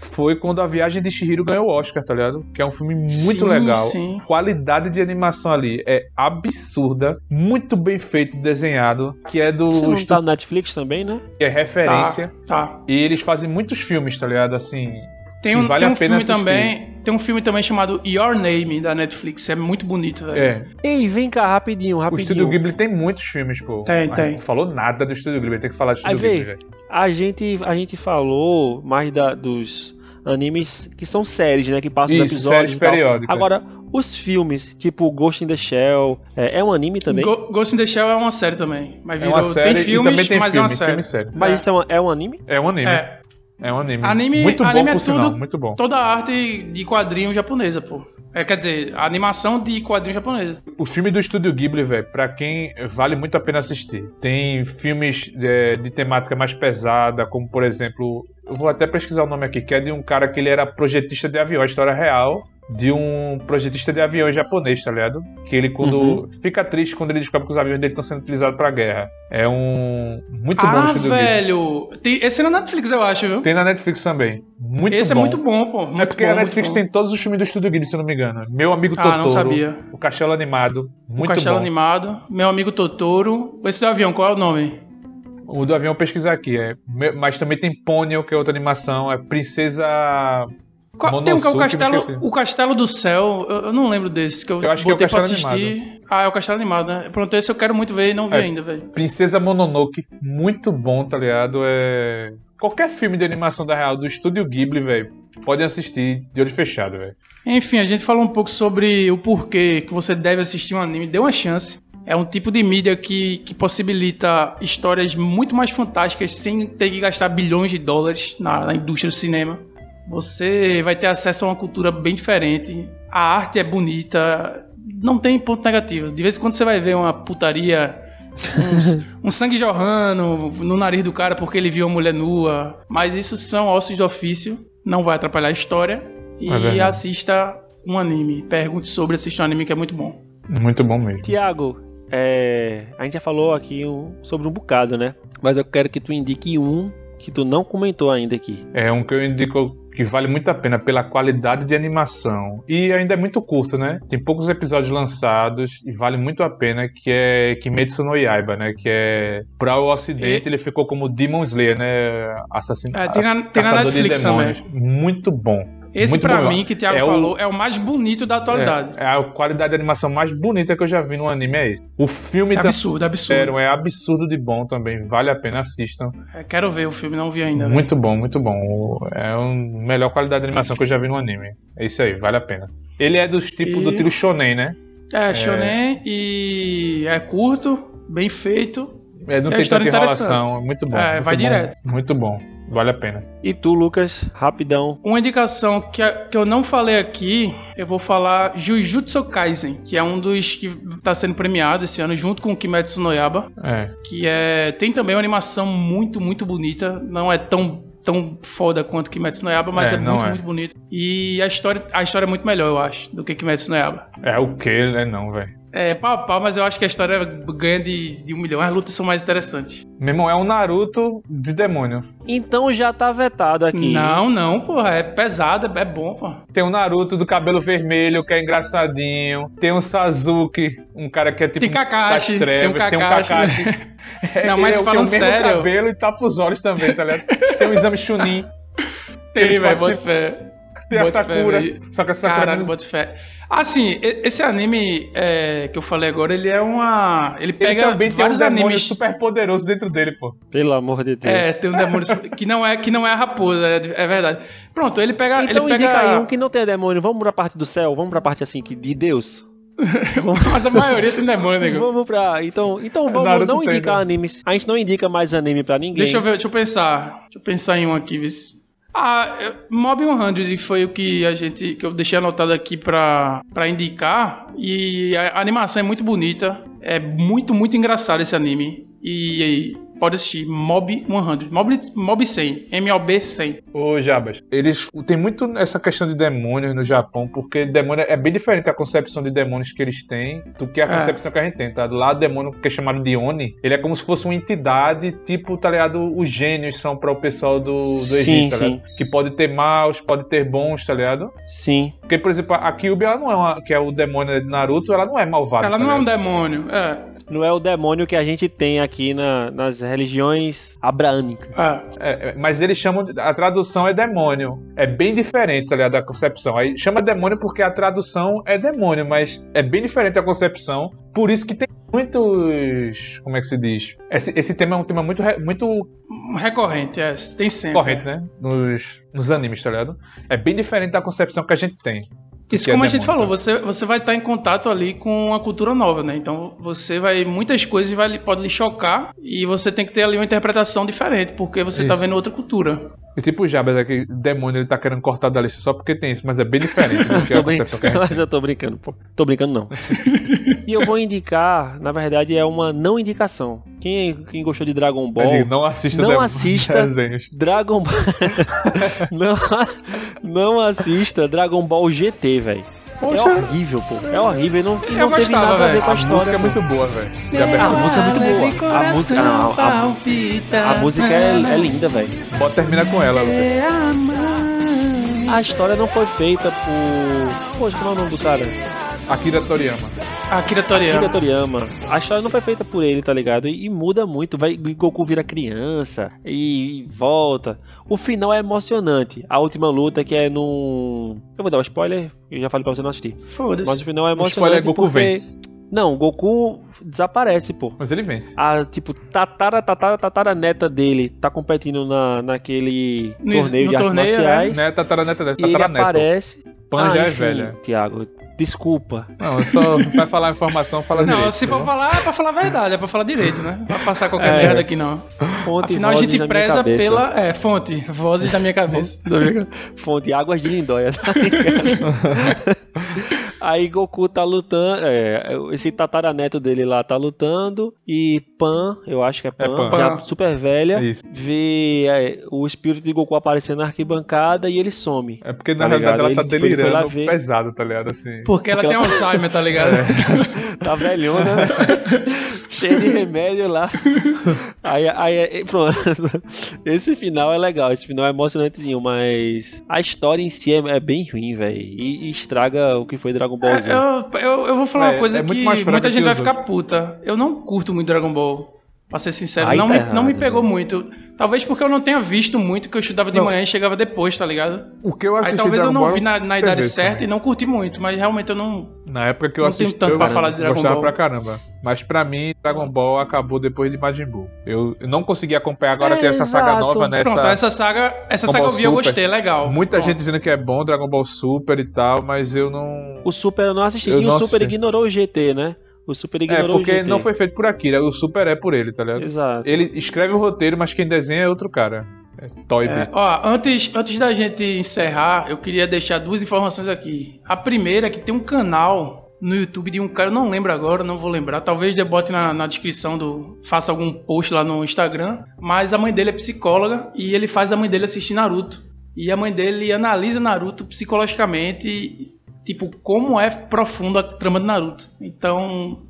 [SPEAKER 3] Foi quando a Viagem de Shihiro ganhou o Oscar, tá ligado? Que é um filme muito
[SPEAKER 2] Sim,
[SPEAKER 3] legal.
[SPEAKER 2] sim.
[SPEAKER 3] Qualidade de animação ali é absurda, muito bem feito, desenhado, que é do
[SPEAKER 1] Você não
[SPEAKER 3] estúdio
[SPEAKER 1] tá no Netflix também, né?
[SPEAKER 3] que é referência.
[SPEAKER 2] Vai. Tá.
[SPEAKER 3] E eles fazem muitos filmes, tá ligado? Assim,
[SPEAKER 2] Tem
[SPEAKER 3] Que
[SPEAKER 2] um,
[SPEAKER 3] vale
[SPEAKER 2] tem
[SPEAKER 3] a
[SPEAKER 2] um
[SPEAKER 3] pena
[SPEAKER 2] filme também. Tem um filme também chamado Your Name da Netflix. É muito bonito, velho.
[SPEAKER 3] é,
[SPEAKER 1] Ei, vem cá, rapidinho,
[SPEAKER 3] O Estúdio
[SPEAKER 1] rapidinho.
[SPEAKER 3] Ghibli tem muitos filmes, pô.
[SPEAKER 2] Tem,
[SPEAKER 3] A gente
[SPEAKER 2] tem.
[SPEAKER 3] Não falou nada do Estúdio Ghibli, tem que falar do Estúdio
[SPEAKER 1] Aí vem.
[SPEAKER 3] Ghibli, velho.
[SPEAKER 1] A gente, a gente falou mais da- dos animes que são séries, né? Que passam os
[SPEAKER 3] Isso,
[SPEAKER 1] episódios
[SPEAKER 3] séries
[SPEAKER 1] e tal.
[SPEAKER 3] periódicas.
[SPEAKER 1] Agora, os filmes, tipo Ghost in the Shell, é, é um anime também?
[SPEAKER 2] Go- Ghost in the Shell é uma série também. Mas
[SPEAKER 3] é
[SPEAKER 2] virou.
[SPEAKER 3] uma série
[SPEAKER 2] tem
[SPEAKER 3] e
[SPEAKER 2] filmes,
[SPEAKER 3] também tem
[SPEAKER 2] mas
[SPEAKER 3] filme,
[SPEAKER 2] é uma série.
[SPEAKER 3] filme e série.
[SPEAKER 1] Mas
[SPEAKER 2] É.
[SPEAKER 1] isso é um, é um anime?
[SPEAKER 3] É um anime. É,
[SPEAKER 2] É,
[SPEAKER 3] um anime.
[SPEAKER 2] Anime-
[SPEAKER 3] muito bom,
[SPEAKER 2] anime é
[SPEAKER 3] por sinal,
[SPEAKER 2] tudo-
[SPEAKER 3] muito bom.
[SPEAKER 2] toda a arte de quadrinho japonesa, pô. É, quer dizer, a animação de quadrinho japonesa.
[SPEAKER 3] O filme do Estúdio Ghibli, velho, pra quem vale muito a pena assistir. Tem filmes é, de temática mais pesada, como por exemplo, eu vou até pesquisar o nome aqui, que é de um cara que ele era projetista de avião, a história é real de um projetista de avião japonês, tá ligado? Que ele quando
[SPEAKER 2] Uhum.
[SPEAKER 3] fica triste quando ele descobre que os aviões dele estão sendo utilizados pra guerra. É um muito bom o
[SPEAKER 2] ah,
[SPEAKER 3] Estúdio Ghibli.
[SPEAKER 2] velho! Tem, esse é na Netflix, eu acho, viu?
[SPEAKER 3] Tem na Netflix também. Muito
[SPEAKER 2] esse
[SPEAKER 3] bom.
[SPEAKER 2] é muito bom, pô. Muito
[SPEAKER 3] é porque
[SPEAKER 2] bom,
[SPEAKER 3] a Netflix
[SPEAKER 2] muito bom.
[SPEAKER 3] tem todos os filmes do Estúdio Ghibli, se eu não me engano. Meu amigo
[SPEAKER 2] Ah, não
[SPEAKER 3] Totoro,
[SPEAKER 2] sabia.
[SPEAKER 3] o Castelo Animado, muito
[SPEAKER 2] o Castelo
[SPEAKER 3] bom.
[SPEAKER 2] Animado, Meu Amigo Totoro. Esse do avião, qual é o nome?
[SPEAKER 3] O do avião eu pesquisar aqui, é. Me- Mas também tem Ponyo, que é outra animação, é Princesa.
[SPEAKER 2] Qual- tem um que é o
[SPEAKER 3] Monosuke, me
[SPEAKER 2] Castelo,
[SPEAKER 3] esqueci.
[SPEAKER 2] o Castelo do Céu. Eu, eu não lembro desse, que eu,
[SPEAKER 3] Eu acho que é o
[SPEAKER 2] botei pra
[SPEAKER 3] Castelo
[SPEAKER 2] assistir. Ah, é o Castelo Animado, né? Pronto, esse eu quero muito ver e não vi
[SPEAKER 3] É.
[SPEAKER 2] ainda, velho.
[SPEAKER 3] Princesa Mononoke, muito bom, tá ligado? É. Qualquer filme de animação da real do estúdio Ghibli, velho, podem assistir de olho fechado, velho.
[SPEAKER 2] Enfim, a gente falou um pouco sobre o porquê que você deve assistir um anime. Dê uma chance. É um tipo de mídia que, que possibilita histórias muito mais fantásticas sem ter que gastar bilhões de dólares na, na indústria do cinema. Você vai ter acesso a uma cultura bem diferente. A arte é bonita. Não tem ponto negativo. De vez em quando você vai ver uma putaria, um, um sangue jorrando no nariz do cara porque ele viu a mulher nua. Mas isso são ossos do ofício. Não vai atrapalhar a história. E
[SPEAKER 3] É verdade.
[SPEAKER 2] assista um anime. Pergunte sobre, assista um anime que é muito bom.
[SPEAKER 3] Muito bom mesmo.
[SPEAKER 1] Tiago, é, a gente já falou aqui um- sobre um bocado, né? Mas eu quero que tu indique um que tu não comentou ainda aqui.
[SPEAKER 3] É um que eu indico que vale muito a pena pela qualidade de animação. E ainda é muito curto, né? Tem poucos episódios lançados e vale muito a pena, que é Kimetsu no Yaiba, né? Que é... Pra o ocidente ele ficou como Demon Slayer, né? Assassino...
[SPEAKER 2] É, tem na- tem na
[SPEAKER 3] caçador
[SPEAKER 2] Netflix
[SPEAKER 3] de demônios. Muito bom.
[SPEAKER 2] Esse,
[SPEAKER 3] Muito
[SPEAKER 2] pra
[SPEAKER 3] bom.
[SPEAKER 2] mim, que o Thiago
[SPEAKER 3] É o-
[SPEAKER 2] falou, é o mais bonito da atualidade.
[SPEAKER 3] É, é a qualidade de animação mais bonita que eu já vi no anime é isso. O filme
[SPEAKER 2] É
[SPEAKER 3] também
[SPEAKER 2] absurdo, absurdo.
[SPEAKER 3] fizeram é absurdo de bom também. Vale a pena, assistam.
[SPEAKER 2] É, quero ver o filme, não vi ainda. né? velho.
[SPEAKER 3] Muito bom, muito bom. O- É a melhor qualidade de animação que eu já vi no anime. É isso aí, vale a pena. Ele é dos tipos
[SPEAKER 2] E-
[SPEAKER 3] do tiro shonen, né?
[SPEAKER 2] É, shonen e é curto, bem feito.
[SPEAKER 3] É, não
[SPEAKER 2] É uma
[SPEAKER 3] tem
[SPEAKER 2] história
[SPEAKER 3] tanta enrolação.
[SPEAKER 2] interessante.
[SPEAKER 3] É muito bom.
[SPEAKER 2] É,
[SPEAKER 3] muito
[SPEAKER 2] vai
[SPEAKER 3] bom,
[SPEAKER 2] direto.
[SPEAKER 3] Muito bom. Vale a pena.
[SPEAKER 1] E tu, Lucas, rapidão.
[SPEAKER 2] Uma indicação que, a- que eu não falei aqui, eu vou falar Jujutsu Kaisen, que é um dos que está sendo premiado esse ano junto com Kimetsu no Yaba,
[SPEAKER 3] É.
[SPEAKER 2] que é tem também uma animação muito, muito bonita, não é tão tão foda quanto Kimetsu no Yaba, mas
[SPEAKER 3] É,
[SPEAKER 2] é,
[SPEAKER 3] não
[SPEAKER 2] muito,
[SPEAKER 3] é.
[SPEAKER 2] muito bonito. E a história, a história é muito melhor, eu acho, do que Kimetsu no Yaba.
[SPEAKER 3] É o que, né? Não, velho.
[SPEAKER 2] É pau a pau, mas eu acho que a história ganha de, de um milhão. As lutas são mais interessantes.
[SPEAKER 3] Meu irmão, é um Naruto de demônio.
[SPEAKER 1] Então já tá vetado aqui.
[SPEAKER 2] Não, não, porra. É pesada, é bom, porra.
[SPEAKER 3] Tem um Naruto do cabelo vermelho, que é engraçadinho. Tem um Sasuke, um cara que é tipo
[SPEAKER 2] Tem Kakashi,
[SPEAKER 3] das trevas.
[SPEAKER 2] tem
[SPEAKER 3] Tem
[SPEAKER 2] um
[SPEAKER 3] um
[SPEAKER 2] Kakashi.
[SPEAKER 3] Kakashi.
[SPEAKER 2] Não,
[SPEAKER 3] ele
[SPEAKER 2] mas
[SPEAKER 3] é o que
[SPEAKER 2] falando
[SPEAKER 3] tem o
[SPEAKER 2] sério-
[SPEAKER 3] mesmo cabelo e tapa os olhos também, tá ligado? Tem o Exame Chunin,
[SPEAKER 2] Tem,
[SPEAKER 3] Eles
[SPEAKER 2] velho, bota
[SPEAKER 3] participam-
[SPEAKER 2] fé.
[SPEAKER 3] tem a
[SPEAKER 2] Bota fé,
[SPEAKER 3] Sakura.
[SPEAKER 2] velho.
[SPEAKER 3] Só que a Sakura é
[SPEAKER 2] Caralho,
[SPEAKER 3] menos-
[SPEAKER 2] bota fé. Assim, e- esse anime é, que eu falei agora, ele é uma. Ele
[SPEAKER 3] Ele
[SPEAKER 2] pega
[SPEAKER 3] também tem um
[SPEAKER 2] vários
[SPEAKER 3] demônio
[SPEAKER 2] animes.
[SPEAKER 3] super poderoso dentro dele, pô.
[SPEAKER 1] Pelo amor de Deus.
[SPEAKER 2] É, tem um demônio su- que não é que não é a raposa, é, é verdade. Pronto, ele pega.
[SPEAKER 1] Então
[SPEAKER 2] ele pega...
[SPEAKER 1] indica aí um que não tem demônio. Vamos pra parte do céu, vamos pra parte assim que de Deus.
[SPEAKER 2] Mas a maioria tem demônio, nego.
[SPEAKER 1] Vamos pra. Então, então vamos
[SPEAKER 3] Naruto
[SPEAKER 1] não
[SPEAKER 3] tem,
[SPEAKER 1] indicar
[SPEAKER 3] né?
[SPEAKER 1] animes. A gente não indica mais anime pra ninguém.
[SPEAKER 2] Deixa eu ver, deixa eu pensar. Deixa eu pensar em um aqui, vê se- Ah, eu- Mob 100 foi o que a gente que eu deixei anotado aqui pra, pra indicar e a, a animação é muito bonita, é muito muito engraçado esse anime e, e pode assistir Mob 100, Mob Mob 100, M O B 100.
[SPEAKER 3] Ô, Jabas, eles tem muito essa questão de demônios no Japão, porque demônio é bem diferente a concepção de demônios que eles têm do que a
[SPEAKER 2] É.
[SPEAKER 3] concepção que a gente tem, tá? Lá, o demônio que é chamado de Oni, ele é como se fosse uma entidade, tipo, tá ligado? Os gênios são para o pessoal do, do
[SPEAKER 1] Sim,
[SPEAKER 3] Egito, tá
[SPEAKER 1] sim.
[SPEAKER 3] ligado? Que pode ter maus, pode ter bons, tá ligado?
[SPEAKER 1] Sim.
[SPEAKER 3] Porque, por exemplo, a Kyuubi, ela não é uma, que é o demônio de Naruto, ela não é malvada.
[SPEAKER 2] Ela
[SPEAKER 3] tá
[SPEAKER 2] não é um
[SPEAKER 3] ligado?
[SPEAKER 2] demônio, é.
[SPEAKER 1] Não é o demônio que a gente tem aqui na- nas religiões abraâmicas.
[SPEAKER 2] é.
[SPEAKER 3] É, é, mas eles chamam. de- A tradução é demônio. É bem diferente, tá ligado? Da concepção. Aí chama demônio porque a tradução é demônio, mas é bem diferente a concepção. Por isso que tem muitos. Como é que se diz? Esse, esse tema é um tema muito, re- muito
[SPEAKER 2] Recorrente, é, tem sempre.
[SPEAKER 3] corrente, né? Nos, nos animes, tá ligado? É bem diferente da concepção que a gente tem. do
[SPEAKER 2] Isso,
[SPEAKER 3] que é
[SPEAKER 2] como a gente falou,
[SPEAKER 3] demônio.
[SPEAKER 2] você, você vai estar em contato ali com a cultura nova, né? Então você vai. Muitas coisas vai, lhe- pode lhe chocar e você tem que ter ali uma interpretação diferente, porque você tá
[SPEAKER 3] Isso.
[SPEAKER 2] vendo outra cultura.
[SPEAKER 3] E tipo o Jabas, é que demônio ele tá querendo cortar da lista só porque tem isso, mas é bem diferente do que tá
[SPEAKER 1] Tô
[SPEAKER 3] a
[SPEAKER 1] brin-
[SPEAKER 3] concepção que a gente
[SPEAKER 1] Mas eu tô brincando, pô. Tô brincando, não. e eu vou indicar, na verdade, é uma não indicação. Quem, quem gostou de Dragon Ball.
[SPEAKER 3] tem. Não assista,
[SPEAKER 1] Não
[SPEAKER 3] demo-
[SPEAKER 1] assista.
[SPEAKER 3] desenhos.
[SPEAKER 1] Dragon Ball. não, não assista Dragon Ball GT, velho. É
[SPEAKER 3] Poxa.
[SPEAKER 1] horrível, pô. É horrível. e Não, e não
[SPEAKER 2] Eu
[SPEAKER 1] teve
[SPEAKER 2] gostava,
[SPEAKER 1] nada a ver
[SPEAKER 2] velho.
[SPEAKER 1] com a
[SPEAKER 3] A música
[SPEAKER 1] história.
[SPEAKER 3] é
[SPEAKER 1] pô.
[SPEAKER 3] muito boa, velho.
[SPEAKER 1] a
[SPEAKER 3] Jabas,
[SPEAKER 1] música é muito boa. A música, não, a, a música é, é linda, velho.
[SPEAKER 3] Bota termina com ela, Lucas.
[SPEAKER 1] A história não foi feita por. Poxa, como é o nome do cara?
[SPEAKER 3] Akira Toriyama.
[SPEAKER 2] Akira
[SPEAKER 3] É.
[SPEAKER 2] Toriyama.
[SPEAKER 1] Akira Toriyama. A história não foi feita por ele, tá ligado? E, e muda muito. Vai, Goku vira criança e, e volta. O final é emocionante. A última luta que é num. Eu vou dar um spoiler, eu já falei pra você não assistir. Mas o
[SPEAKER 2] Foda-se.
[SPEAKER 1] final é
[SPEAKER 3] O
[SPEAKER 1] emocionante.
[SPEAKER 3] spoiler é Goku
[SPEAKER 1] porque...
[SPEAKER 3] vence.
[SPEAKER 1] Não, Goku desaparece, pô.
[SPEAKER 3] Mas ele vence.
[SPEAKER 1] A, tipo, tatara, tatara, tatara neta dele tá competindo na, naquele
[SPEAKER 2] No-
[SPEAKER 1] torneio
[SPEAKER 2] no
[SPEAKER 1] de artes
[SPEAKER 2] torneio, né?
[SPEAKER 1] marciais.
[SPEAKER 3] Né, tataraneta,
[SPEAKER 1] E ele
[SPEAKER 3] tataraneto.
[SPEAKER 1] aparece.
[SPEAKER 3] Pan já
[SPEAKER 1] ah,
[SPEAKER 3] é
[SPEAKER 1] enfim,
[SPEAKER 3] velha.
[SPEAKER 1] Tiago, desculpa.
[SPEAKER 3] Não, é só vai falar a informação, fala
[SPEAKER 2] Não,
[SPEAKER 3] direito.
[SPEAKER 2] se
[SPEAKER 3] tá
[SPEAKER 2] for
[SPEAKER 3] ligado?
[SPEAKER 2] falar, é pra falar a verdade, é pra falar direito, né? Não vai passar qualquer
[SPEAKER 1] né? É.
[SPEAKER 2] merda aqui, não.
[SPEAKER 1] Fonte
[SPEAKER 2] Afinal, a
[SPEAKER 1] vozes
[SPEAKER 2] gente
[SPEAKER 1] da minha
[SPEAKER 2] preza
[SPEAKER 1] cabeça.
[SPEAKER 2] pela. É, fonte, vozes da minha cabeça.
[SPEAKER 1] Fonte Águas de Lindóia, tá ligado? Aí Goku tá lutando, é, esse tataraneto dele lá tá lutando e Pan, eu acho que é Pan,
[SPEAKER 3] Pan.
[SPEAKER 1] já
[SPEAKER 2] Pan.
[SPEAKER 1] super velha,
[SPEAKER 3] Isso.
[SPEAKER 1] vê é, o espírito de Goku aparecendo na arquibancada e ele some.
[SPEAKER 3] É porque na
[SPEAKER 1] Tá ligado?
[SPEAKER 3] realidade ela tá
[SPEAKER 1] Ele, tipo, ele foi lá
[SPEAKER 3] delirando
[SPEAKER 1] ver.
[SPEAKER 3] pesado, tá ligado? Assim.
[SPEAKER 2] Porque ela
[SPEAKER 1] Porque
[SPEAKER 2] tem
[SPEAKER 1] ela-
[SPEAKER 2] Alzheimer, tá ligado?
[SPEAKER 1] Tá velhona, né? cheio de remédio lá. Aí, aí, aí, pronto. Esse final é legal, esse final é emocionantezinho, mas a história em si é, é bem ruim, velho. E, e estraga o que foi Dragon Ball Z.
[SPEAKER 2] É, Eu, eu, eu vou falar
[SPEAKER 3] É,
[SPEAKER 2] uma coisa
[SPEAKER 3] é muito
[SPEAKER 2] que
[SPEAKER 3] mais fraca
[SPEAKER 2] muita
[SPEAKER 3] que
[SPEAKER 2] gente vai
[SPEAKER 3] os
[SPEAKER 2] ficar puta. Eu não curto muito Dragon Ball. Pra ser sincero,
[SPEAKER 1] Aí
[SPEAKER 2] não,
[SPEAKER 1] tá
[SPEAKER 2] me,
[SPEAKER 1] errado,
[SPEAKER 2] não me
[SPEAKER 1] né?
[SPEAKER 2] pegou muito. Talvez porque eu não tenha visto muito, que eu estudava de
[SPEAKER 3] Não.
[SPEAKER 2] manhã e chegava depois, tá ligado?
[SPEAKER 3] O que eu assisti
[SPEAKER 2] Aí talvez eu
[SPEAKER 3] Dragon
[SPEAKER 2] não
[SPEAKER 3] Ball
[SPEAKER 2] vi na, na
[SPEAKER 3] TV
[SPEAKER 2] idade certa
[SPEAKER 3] também.
[SPEAKER 2] e não curti muito, mas realmente eu não.
[SPEAKER 3] Na época que eu
[SPEAKER 2] Não tenho
[SPEAKER 3] assisti,
[SPEAKER 2] tanto
[SPEAKER 3] eu
[SPEAKER 2] pra falar de Dragon
[SPEAKER 3] gostava
[SPEAKER 2] Ball.
[SPEAKER 3] pra caramba. Mas pra mim, Dragon Ball acabou depois de Majin Buu. Eu eu não consegui acompanhar. Agora
[SPEAKER 1] É,
[SPEAKER 3] tem essa saga
[SPEAKER 1] exato.
[SPEAKER 3] nova, né?
[SPEAKER 2] Pronto,
[SPEAKER 3] Essa-
[SPEAKER 2] essa saga, essa
[SPEAKER 3] Dragon
[SPEAKER 2] saga eu
[SPEAKER 3] Ball
[SPEAKER 2] vi, eu
[SPEAKER 3] Super.
[SPEAKER 2] gostei, legal.
[SPEAKER 3] Muita
[SPEAKER 2] Pronto.
[SPEAKER 3] gente dizendo que é bom Dragon Ball Super e tal, mas eu não.
[SPEAKER 1] O Super eu não assisti.
[SPEAKER 3] Eu
[SPEAKER 1] e
[SPEAKER 3] não
[SPEAKER 1] o Super
[SPEAKER 3] assisti.
[SPEAKER 1] ignorou o GT, né? O Super
[SPEAKER 3] É,
[SPEAKER 1] ignorou o
[SPEAKER 3] porque
[SPEAKER 1] GT.
[SPEAKER 3] não foi feito por Akira. O Super é por ele, tá ligado?
[SPEAKER 1] Exato.
[SPEAKER 3] Ele escreve o roteiro, mas quem desenha é outro cara. É Toy
[SPEAKER 2] É,
[SPEAKER 3] Biz.
[SPEAKER 2] ó, antes, antes da gente encerrar, eu queria deixar duas informações aqui. A primeira é que tem um canal no YouTube de um cara, eu não lembro agora, não vou lembrar. Talvez eu bote na, na descrição do. Faça algum post lá no Instagram. Mas a mãe dele é psicóloga e ele faz a mãe dele assistir Naruto. E a mãe dele analisa Naruto psicologicamente, e, tipo, como é profunda a trama de Naruto. Então,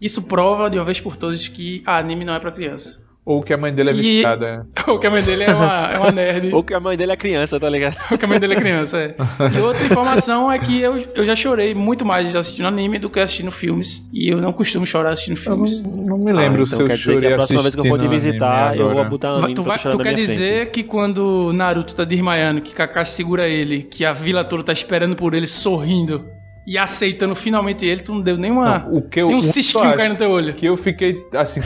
[SPEAKER 2] isso prova de uma vez por todas que a anime não é pra criança.
[SPEAKER 3] Ou que a mãe dele é
[SPEAKER 2] E-
[SPEAKER 3] viciada.
[SPEAKER 2] O que a mãe dele é uma, é uma nerd.
[SPEAKER 1] Ou que a mãe dele é criança, tá ligado?
[SPEAKER 2] Porque a mãe dele é criança, é. E outra informação é que eu, eu já chorei muito mais assistindo anime do que assistindo filmes. E eu não costumo chorar assistindo
[SPEAKER 3] Eu não,
[SPEAKER 2] filmes.
[SPEAKER 3] não me lembro
[SPEAKER 1] Ah,
[SPEAKER 3] se
[SPEAKER 1] então
[SPEAKER 3] eu
[SPEAKER 1] quer dizer que
[SPEAKER 3] chorei
[SPEAKER 1] a próxima vez que eu for te
[SPEAKER 3] assistindo
[SPEAKER 1] visitar,
[SPEAKER 3] anime
[SPEAKER 1] eu vou
[SPEAKER 3] agora.
[SPEAKER 1] botar anime
[SPEAKER 2] tu
[SPEAKER 1] pra
[SPEAKER 2] vai-
[SPEAKER 1] tu chorar
[SPEAKER 2] tu
[SPEAKER 1] na
[SPEAKER 2] quer
[SPEAKER 1] minha frente.
[SPEAKER 2] dizer que quando Naruto tá desmaiando, que Kakashi segura ele, que a vila toda tá esperando por ele sorrindo e aceitando finalmente ele, tu não deu nenuma,
[SPEAKER 3] Não, o que eu
[SPEAKER 2] nenhum
[SPEAKER 3] muito
[SPEAKER 2] Ah, um cisquinho
[SPEAKER 3] acho
[SPEAKER 2] cair no teu olho.
[SPEAKER 3] Que eu fiquei, assim,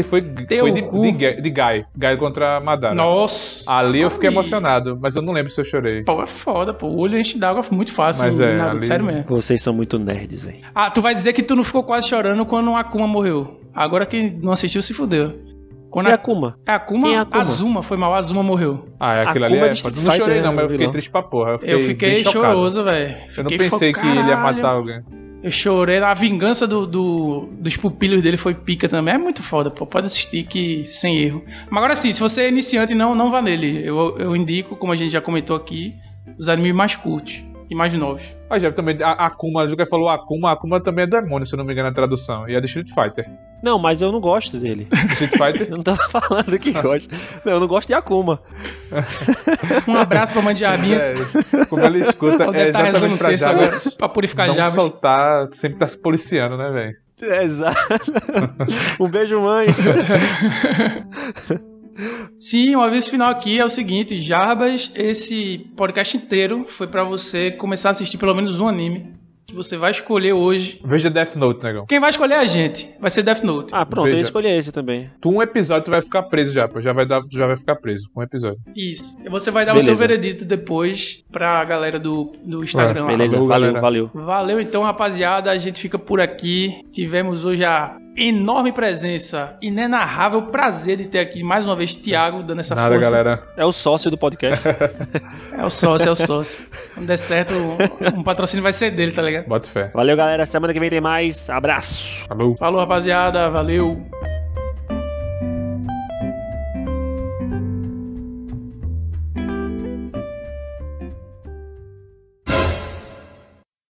[SPEAKER 3] foi,
[SPEAKER 2] Teu
[SPEAKER 3] foi de,
[SPEAKER 2] cu.
[SPEAKER 3] de, Gai- de Gai. Gai contra Madara.
[SPEAKER 2] Nossa!
[SPEAKER 3] Ali eu fiquei
[SPEAKER 2] Ai.
[SPEAKER 3] emocionado, mas eu não lembro se eu chorei.
[SPEAKER 2] Pô, é foda, pô. O olho enche d'água muito fácil,
[SPEAKER 3] Mas
[SPEAKER 2] no
[SPEAKER 3] é,
[SPEAKER 2] Naruto,
[SPEAKER 3] ali-
[SPEAKER 2] sério mesmo.
[SPEAKER 1] Vocês são muito nerds, velho.
[SPEAKER 2] Ah, tu vai dizer que tu não ficou quase chorando quando a Akuma morreu. Agora quem não assistiu se fudeu. Quando
[SPEAKER 1] E
[SPEAKER 2] a
[SPEAKER 1] a Kuma?
[SPEAKER 2] É, Akuma,
[SPEAKER 1] Quem é
[SPEAKER 2] Akuma?
[SPEAKER 1] Akuma?
[SPEAKER 2] Azuma, foi mal, Azuma morreu.
[SPEAKER 3] Ah, é aquilo ali
[SPEAKER 1] Akuma
[SPEAKER 3] é.
[SPEAKER 1] de Street
[SPEAKER 3] Eu não
[SPEAKER 1] Fighter,
[SPEAKER 3] chorei, não,
[SPEAKER 1] né,
[SPEAKER 3] mas eu fiquei
[SPEAKER 1] vilão.
[SPEAKER 3] triste pra porra. Eu fiquei,
[SPEAKER 2] Eu fiquei
[SPEAKER 3] bem chocado.
[SPEAKER 2] choroso, velho.
[SPEAKER 3] Eu não pensei que ele ia matar alguém.
[SPEAKER 2] Eu chorei. A vingança do, do- dos pupilos dele foi pica também. É muito foda, pô. Pode assistir que sem erro. Mas agora sim, se você é iniciante, não, não vá nele. Eu, eu indico, como a gente já comentou aqui, os animes mais curtos e mais novos.
[SPEAKER 3] Ah, já também. A Akuma, o Juca falou Akuma. Akuma também é demônio, se eu não me engano, na tradução. E é de Street Fighter.
[SPEAKER 1] Não, mas eu não gosto dele.
[SPEAKER 3] Street Fighter.
[SPEAKER 1] Eu não tava falando que gosto. Não, eu não gosto de Akuma.
[SPEAKER 2] Um abraço pra mãe de Jabinhas.
[SPEAKER 3] é, como ele escuta,
[SPEAKER 2] Ela
[SPEAKER 3] é
[SPEAKER 2] deve estar rezando
[SPEAKER 3] exatamente
[SPEAKER 2] um
[SPEAKER 3] pra
[SPEAKER 2] texto
[SPEAKER 3] Java.
[SPEAKER 2] agora pra purificar
[SPEAKER 3] Não
[SPEAKER 2] Jabas.
[SPEAKER 3] soltar, sempre tá se policiando, né, velho?
[SPEAKER 1] É, Exato. Um beijo, mãe.
[SPEAKER 2] Sim, o aviso final aqui é o seguinte, Jarbas, esse podcast inteiro foi pra você começar a assistir pelo menos um anime que você vai escolher hoje.
[SPEAKER 3] Veja Death Note, negão.
[SPEAKER 2] Quem vai escolher é a gente, vai ser Death Note.
[SPEAKER 1] Ah, pronto, eu
[SPEAKER 3] Veja.
[SPEAKER 1] escolhi esse também.
[SPEAKER 3] Tu um episódio tu vai ficar preso já, pô. Já vai, dar, tu já vai ficar preso. Um episódio.
[SPEAKER 2] Isso. E você vai dar o
[SPEAKER 1] Beleza.
[SPEAKER 2] seu veredito depois pra galera do, do Instagram. lá.
[SPEAKER 1] Beleza,
[SPEAKER 3] Falou,
[SPEAKER 1] valeu,
[SPEAKER 3] galera.
[SPEAKER 1] valeu.
[SPEAKER 2] Valeu então, rapaziada. A gente fica por aqui. Tivemos hoje a enorme presença, inenarrável prazer de ter aqui mais uma vez Thiago dando essa
[SPEAKER 3] Nada,
[SPEAKER 2] força.
[SPEAKER 3] galera.
[SPEAKER 1] É o sócio do podcast.
[SPEAKER 2] É o sócio, é o sócio. Quando der certo, um patrocínio vai ser dele, tá ligado?
[SPEAKER 3] Bota fé.
[SPEAKER 1] Valeu, galera. Semana que vem tem mais. Abraço.
[SPEAKER 3] Falou.
[SPEAKER 2] Falou, rapaziada. Valeu.